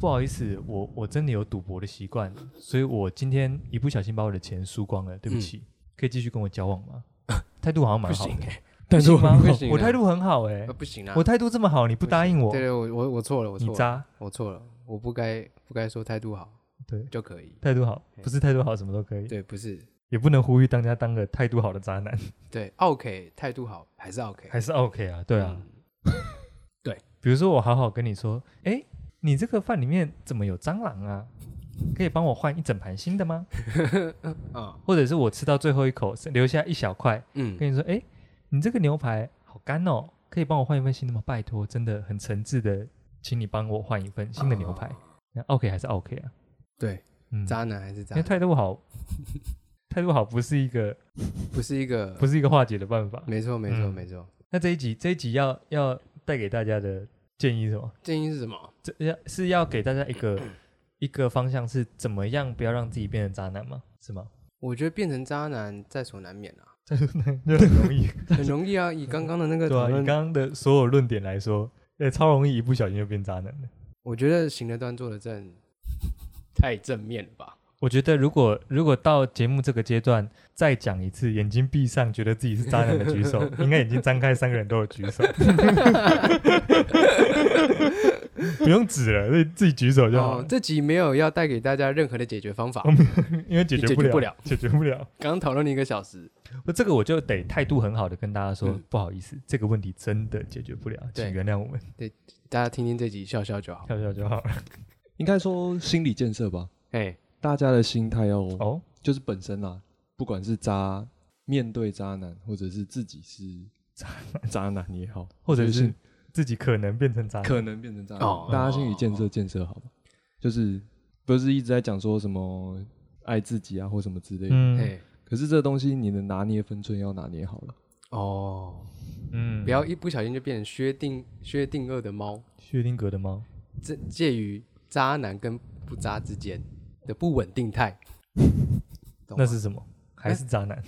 [SPEAKER 2] 不好意思，我我真的有赌博的习惯，所以我今天一不小心把我的钱输光了，对不起，可以继续跟我交往吗？态度好像
[SPEAKER 1] 嗯
[SPEAKER 2] 蛮
[SPEAKER 1] 不
[SPEAKER 2] 好的
[SPEAKER 1] 行，哎、
[SPEAKER 2] 态度蛮
[SPEAKER 1] 不
[SPEAKER 2] 好
[SPEAKER 1] 行，啊
[SPEAKER 2] 我态度很好哎、
[SPEAKER 1] 呃不行啦，
[SPEAKER 2] 我态度这么好，你不答应我
[SPEAKER 1] 对，对，我我我错了，我
[SPEAKER 2] 你
[SPEAKER 1] 错了，
[SPEAKER 2] 渣，
[SPEAKER 1] 我错了，我不该不该说态度好
[SPEAKER 2] 对，
[SPEAKER 1] 就可以，
[SPEAKER 2] 态度好
[SPEAKER 1] 嘿，
[SPEAKER 2] 不是态度好什么都可以，
[SPEAKER 1] 对，不是
[SPEAKER 2] 也不能呼吁大家当个态度好的渣男，
[SPEAKER 1] 对，OK，态度好还是 OK，
[SPEAKER 2] 还是 OK 啊，对啊。
[SPEAKER 1] 嗯
[SPEAKER 2] 比如说我好好跟你说，哎，你这个饭里面怎么有蟑螂啊？可以帮我换一整盘新
[SPEAKER 1] *laughs*
[SPEAKER 2] 的吗？
[SPEAKER 1] 啊，
[SPEAKER 2] 或者是我吃到最后一口留下一小块，
[SPEAKER 1] 嗯
[SPEAKER 2] 跟你说，哎，你这个牛排好干哦，可以帮我换一份新的吗？拜托，真的很诚挚的，请你帮我换一份新的牛排。那 OK 还是 OK 啊？
[SPEAKER 1] 哦对，
[SPEAKER 2] 嗯，
[SPEAKER 1] 渣男还是渣
[SPEAKER 2] 因为
[SPEAKER 1] 男，
[SPEAKER 2] 态度好， *laughs* 态度好不是一个
[SPEAKER 1] 不是一个，
[SPEAKER 2] 不是一个化解的办法。
[SPEAKER 1] 呃没错没错
[SPEAKER 2] 嗯
[SPEAKER 1] 没错，
[SPEAKER 2] 那这一集这一集要要带给大家的建议是什么？
[SPEAKER 1] 建议是什么？
[SPEAKER 2] 这要是要给大家一
[SPEAKER 1] *coughs*
[SPEAKER 2] 个一个方向是怎么样不要让自己变成渣男吗？
[SPEAKER 1] *laughs*
[SPEAKER 2] 是吗？
[SPEAKER 1] 我觉得变成渣男在所难免啊，
[SPEAKER 2] 就很容易，
[SPEAKER 1] 很容易啊。以刚刚的那个
[SPEAKER 2] *laughs* 对
[SPEAKER 1] 讨
[SPEAKER 2] 啊，以刚
[SPEAKER 1] 论，
[SPEAKER 2] 刚的所有论点来说，呃，超容易一不小心就变渣男的。
[SPEAKER 1] 我觉得行得端坐得正， *laughs* 太正面了吧？
[SPEAKER 2] 我觉得如果如果到节目这个阶段再讲一次，眼睛闭上，觉得自己是渣男的举手，应该眼睛张开，三个人都有举手，不用指了，自己自己举手就
[SPEAKER 1] 哦
[SPEAKER 2] 好了，，
[SPEAKER 1] 这集没有要带给大家任何的解决方法，
[SPEAKER 2] 因为解决
[SPEAKER 1] 解决不
[SPEAKER 2] 不
[SPEAKER 1] 了
[SPEAKER 2] 了，解决不了。
[SPEAKER 1] 刚讨论了一个小时，
[SPEAKER 2] 那这个我就得态度很好的跟大家说，
[SPEAKER 1] 嗯
[SPEAKER 2] 不好意思，这个问题真的解决不了，
[SPEAKER 1] 对
[SPEAKER 2] 请原谅我们，
[SPEAKER 1] 大家听听这集笑笑就好。
[SPEAKER 2] 笑笑就好了。
[SPEAKER 3] 应该说心理建设吧，
[SPEAKER 1] 哎，
[SPEAKER 3] 大家的心态要
[SPEAKER 2] 哦，
[SPEAKER 3] 就是本身啦，不管是渣面对渣男，或者是自己是
[SPEAKER 2] 渣
[SPEAKER 3] 男渣 *laughs* 男也好，
[SPEAKER 2] 或者
[SPEAKER 3] 就是
[SPEAKER 2] 自己可能变成渣男，
[SPEAKER 3] 可能变成渣男，
[SPEAKER 1] 哦
[SPEAKER 3] 大家心理建设建设好吧，就是不是一直在讲说什么爱自己啊或什么之类的，
[SPEAKER 2] 嗯
[SPEAKER 1] 哎，
[SPEAKER 3] 可是这东西你的拿捏分寸要拿捏好了，
[SPEAKER 1] 哦，
[SPEAKER 2] 嗯
[SPEAKER 1] 不要一不小心就变成薛定薛定谔的猫，
[SPEAKER 2] 薛定谔的猫，
[SPEAKER 1] 这介于
[SPEAKER 2] *laughs*
[SPEAKER 1] 渣男跟不渣之间的不稳定态。懂啊
[SPEAKER 2] 那
[SPEAKER 1] 吗
[SPEAKER 2] 是什么？还是渣男？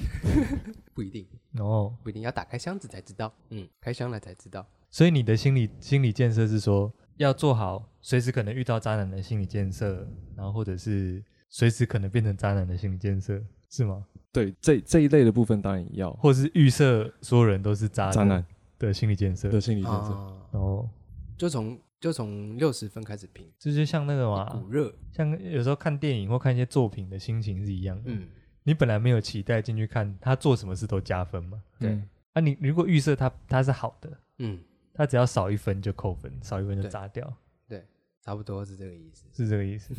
[SPEAKER 1] 不一定，
[SPEAKER 2] 哦，
[SPEAKER 1] 不一定要打开箱子才知道。嗯，开箱了才知道。
[SPEAKER 2] 所以你的心理心理建设是说，要做好随时可能遇到渣男的心理建设，然后或者是随时可能变成渣男的心理建设，是吗？
[SPEAKER 3] 对，这这一类的部分当然要
[SPEAKER 2] 或是预设所有人都是渣
[SPEAKER 3] 渣男
[SPEAKER 2] 的心理建设？
[SPEAKER 3] 的心理建设。
[SPEAKER 1] 啊，
[SPEAKER 2] 哦，
[SPEAKER 1] 就从就从六十分开始评，
[SPEAKER 2] 这就像那个嘛，
[SPEAKER 1] 骨热，
[SPEAKER 2] 像有时候看电影或看一些作品的心情是一样的。
[SPEAKER 1] 嗯，
[SPEAKER 2] 你本来没有期待进去看，他做什么事都加分嘛。
[SPEAKER 1] 对
[SPEAKER 3] 嗯
[SPEAKER 2] 啊，你如果预设他他是好的，
[SPEAKER 1] 嗯，
[SPEAKER 2] 他只要少一分就扣分，少一分就
[SPEAKER 1] 对
[SPEAKER 2] 砸掉，
[SPEAKER 1] 差不多是这个意思。
[SPEAKER 2] 是这个意思。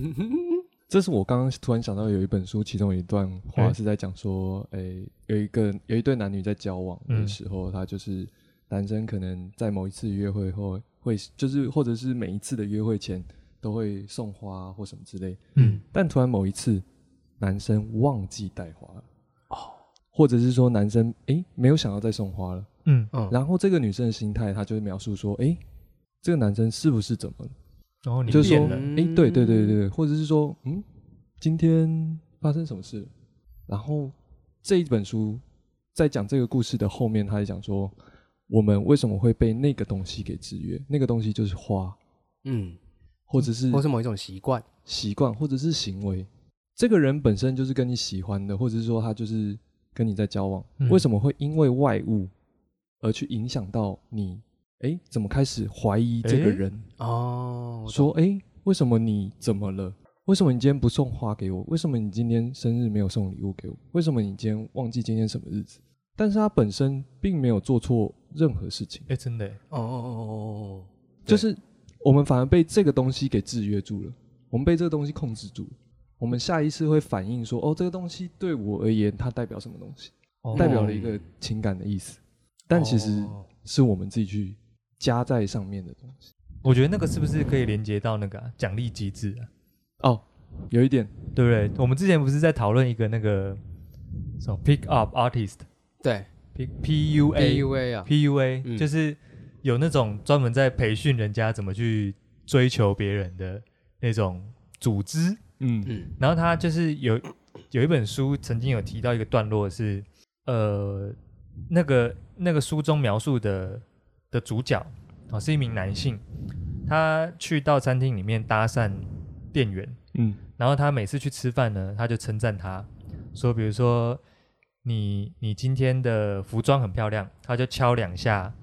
[SPEAKER 3] 这是我刚刚突然想到有一本书，其中有一段话
[SPEAKER 2] 嗯
[SPEAKER 3] 是在讲说，诶、有一个有一对男女在交往的时候，他就是男生可能在某一次约会后，会就是或者是每一次的约会前都会送花或什么之类，
[SPEAKER 2] 嗯，
[SPEAKER 3] 但突然某一次男生忘记带花了，或者是说男生诶、没有想要再送花了，
[SPEAKER 2] 嗯，
[SPEAKER 1] 嗯，
[SPEAKER 3] 然后这个女生的心态，她就会描述说，诶、这个男生是不是怎么了？
[SPEAKER 2] 然后你
[SPEAKER 3] 就是
[SPEAKER 2] 变
[SPEAKER 3] 说，
[SPEAKER 2] 了，
[SPEAKER 3] 哎、对对对对，或者是说，嗯，今天发生什么事了？然后这一本书在讲这个故事的后面，他在讲说，我们为什么会被那个东西给制约？那个东西就是花，
[SPEAKER 1] 嗯，
[SPEAKER 3] 或者是
[SPEAKER 1] 或是某一种习惯，
[SPEAKER 3] 习惯，或者是行为。这个人本身就是跟你喜欢的，或者是说他就是跟你在交往，
[SPEAKER 2] 嗯
[SPEAKER 3] 为什么会因为外物而去影响到你？哎，怎么开始怀疑这个
[SPEAKER 2] 诶
[SPEAKER 3] 人？
[SPEAKER 1] 哦，我
[SPEAKER 3] 说：“哎、为什么你怎么了？为什么你今天不送花给我？为什么你今天生日没有送礼物给我？为什么你今天忘记今天什么日子？”但是他本身并没有做错任何事情，
[SPEAKER 2] 哎，真的耶，
[SPEAKER 1] 哦哦哦哦
[SPEAKER 2] 对
[SPEAKER 3] 就是我们反而被这个东西给制约住了，我们被这个东西控制住了。我们下意识会反应说：“哦，这个东西对我而言，它代表什么东西？
[SPEAKER 2] 哦
[SPEAKER 3] 代表了一个情感的意思。”但其实
[SPEAKER 1] 哦
[SPEAKER 3] 是我们自己去加在上面的东西。
[SPEAKER 2] 我觉得那个是不是可以连接到那个啊、奖励机制啊？
[SPEAKER 3] 哦，有一点，
[SPEAKER 2] 对不对？我们之前不是在讨论一个那个什么 pick up artist
[SPEAKER 1] 对
[SPEAKER 2] P P U A
[SPEAKER 1] ，PUA 啊，
[SPEAKER 2] P U A，
[SPEAKER 1] 嗯
[SPEAKER 2] 就是有那种专门在培训人家怎么去追求别人的那种组织。
[SPEAKER 3] 嗯
[SPEAKER 1] 嗯
[SPEAKER 2] 然后他就是有有一本书曾经有提到一个段落是，呃，那个那个书中描述的的主角哦是一名男性，他去到餐厅里面搭讪店员，
[SPEAKER 3] 嗯
[SPEAKER 2] 然后他每次去吃饭呢，他就称赞他说，比如说你你今天的服装很漂亮，他就敲两下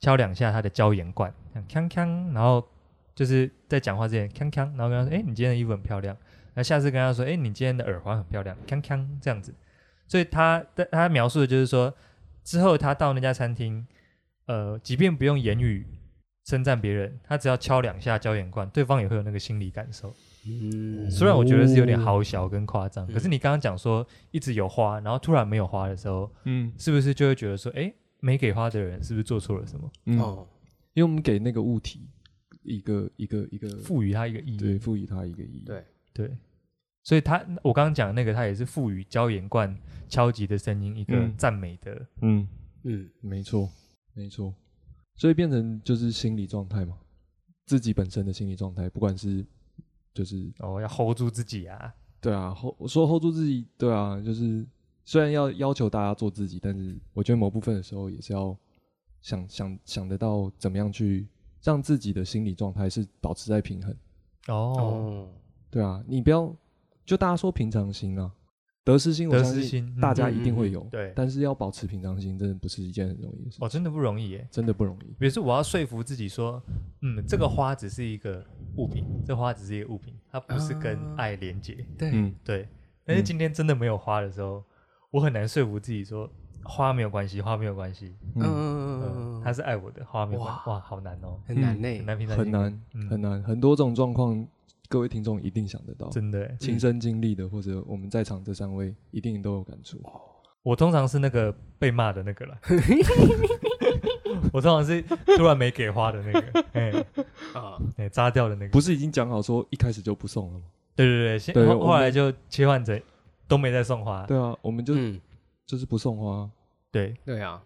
[SPEAKER 2] 敲两下他的椒盐罐，锵锵，然后就是在讲话之前锵锵，然后跟他说，哎，你今天的衣服很漂亮。那下次跟他说，哎，你今天的耳环很漂亮，锵锵这样子。所以他但他描述的就是说，之后他到那家餐厅，呃，即便不用言语称赞别人，他只要敲两下椒盐罐，对方也会有那个心理感受。
[SPEAKER 1] 嗯，
[SPEAKER 2] 虽然我觉得是有点好小跟夸张，
[SPEAKER 1] 嗯
[SPEAKER 2] 可是你刚刚讲说一直有花，然后突然没有花的时候，
[SPEAKER 3] 嗯
[SPEAKER 2] 是不是就会觉得说，哎，没给花的人是不是做错了什么？
[SPEAKER 3] 嗯，
[SPEAKER 1] 哦，
[SPEAKER 3] 因为我们给那个物体一个一个一个
[SPEAKER 2] 赋予它一个意义。
[SPEAKER 3] 对赋予它一个意义。
[SPEAKER 1] 对，
[SPEAKER 2] 对所以他我刚刚讲的那个，他也是赋予椒盐罐敲击的声音一个
[SPEAKER 3] 嗯
[SPEAKER 2] 赞美的。
[SPEAKER 3] 嗯，
[SPEAKER 1] 嗯，
[SPEAKER 3] 没错，没错。所以变成就是心理状态嘛，自己本身的心理状态，不管是就是
[SPEAKER 2] 哦，要 hold 住自己啊！
[SPEAKER 3] 对啊，hold 我说 hold 住自己，对啊，就是虽然要要求大家做自己，但是我觉得某部分的时候也是要想想想得到怎么样去让自己的心理状态是保持在平衡。
[SPEAKER 2] 哦，
[SPEAKER 1] 哦，
[SPEAKER 3] 对啊，你不要就大家说平常心啊，得失心我
[SPEAKER 2] 得
[SPEAKER 3] 相
[SPEAKER 2] 失
[SPEAKER 3] 信
[SPEAKER 2] 心嗯
[SPEAKER 3] 大家一定会有，
[SPEAKER 2] 对，
[SPEAKER 3] 但是要保持平常心，真的不是一件很容易的事，
[SPEAKER 2] 哦，真的不容易耶。
[SPEAKER 3] 真的不容易。
[SPEAKER 2] 比如说，我要说服自己说，嗯，这个花只是一个物品，这花只是一个物品，它不是跟
[SPEAKER 1] 啊
[SPEAKER 2] 爱连接。
[SPEAKER 1] 对，
[SPEAKER 3] 嗯，
[SPEAKER 2] 对，但是
[SPEAKER 3] 嗯
[SPEAKER 2] 今天真的没有花的时候，我很难说服自己说花没有关系，花没有关系，
[SPEAKER 1] 嗯
[SPEAKER 3] 嗯，
[SPEAKER 2] 嗯，
[SPEAKER 1] 嗯，
[SPEAKER 2] 他是爱我的，花没有关
[SPEAKER 1] 哇
[SPEAKER 2] 哇，好难哦，
[SPEAKER 1] 很难
[SPEAKER 3] 嗯
[SPEAKER 1] 呢
[SPEAKER 2] 很，难平常
[SPEAKER 3] 很
[SPEAKER 2] 心
[SPEAKER 3] 难，
[SPEAKER 2] 嗯
[SPEAKER 3] 很难，很多种状况，各位听众一定想得到，
[SPEAKER 2] 真的耶。
[SPEAKER 3] 亲身经历的，或者我们在场这三位一定都有感触。
[SPEAKER 2] 我通常是那个被骂的那个
[SPEAKER 3] *laughs*
[SPEAKER 2] 了， *laughs* 我通常是突然没给花的那个，哎
[SPEAKER 1] 啊，
[SPEAKER 2] 哎，扎掉的那个。
[SPEAKER 3] 不是已经讲好说一开始就不送了吗？
[SPEAKER 2] 对对对，先
[SPEAKER 3] 对
[SPEAKER 2] 后
[SPEAKER 3] 我
[SPEAKER 2] 后
[SPEAKER 3] 们
[SPEAKER 2] 来就切换成都没再送花。
[SPEAKER 3] 对啊，我们就
[SPEAKER 1] 嗯，
[SPEAKER 3] 就是不送花，
[SPEAKER 2] 对，
[SPEAKER 1] 对啊，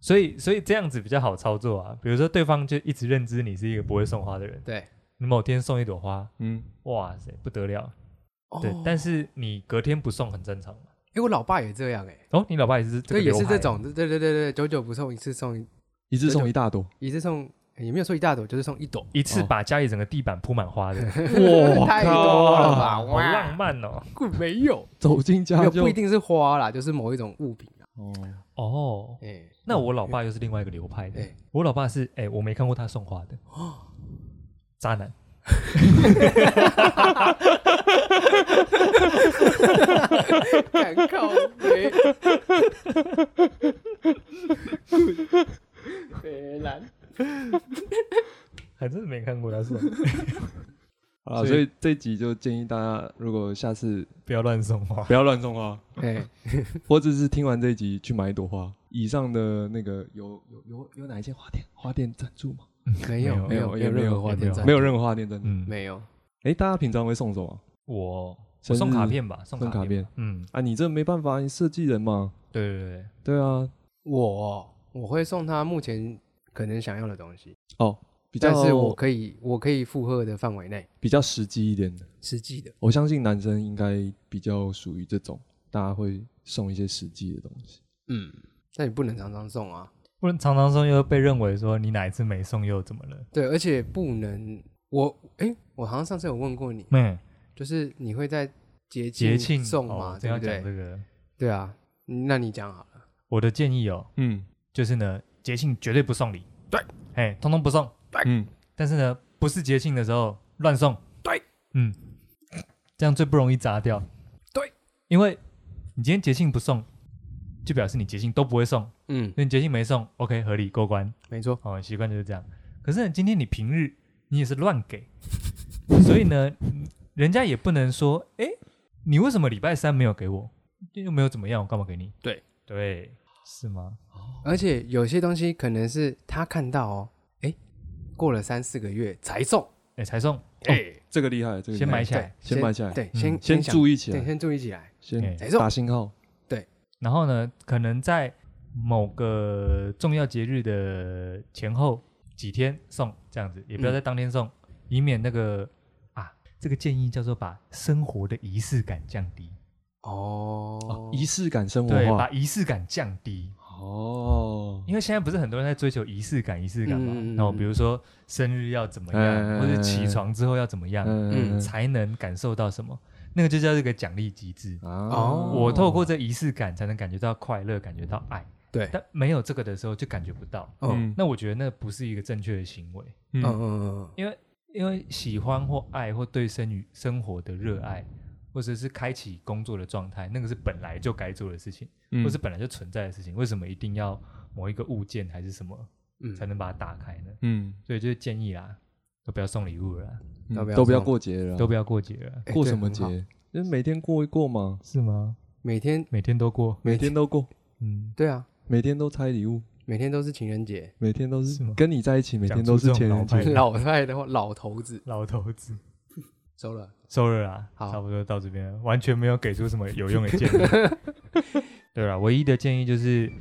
[SPEAKER 2] 所以所以这样子比较好操作啊。比如说对方就一直认知你是一个不会送花的人，
[SPEAKER 1] 对，
[SPEAKER 2] 你某天送一朵花，
[SPEAKER 3] 嗯，
[SPEAKER 2] 哇塞，不得了。对，但是你隔天不送很正常嘛，
[SPEAKER 1] 哎，哦我老爸也这样哎、
[SPEAKER 2] 哦，你老爸也是这
[SPEAKER 1] 对，
[SPEAKER 2] 个
[SPEAKER 1] 也
[SPEAKER 2] 刘
[SPEAKER 1] 是
[SPEAKER 2] 海
[SPEAKER 1] 这，种，对对对对，久久不送，一次送一
[SPEAKER 3] 一次送一
[SPEAKER 1] *laughs*
[SPEAKER 3] 大朵，
[SPEAKER 1] 一次送，也没有说一大朵，就是送一朵，
[SPEAKER 2] 一次
[SPEAKER 3] 哦
[SPEAKER 2] 把家里整个地板铺满花
[SPEAKER 1] *laughs*
[SPEAKER 2] 的，
[SPEAKER 1] 太
[SPEAKER 3] 靠
[SPEAKER 1] 多了吧？
[SPEAKER 2] 好浪
[SPEAKER 1] 哦哇，
[SPEAKER 2] 漫哦。
[SPEAKER 1] 没有，
[SPEAKER 3] 走进
[SPEAKER 1] *laughs* 没
[SPEAKER 3] 家
[SPEAKER 1] 有
[SPEAKER 3] *laughs* 就
[SPEAKER 1] 不一定是花啦，就是某一种物品啦。啊
[SPEAKER 3] 哦，
[SPEAKER 2] 哦，
[SPEAKER 1] 哎、*laughs*
[SPEAKER 2] 那我老爸又是另外一个流派的
[SPEAKER 1] 哎。哦
[SPEAKER 2] 我老爸是哎，我没看过他送花的，渣男。
[SPEAKER 1] 敢靠北，北蓝，
[SPEAKER 2] 还真的没看过他送，
[SPEAKER 3] 啊，
[SPEAKER 2] 所
[SPEAKER 3] 所
[SPEAKER 2] 以
[SPEAKER 3] 以这集就建议大家，如果下次
[SPEAKER 2] *laughs* 不要乱送花。
[SPEAKER 3] 不要乱送花，
[SPEAKER 1] *laughs* 哎，
[SPEAKER 3] 或者是听完这一集去买一朵花。以上的那个有有有有哪一间花店花店赞助吗？
[SPEAKER 1] 没有
[SPEAKER 2] 没
[SPEAKER 1] 没
[SPEAKER 3] 有
[SPEAKER 1] 有
[SPEAKER 3] 也
[SPEAKER 1] 哦有
[SPEAKER 3] 没
[SPEAKER 1] 任
[SPEAKER 3] 有
[SPEAKER 1] 何花
[SPEAKER 2] 也没
[SPEAKER 1] 店
[SPEAKER 2] 有
[SPEAKER 1] 赞助，
[SPEAKER 3] 没有任何花店赞助。
[SPEAKER 2] 嗯，
[SPEAKER 1] 没有，
[SPEAKER 3] 哎，大家平常会送什么？
[SPEAKER 2] 我
[SPEAKER 3] 生
[SPEAKER 2] 我送卡
[SPEAKER 3] 日
[SPEAKER 2] 片吧，送
[SPEAKER 3] 送卡
[SPEAKER 2] 卡
[SPEAKER 3] 片
[SPEAKER 2] 吧。嗯，
[SPEAKER 3] 啊，你这没办法，你设计人嘛。
[SPEAKER 2] 对对对对，
[SPEAKER 3] 对啊，
[SPEAKER 1] 我我会送他目前可能想要的东西，
[SPEAKER 3] 哦，比较
[SPEAKER 1] 但是我可以我可以负荷的范围内，
[SPEAKER 3] 比较实际一点的。
[SPEAKER 1] 实际的。
[SPEAKER 3] 我相信男生应该比较属于这种，大家会送一些实际的东西。
[SPEAKER 1] 嗯，那你不能常常送啊。
[SPEAKER 2] 不然常常送又被认为说你哪一次没送又怎么了？
[SPEAKER 1] 对，而且不能我诶，我好像上次有问过你，
[SPEAKER 2] 嗯，
[SPEAKER 1] 就是你会在节
[SPEAKER 2] 节庆
[SPEAKER 1] 送
[SPEAKER 2] 哦
[SPEAKER 1] 嘛，
[SPEAKER 2] 真
[SPEAKER 1] 对
[SPEAKER 2] 要
[SPEAKER 1] 不
[SPEAKER 2] 讲
[SPEAKER 1] 对？
[SPEAKER 2] 这个，
[SPEAKER 1] 对啊，那你讲好了。
[SPEAKER 2] 我的建议哦，
[SPEAKER 3] 嗯
[SPEAKER 2] 就是呢，节庆绝对不送礼，对，哎，通通不送。
[SPEAKER 3] 嗯，
[SPEAKER 2] 但是呢，不是节庆的时候乱送，
[SPEAKER 1] 对，
[SPEAKER 2] 嗯，这样最不容易砸掉，
[SPEAKER 1] 对，
[SPEAKER 2] 因为你今天节庆不送，就表示你节庆都不会送，
[SPEAKER 1] 嗯，
[SPEAKER 2] 那你节庆没送，OK，合理过关，
[SPEAKER 1] 没错。
[SPEAKER 2] 哦，习惯就是这样。可是呢今天你平日你也是乱给，所以呢，人家也不能说，哎，你为什么礼拜三没有给我？又没有怎么样，我干嘛给你？
[SPEAKER 1] 对
[SPEAKER 2] 对，是吗？
[SPEAKER 1] 而且有些东西可能是他看到哦，诶，过了三四个月才送，
[SPEAKER 2] 哎，才送，
[SPEAKER 1] 哎，
[SPEAKER 3] 这个厉害，这个厉害
[SPEAKER 2] 先买起
[SPEAKER 1] 对
[SPEAKER 2] 来，，
[SPEAKER 3] 先买起来
[SPEAKER 1] 对，
[SPEAKER 2] 嗯
[SPEAKER 1] 先
[SPEAKER 3] 先注
[SPEAKER 1] 意，
[SPEAKER 3] 意起
[SPEAKER 1] 对，
[SPEAKER 3] 来，
[SPEAKER 1] 先注意起来。
[SPEAKER 3] 先
[SPEAKER 1] 哎送
[SPEAKER 3] 打信号。
[SPEAKER 2] 然后呢，可能在某个重要节日的前后几天送这样子，也不
[SPEAKER 1] 嗯
[SPEAKER 2] 要在当天送，以免那个啊，这个建议叫做把生活的仪式感降低，
[SPEAKER 1] 哦
[SPEAKER 3] 哦，仪式感生活
[SPEAKER 2] 对，把
[SPEAKER 3] 化。
[SPEAKER 2] 仪式感降低，
[SPEAKER 3] 哦，
[SPEAKER 2] 因为现在不是很多人在追求仪式感，仪式感嘛，
[SPEAKER 1] 嗯嗯嗯
[SPEAKER 2] 然后比如说生日要怎么样，
[SPEAKER 3] 哎
[SPEAKER 2] 或者起床之后要怎么样，
[SPEAKER 1] 嗯
[SPEAKER 2] 才能感受到什么，那个就叫这个奖励机制。
[SPEAKER 3] 啊
[SPEAKER 1] 哦
[SPEAKER 2] 我透过这仪式感才能感觉到快乐，感觉到爱，
[SPEAKER 1] 对，
[SPEAKER 2] 但没有这个的时候就感觉不到。
[SPEAKER 1] 嗯
[SPEAKER 3] 嗯
[SPEAKER 2] 那我觉得那不是一个正确的行为，
[SPEAKER 1] 嗯
[SPEAKER 3] 嗯
[SPEAKER 1] 嗯
[SPEAKER 2] 因为喜欢或爱或对生与生活的热爱，或者是开启工作的状态，那个是本来就该做的事情，
[SPEAKER 3] 嗯
[SPEAKER 2] 或是本来就存在的事情。为什么一定要某一个物件还是什么
[SPEAKER 1] 嗯
[SPEAKER 2] 才能把它打开呢？
[SPEAKER 3] 嗯，
[SPEAKER 2] 所以就是建议啦，都不要送礼物了啦，
[SPEAKER 3] 嗯
[SPEAKER 1] 要不要
[SPEAKER 3] 都不要
[SPEAKER 1] 送
[SPEAKER 3] 过节了啊，
[SPEAKER 2] 都不要过节了，
[SPEAKER 1] 哎
[SPEAKER 3] 过
[SPEAKER 1] 对
[SPEAKER 3] 什么
[SPEAKER 1] 很
[SPEAKER 3] 节
[SPEAKER 1] 好？
[SPEAKER 3] 就是每天过一过嘛，
[SPEAKER 2] 是吗？
[SPEAKER 1] 每天
[SPEAKER 2] 每天都过，
[SPEAKER 3] 每天都过，
[SPEAKER 2] 嗯，
[SPEAKER 1] 对啊，
[SPEAKER 3] 每天都拆礼物，
[SPEAKER 1] 每天都是情人节。
[SPEAKER 3] 每天都是
[SPEAKER 2] 是吗
[SPEAKER 3] 跟你在一起，每天都是
[SPEAKER 2] 讲出
[SPEAKER 3] 情
[SPEAKER 2] 这种
[SPEAKER 3] 人
[SPEAKER 2] 老派
[SPEAKER 1] 老
[SPEAKER 3] 节。
[SPEAKER 1] 太的话，老头子
[SPEAKER 2] 老头子
[SPEAKER 1] 收了。
[SPEAKER 2] 收了啦，
[SPEAKER 1] 好
[SPEAKER 2] 啊差不多到这边了，完全没有给出什么有用的建议。
[SPEAKER 3] *laughs*
[SPEAKER 2] 对啦，唯一的建议就是，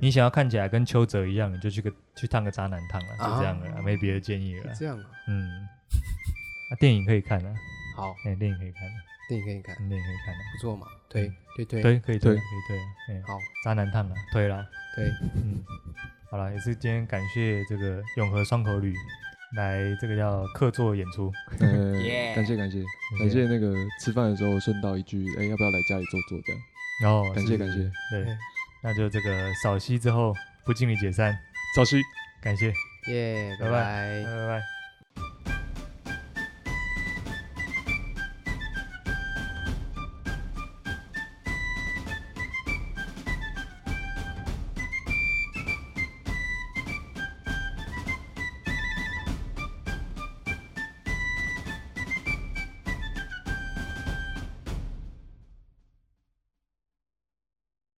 [SPEAKER 2] 你想要看起来跟邱泽一样，你就去个去烫个渣男烫了，就这样了啦，
[SPEAKER 1] 啊
[SPEAKER 2] 没别的建议了啦。
[SPEAKER 1] 这样啊，
[SPEAKER 2] 嗯，啊，电影可以看了，
[SPEAKER 1] 好，
[SPEAKER 2] 哎、电影可以看了，
[SPEAKER 1] 电影可以看，
[SPEAKER 2] 嗯电影可以看了，
[SPEAKER 1] 不错嘛，推推推，
[SPEAKER 2] 对，可以推，可
[SPEAKER 3] 对
[SPEAKER 2] 以推，哎、
[SPEAKER 1] 好，
[SPEAKER 2] 渣男烫了，推啦，
[SPEAKER 1] 对，
[SPEAKER 2] 嗯，好了，也是今天感谢这个永和双口旅来这个叫客座演出，
[SPEAKER 3] 呃
[SPEAKER 1] Yeah
[SPEAKER 3] 感谢感谢感谢那个吃饭的时候顺道一句，哎，要不要来家里坐坐？这样，
[SPEAKER 2] 然后
[SPEAKER 3] 感哦谢感谢，
[SPEAKER 2] 哦对，那就这个扫息之后不敬礼解散，
[SPEAKER 3] 早期。
[SPEAKER 2] 感谢，
[SPEAKER 1] 耶，拜
[SPEAKER 2] 拜
[SPEAKER 1] 拜
[SPEAKER 2] 拜拜。拜。